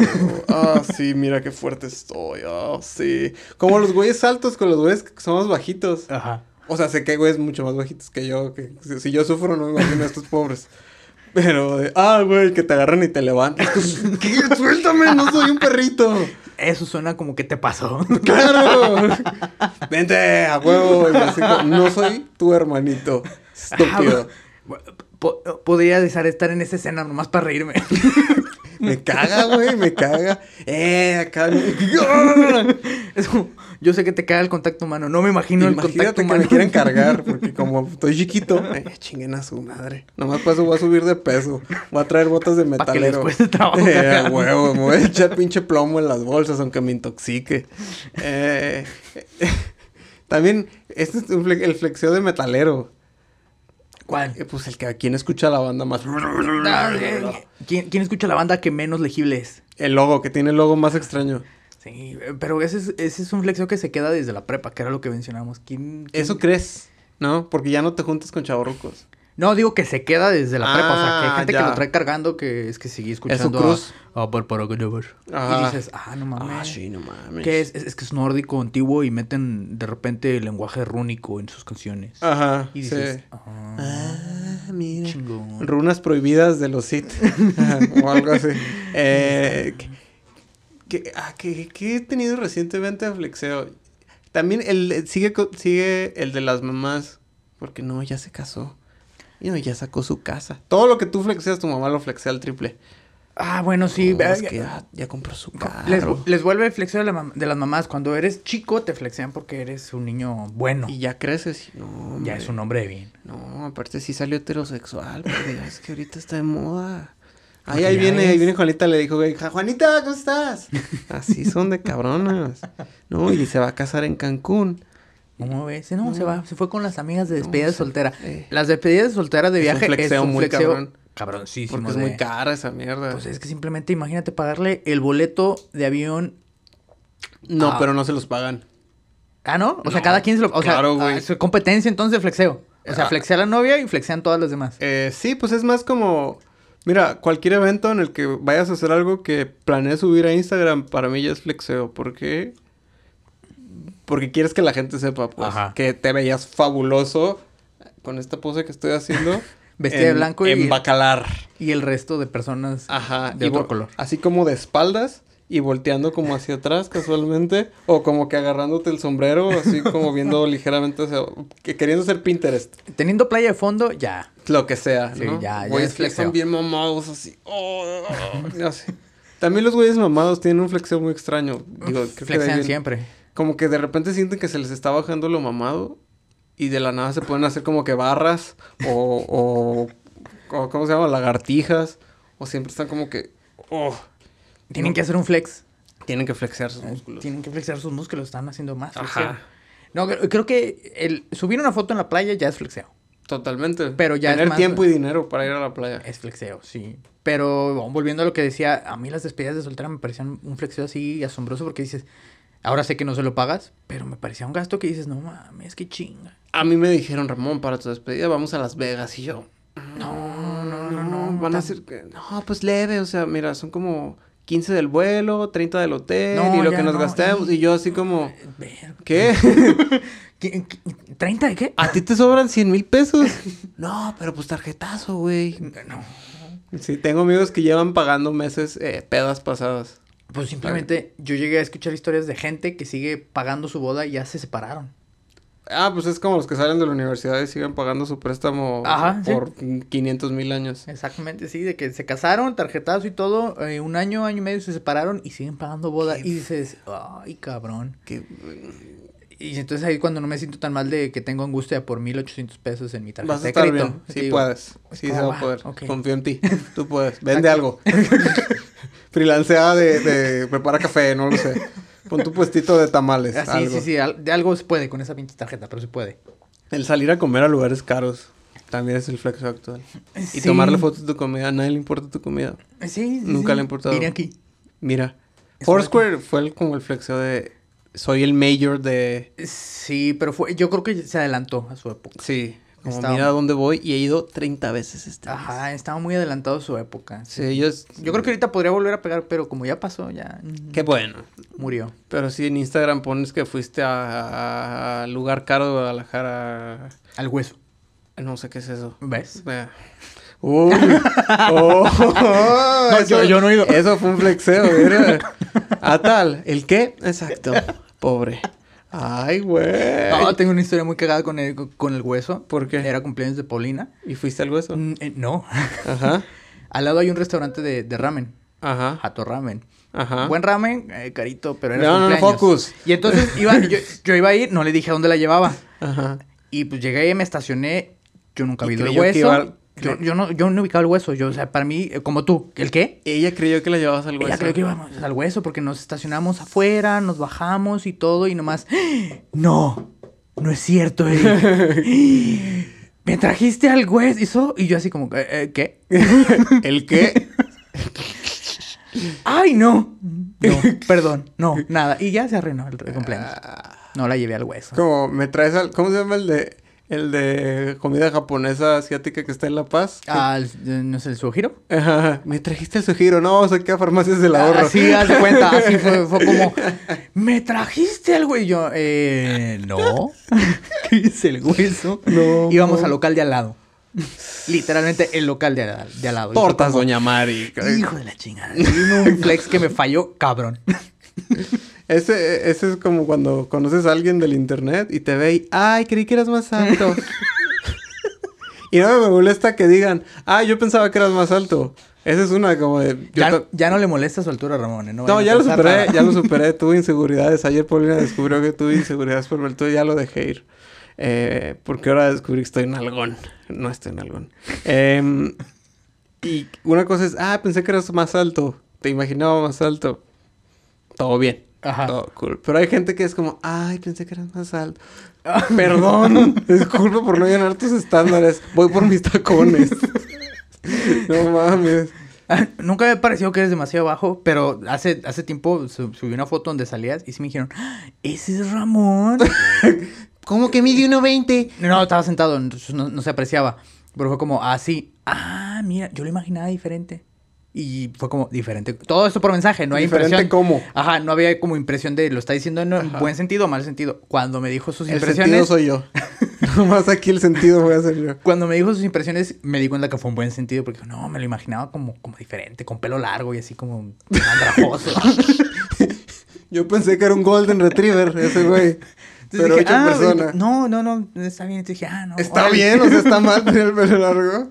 Speaker 1: ah, sí, mira qué fuerte estoy. Ah, sí. Como los güeyes altos con los güeyes que somos bajitos.
Speaker 2: Ajá.
Speaker 1: O sea, sé que hay güeyes mucho más bajitos que yo. Que si, si yo sufro, no me imagino a estos pobres. Pero, de, ah, güey, que te agarran y te
Speaker 2: <laughs>
Speaker 1: levantan. ¿Qué? Suéltame, no soy un perrito.
Speaker 2: Eso suena como que te pasó.
Speaker 1: <laughs> Claro. Vente, a huevo. Y así como, no soy tu hermanito.
Speaker 2: Ah,
Speaker 1: Estúpido.
Speaker 2: Po- podría desear estar en esa escena nomás para
Speaker 1: <laughs>
Speaker 2: reírme.
Speaker 1: Me caga, güey, me caga. Eh, acá.
Speaker 2: <laughs> Es como, yo sé que te caga el contacto humano, no me imagino el
Speaker 1: Imagínate que
Speaker 2: contacto humano.
Speaker 1: me
Speaker 2: <laughs>
Speaker 1: quieren cargar, porque como estoy chiquito, eh, chinguen a su madre. Nomás paso, voy a subir de peso. Voy a traer botas de
Speaker 2: Pa' que les
Speaker 1: metalero. <laughs>
Speaker 2: cueste trabajo
Speaker 1: eh, a
Speaker 2: cargar.
Speaker 1: huevo, me voy a echar pinche plomo en las bolsas, aunque me intoxique. Eh, <laughs> también, este es un fle- el flexeo de metalero.
Speaker 2: ¿Cuál?
Speaker 1: Eh, pues el que a quien escucha la banda más.
Speaker 2: Ah, eh, ¿Quién, quién escucha la banda que menos legible es?
Speaker 1: El logo, que tiene el logo más extraño.
Speaker 2: Sí, eh, pero ese es, ese es un flexeo que se queda desde la prepa, que era lo que mencionamos. ¿Quién- quién-
Speaker 1: Eso crees, ¿no? Porque ya no te juntas con chavorrucos.
Speaker 2: No, digo que se queda desde la prepa. O sea, que hay
Speaker 1: Ah,
Speaker 2: gente que
Speaker 1: ya.
Speaker 2: lo trae cargando que es que sigue escuchando
Speaker 1: cruz.
Speaker 2: a, a Bárbara Goldberg. Y
Speaker 1: Ajá.
Speaker 2: dices, ah, no mames.
Speaker 1: Ah, sí, no mames.
Speaker 2: Que es, es, es que es nórdico antiguo y meten de repente el lenguaje rúnico en sus canciones.
Speaker 1: Ajá.
Speaker 2: y dices,
Speaker 1: sí.
Speaker 2: ah,
Speaker 1: Ah, mira.
Speaker 2: chingón.
Speaker 1: Runas prohibidas de los
Speaker 2: <laughs>
Speaker 1: Sith. o algo así. Eh, que, que- ah, que- que he tenido recientemente de flexeo. También el, el- sigue, co- sigue el de las mamás. Porque no, ya se casó. Y no, ya sacó su casa. Todo lo que tú flexeas, tu mamá lo flexea al triple.
Speaker 2: Ah, bueno, sí.
Speaker 1: No,
Speaker 2: vea-
Speaker 1: es que ya, ya compró su casa.
Speaker 2: Les, les vuelve el flexeo de, la mam- de las mamás. Cuando eres chico, te flexean porque eres un niño bueno.
Speaker 1: Y ya creces. y No,
Speaker 2: ya
Speaker 1: hombre.
Speaker 2: es un hombre de bien.
Speaker 1: No, aparte sí salió heterosexual, porque ya es que ahorita está de moda. Ahí,
Speaker 2: Porque
Speaker 1: ahí
Speaker 2: ya
Speaker 1: viene, ahí
Speaker 2: ves.
Speaker 1: viene Juanita, le dijo, güey, "Ja- Juanita, ¿cómo
Speaker 2: <laughs>
Speaker 1: estás? Así son de cabronas. No, y se va a casar en Cancún.
Speaker 2: ¿Cómo ves? No, se va, se fue con las amigas de despedida
Speaker 1: No,
Speaker 2: de
Speaker 1: se-
Speaker 2: soltera.
Speaker 1: eh.
Speaker 2: Las despedidas de soltera de
Speaker 1: Es un
Speaker 2: viaje
Speaker 1: flexeo
Speaker 2: es un
Speaker 1: muy
Speaker 2: flexeo
Speaker 1: cabrón.
Speaker 2: cabroncísimo.
Speaker 1: Porque es
Speaker 2: de-
Speaker 1: muy cara esa mierda.
Speaker 2: Pues es que simplemente imagínate pagarle el boleto de avión.
Speaker 1: no,
Speaker 2: ah.
Speaker 1: pero no se los pagan.
Speaker 2: Ah, ¿no? O sea, cada quien se lo. O sea,
Speaker 1: claro, güey.
Speaker 2: ah, es competencia entonces de flexeo. O sea,
Speaker 1: Ah.
Speaker 2: flexea la novia y flexean todas las demás.
Speaker 1: Eh, sí, pues es más como... Mira, cualquier evento en el que vayas a hacer algo que planees subir a Instagram, para mí ya es flexeo. ¿Por qué? Porque quieres que la gente sepa, pues,
Speaker 2: Ajá.
Speaker 1: que te veías fabuloso con esta pose que estoy haciendo.
Speaker 2: <laughs> Vestida de
Speaker 1: en-
Speaker 2: blanco y-
Speaker 1: En bacalar.
Speaker 2: Y el resto de personas
Speaker 1: Ajá.
Speaker 2: de
Speaker 1: y
Speaker 2: otro
Speaker 1: vo-
Speaker 2: color.
Speaker 1: Así como de espaldas y volteando como hacia atrás casualmente. o como que agarrándote el sombrero, así como viendo <laughs> ligeramente hacia... Que queriendo ser Pinterest.
Speaker 2: Teniendo playa de fondo, ya.
Speaker 1: Lo que sea,
Speaker 2: Sí,
Speaker 1: ¿no?
Speaker 2: ya, ya
Speaker 1: Güeyes
Speaker 2: es
Speaker 1: que
Speaker 2: flexeo.
Speaker 1: están bien mamados así. Oh, no sé. También los güeyes mamados tienen un flexeo muy extraño. Digo, creo que de ahí
Speaker 2: flexean
Speaker 1: viene.
Speaker 2: siempre.
Speaker 1: Como que de repente sienten que se les está bajando lo mamado y de la nada se pueden hacer como que barras o, o, o ¿cómo se llama? Lagartijas. O siempre están como que, oh,
Speaker 2: Tienen que hacer un flex.
Speaker 1: tienen que flexear sus músculos.
Speaker 2: Tienen que flexear sus músculos, están haciendo más.
Speaker 1: Ajá.
Speaker 2: flexeo. No, cre- creo que el subir una foto en la playa ya es flexeo.
Speaker 1: Totalmente.
Speaker 2: Pero ya es
Speaker 1: Tener
Speaker 2: más-
Speaker 1: tiempo y dinero para ir a la playa.
Speaker 2: Es flexeo, sí. Pero bueno, volviendo a lo que decía, a mí las despedidas de soltera me parecían un flexeo así asombroso porque dices, ahora sé que no se lo pagas, pero me parecía un gasto que dices, no mames, qué chinga.
Speaker 1: A mí me dijeron, Ramón, para tu despedida vamos a Las Vegas. Y yo, no, no, no, no. Van a decir que, no, pues leve. O sea, mira, son como 15 del vuelo, 30 del hotel
Speaker 2: No,
Speaker 1: y lo
Speaker 2: ya
Speaker 1: que nos
Speaker 2: no,
Speaker 1: gastemos.
Speaker 2: y-
Speaker 1: Y yo, así como,
Speaker 2: Ver,
Speaker 1: ¿qué?
Speaker 2: <laughs> ¿qué- qué- ¿30 de qué?
Speaker 1: ¿A ti te sobran 100 mil
Speaker 2: <laughs>
Speaker 1: pesos? no, pero pues tarjetazo, güey.
Speaker 2: No.
Speaker 1: Sí, tengo amigos que llevan pagando meses eh, pedas pasadas.
Speaker 2: Pues simplemente yo llegué a escuchar historias de gente que sigue pagando su boda y ya se separaron.
Speaker 1: Ah, pues es como los que salen de la universidad y siguen pagando su préstamo
Speaker 2: Ajá, sí.
Speaker 1: por 500 mil años.
Speaker 2: Exactamente, sí, de que se casaron, tarjetazo y todo, eh, un año, año y medio se separaron y siguen pagando boda. Y dices, ay, cabrón.
Speaker 1: Que-
Speaker 2: Y entonces ahí cuando no me siento tan mal de que tengo angustia por 1800 pesos en mi tarjeta
Speaker 1: Vas a
Speaker 2: de
Speaker 1: estar
Speaker 2: crédito.
Speaker 1: bien. Sí
Speaker 2: digo, <laughs>
Speaker 1: puedes. Sí se
Speaker 2: ¿cómo
Speaker 1: va
Speaker 2: va?
Speaker 1: a poder.
Speaker 2: Ok.
Speaker 1: Confío
Speaker 2: <laughs>
Speaker 1: en ti. Tú puedes. Vende algo. Pues, Freelancea de, de prepara café, no lo sé. Pon tu puestito de tamales.
Speaker 2: ah, sí,
Speaker 1: algo.
Speaker 2: sí, sí, al- de algo se puede con esa pinche tarjeta, pero se puede.
Speaker 1: El salir a comer a lugares caros también es el flexo actual. Y
Speaker 2: Sí.
Speaker 1: tomarle fotos de tu comida. A nadie le importa tu comida.
Speaker 2: Sí, sí,
Speaker 1: Nunca
Speaker 2: sí.
Speaker 1: le ha importado.
Speaker 2: Mira aquí.
Speaker 1: Mira.
Speaker 2: Es
Speaker 1: Foursquare fue el- como el flexeo de... Soy el mayor de...
Speaker 2: Sí, pero fue, yo creo que se adelantó a su época.
Speaker 1: Sí. Como
Speaker 2: Estaba-
Speaker 1: mira a dónde voy y he ido 30 veces este mes.
Speaker 2: Ajá, estaba muy adelantado a su época.
Speaker 1: Sí, ellos...
Speaker 2: Yo creo que ahorita podría volver a pegar, pero como ya pasó, ya mm,
Speaker 1: Qué bueno.
Speaker 2: murió.
Speaker 1: Pero si en Instagram pones que fuiste a, a- a lugar caro de Guadalajara...
Speaker 2: Al hueso.
Speaker 1: No sé qué es eso.
Speaker 2: ¿Ves?
Speaker 1: Vea. Uy. Oh,
Speaker 2: <laughs> No,
Speaker 1: eso-
Speaker 2: yo- yo no he ido.
Speaker 1: Eso fue un flexeo, mira. A tal. ¿El qué? Exacto. Pobre. Ay, güey.
Speaker 2: No, tengo una historia muy cagada con el, con el hueso.
Speaker 1: ¿Por qué?
Speaker 2: Era cumpleaños de Paulina.
Speaker 1: ¿Y fuiste al hueso?
Speaker 2: Mm, eh, no. <laughs>
Speaker 1: Ajá.
Speaker 2: Al lado hay un restaurante de, de ramen.
Speaker 1: Ajá.
Speaker 2: Hato Ramen.
Speaker 1: Ajá.
Speaker 2: Buen ramen, eh, carito, pero era
Speaker 1: No, no, no,
Speaker 2: cumpleaños.
Speaker 1: focus.
Speaker 2: Y
Speaker 1: <laughs>
Speaker 2: entonces iba, yo, yo iba a ir, no le dije a dónde la llevaba.
Speaker 1: Ajá.
Speaker 2: Y pues llegué, me estacioné, yo nunca
Speaker 1: Y
Speaker 2: vi el
Speaker 1: creyó que
Speaker 2: hueso.
Speaker 1: iba-
Speaker 2: Yo, yo no, yo no ubicaba el hueso. Yo, o sea, para mí, eh, como tú, ¿el qué?
Speaker 1: Ella creyó que la llevabas al hueso.
Speaker 2: Ella creo que íbamos al hueso porque nos estacionamos afuera, nos bajamos y todo y nomás... <gasps> No, no es
Speaker 1: <laughs>
Speaker 2: cierto, Eric. Me trajiste al hueso y, so- y yo así como, "Eh, eh, ¿qué?
Speaker 1: ¿El qué?
Speaker 2: ¡Ay, no! No, <laughs> perdón,
Speaker 1: <laughs>
Speaker 2: no, nada. Y ya se arruinó el re- cumpleaños.
Speaker 1: Ah.
Speaker 2: No la llevé al hueso.
Speaker 1: Como me traes al. ¿Cómo se llama el de. El de comida japonesa asiática que está en La Paz?
Speaker 2: Al, eh, ¿No es el sugiro?
Speaker 1: Ajá. Me trajiste el sugiro. No, soy que a farmacias del
Speaker 2: Ah,
Speaker 1: ahorro.
Speaker 2: Así, haz de cuenta, así fue,
Speaker 1: <laughs>
Speaker 2: fue como, ¿me trajiste el güey? Y Yo, eh, no. <laughs> ¿Qué es el hueso?
Speaker 1: No,
Speaker 2: Íbamos
Speaker 1: no.
Speaker 2: al local de al lado. Literalmente el local de al, de al lado. Y fue
Speaker 1: Tortas, Doña Mari.
Speaker 2: como, Hijo de la chingada. Y vino un flex que me falló, cabrón.
Speaker 1: Ese, ese es como cuando conoces a alguien del internet y te ve y, ay, creí que eras más <laughs> alto. y no me molesta que digan, ah, yo pensaba que eras más alto. Esa es una como de... yo
Speaker 2: Ya,
Speaker 1: ta-
Speaker 2: ya no le molesta su altura, Ramón. eh, No,
Speaker 1: no,
Speaker 2: vayan a
Speaker 1: ya lo
Speaker 2: pensar
Speaker 1: superé,
Speaker 2: nada.
Speaker 1: ya lo <laughs> superé. Tuve inseguridades. Ayer Paulina descubrió que tuve inseguridades por el tuyo, ya lo dejé ir. Eh, porque ahora descubrí que estoy en algón. No estoy en algón. Em, y una cosa es, ah, pensé que eras más alto. Te imaginaba más alto. Todo bien.
Speaker 2: <laughs> Ajá.
Speaker 1: Todo Oh, cool. Pero hay gente que es como, ay, pensé que eras más
Speaker 2: <laughs>
Speaker 1: alto. Perdón, disculpa por no llenar tus estándares. Voy por mis tacones.
Speaker 2: <laughs>
Speaker 1: no mames.
Speaker 2: Ah, Nunca me ha parecido que eres demasiado bajo, pero hace, hace tiempo su- subí una foto donde salías y sí me dijeron, "Ah, ese es Ramón.
Speaker 1: ¿Cómo que mide 1.20?
Speaker 2: no, estaba sentado, entonces no, no se apreciaba. Pero fue como, así, ah, mira, yo lo imaginaba diferente. Y fue como, diferente. Todo esto por mensaje, no hay
Speaker 1: Diferente
Speaker 2: impresión.
Speaker 1: cómo.
Speaker 2: Ajá, no había como impresión de, lo está diciendo en buen sentido o mal sentido. Cuando me dijo sus
Speaker 1: El sentido
Speaker 2: impresiones...
Speaker 1: soy
Speaker 2: <laughs>
Speaker 1: yo. Nomás aquí el sentido voy a hacer yo.
Speaker 2: Cuando me dijo sus impresiones, me di cuenta que fue un buen sentido, porque no, me lo imaginaba como, como diferente, con pelo largo y así como
Speaker 1: <laughs>
Speaker 2: andrajoso.
Speaker 1: Yo pensé que era un Golden Retriever ese güey.
Speaker 2: Entonces
Speaker 1: Pero
Speaker 2: dije,
Speaker 1: hecho
Speaker 2: ah,
Speaker 1: persona.
Speaker 2: No, no, no, está bien. Entonces dije, ah, no.
Speaker 1: Está
Speaker 2: órale.
Speaker 1: bien, o sea, está mal <laughs> tener el pelo largo.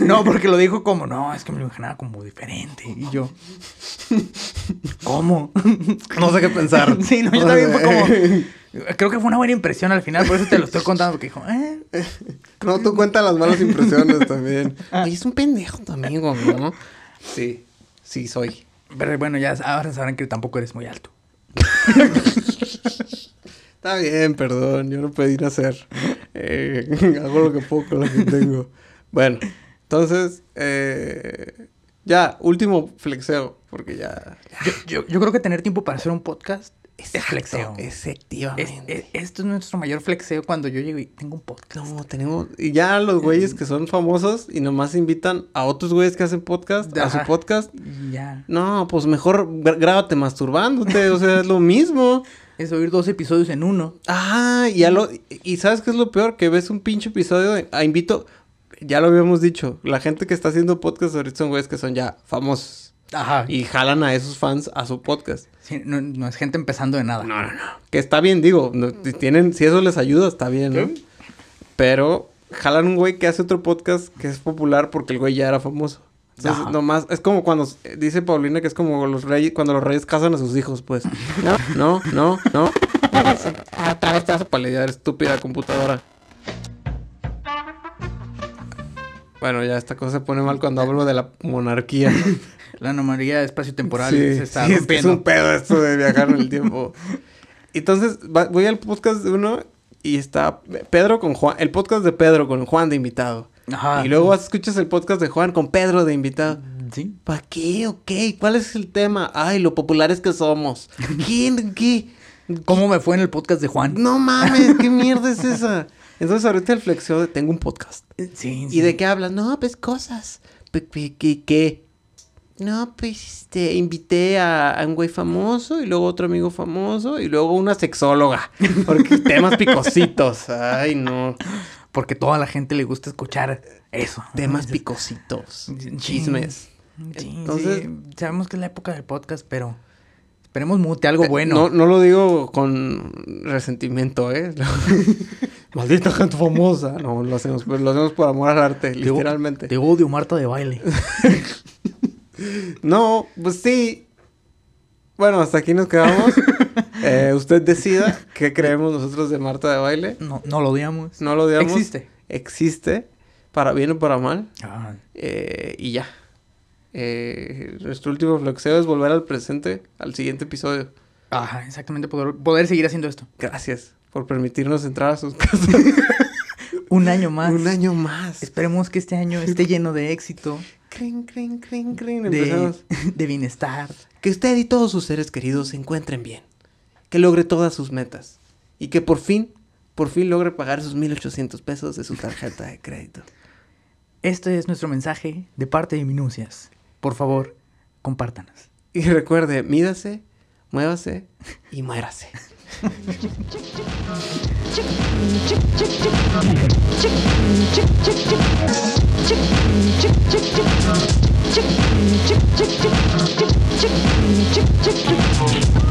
Speaker 2: No, porque lo dijo como, no, es que me lo imaginaba como diferente. Y yo, ¿cómo?
Speaker 1: No sé qué pensar.
Speaker 2: <laughs>
Speaker 1: eh.
Speaker 2: Sí, no, yo también
Speaker 1: <laughs>
Speaker 2: fue como, creo que fue una buena impresión al final, por eso te lo estoy contando, porque dijo, eh.
Speaker 1: No, tú cuenta las malas impresiones <laughs> también. Ay, es un pendejo tu amigo, ¿no? Sí, sí soy.
Speaker 2: Pero bueno, ya ahora sabrán que tampoco eres muy alto.
Speaker 1: Está bien, perdón, yo no pedí nacer. Eh, <laughs> hago lo que puedo con lo que tengo. Bueno, entonces, eh, ya, último flexeo, porque ya...
Speaker 2: Yo, yo, yo creo que tener tiempo para hacer un podcast es
Speaker 1: Exacto,
Speaker 2: flexeo. Es-
Speaker 1: Efectivamente.
Speaker 2: es- esto es nuestro mayor flexeo cuando yo llego y tengo un podcast.
Speaker 1: No, tenemos. Mm. Y ya los güeyes que son famosos y nomás invitan a otros güeyes que hacen podcast, a su
Speaker 2: Ajá.
Speaker 1: podcast.
Speaker 2: Y Ya.
Speaker 1: No, pues mejor gra- grábate masturbándote, o sea, es lo mismo.
Speaker 2: Es oír dos episodios en uno.
Speaker 1: Ah, y ya lo. ¿Y sabes qué es lo peor? Que ves un pinche episodio de. Ah, invito. Ya lo habíamos dicho, la gente que está haciendo podcast ahorita son güeyes que son ya famosos.
Speaker 2: Ajá.
Speaker 1: Y jalan a esos fans a su podcast.
Speaker 2: Sí, no, no es gente empezando de nada.
Speaker 1: No, no, no. Que está bien, digo. no- si tienen, si eso les ayuda, está bien, ¿no?
Speaker 2: Sí.
Speaker 1: Pero jalan un güey que hace otro podcast que es popular porque el güey ya era famoso. Entonces,
Speaker 2: Ajá.
Speaker 1: nomás, es como cuando s- eh, dice Paulina que es como los reyes, cuando los reyes casan a sus hijos, pues. No, no, no, <laughs> no. Ah, Otra vez te vas a palear, estúpida computadora. Bueno, ya esta cosa se pone mal cuando hablo de la <laughs> monarquía.
Speaker 2: La anomalía espacio-temporal
Speaker 1: Sí,
Speaker 2: se está
Speaker 1: sí, es que es
Speaker 2: rompiendo.
Speaker 1: un pedo esto de viajar en
Speaker 2: <laughs>
Speaker 1: el tiempo. Entonces, va- voy al podcast de uno y está Pedro con Juan, el podcast de Pedro con Juan de invitado.
Speaker 2: Ajá.
Speaker 1: y luego escuchas el podcast de Juan con Pedro de invitado.
Speaker 2: Sí.
Speaker 1: ¿Para qué? ¿Ok? ¿Cuál es el tema? Ay, lo populares que
Speaker 2: <laughs>
Speaker 1: somos. ¿Quién? ¿Qué?
Speaker 2: ¿Cómo me fue en el podcast de Juan?
Speaker 1: No mames, ¿qué mierda es esa? Entonces ahorita el flexeo de tengo un podcast.
Speaker 2: Sí,
Speaker 1: ¿Y de qué hablas? No, pues cosas. Pe- pe- ¿Qué? qué? No, pues este, invité a, a un güey famoso y luego otro amigo famoso y luego una sexóloga. <laughs> Porque temas picositos. Ay, no.
Speaker 2: Porque toda la gente le gusta escuchar eso.
Speaker 1: Temas picositos.
Speaker 2: Sí.
Speaker 1: Chismes.
Speaker 2: Sí,
Speaker 1: Entonces-
Speaker 2: sí, Sabemos que es la época del podcast, pero esperemos mute algo bueno.
Speaker 1: Eh, No, no lo digo con resentimiento, ¿eh? <laughs> Maldita gente famosa. No, lo hacemos, pues, lo hacemos por amor al arte,
Speaker 2: Te o-
Speaker 1: literalmente.
Speaker 2: Te odio, Marta de baile.
Speaker 1: No, pues sí. Bueno, hasta aquí nos
Speaker 2: <laughs>
Speaker 1: quedamos. Eh, usted decida qué creemos nosotros de Marta de Baile.
Speaker 2: No, no lo odiamos.
Speaker 1: No lo digamos.
Speaker 2: Existe.
Speaker 1: Existe, para bien o para mal.
Speaker 2: Ah,
Speaker 1: Eh, y ya. Eh, nuestro último flexeo es volver al presente, al siguiente episodio.
Speaker 2: ajá, exactamente. Poder, poder seguir haciendo esto.
Speaker 1: Gracias por permitirnos entrar a sus casas.
Speaker 2: Un año más.
Speaker 1: Un año más.
Speaker 2: Esperemos que este año esté lleno de éxito,
Speaker 1: Crin, crin, crin, crin.
Speaker 2: de,
Speaker 1: Empezamos.
Speaker 2: <laughs> de bienestar.
Speaker 1: Que usted y todos sus seres queridos se encuentren bien. Que logre todas sus metas. Y que por fin, por fin logre pagar sus 1800 pesos de su tarjeta de crédito.
Speaker 2: Este es nuestro mensaje de parte de Minucias. Por favor, compártanos.
Speaker 1: Y recuerde, mídase, muévase y muérase.
Speaker 4: Chick,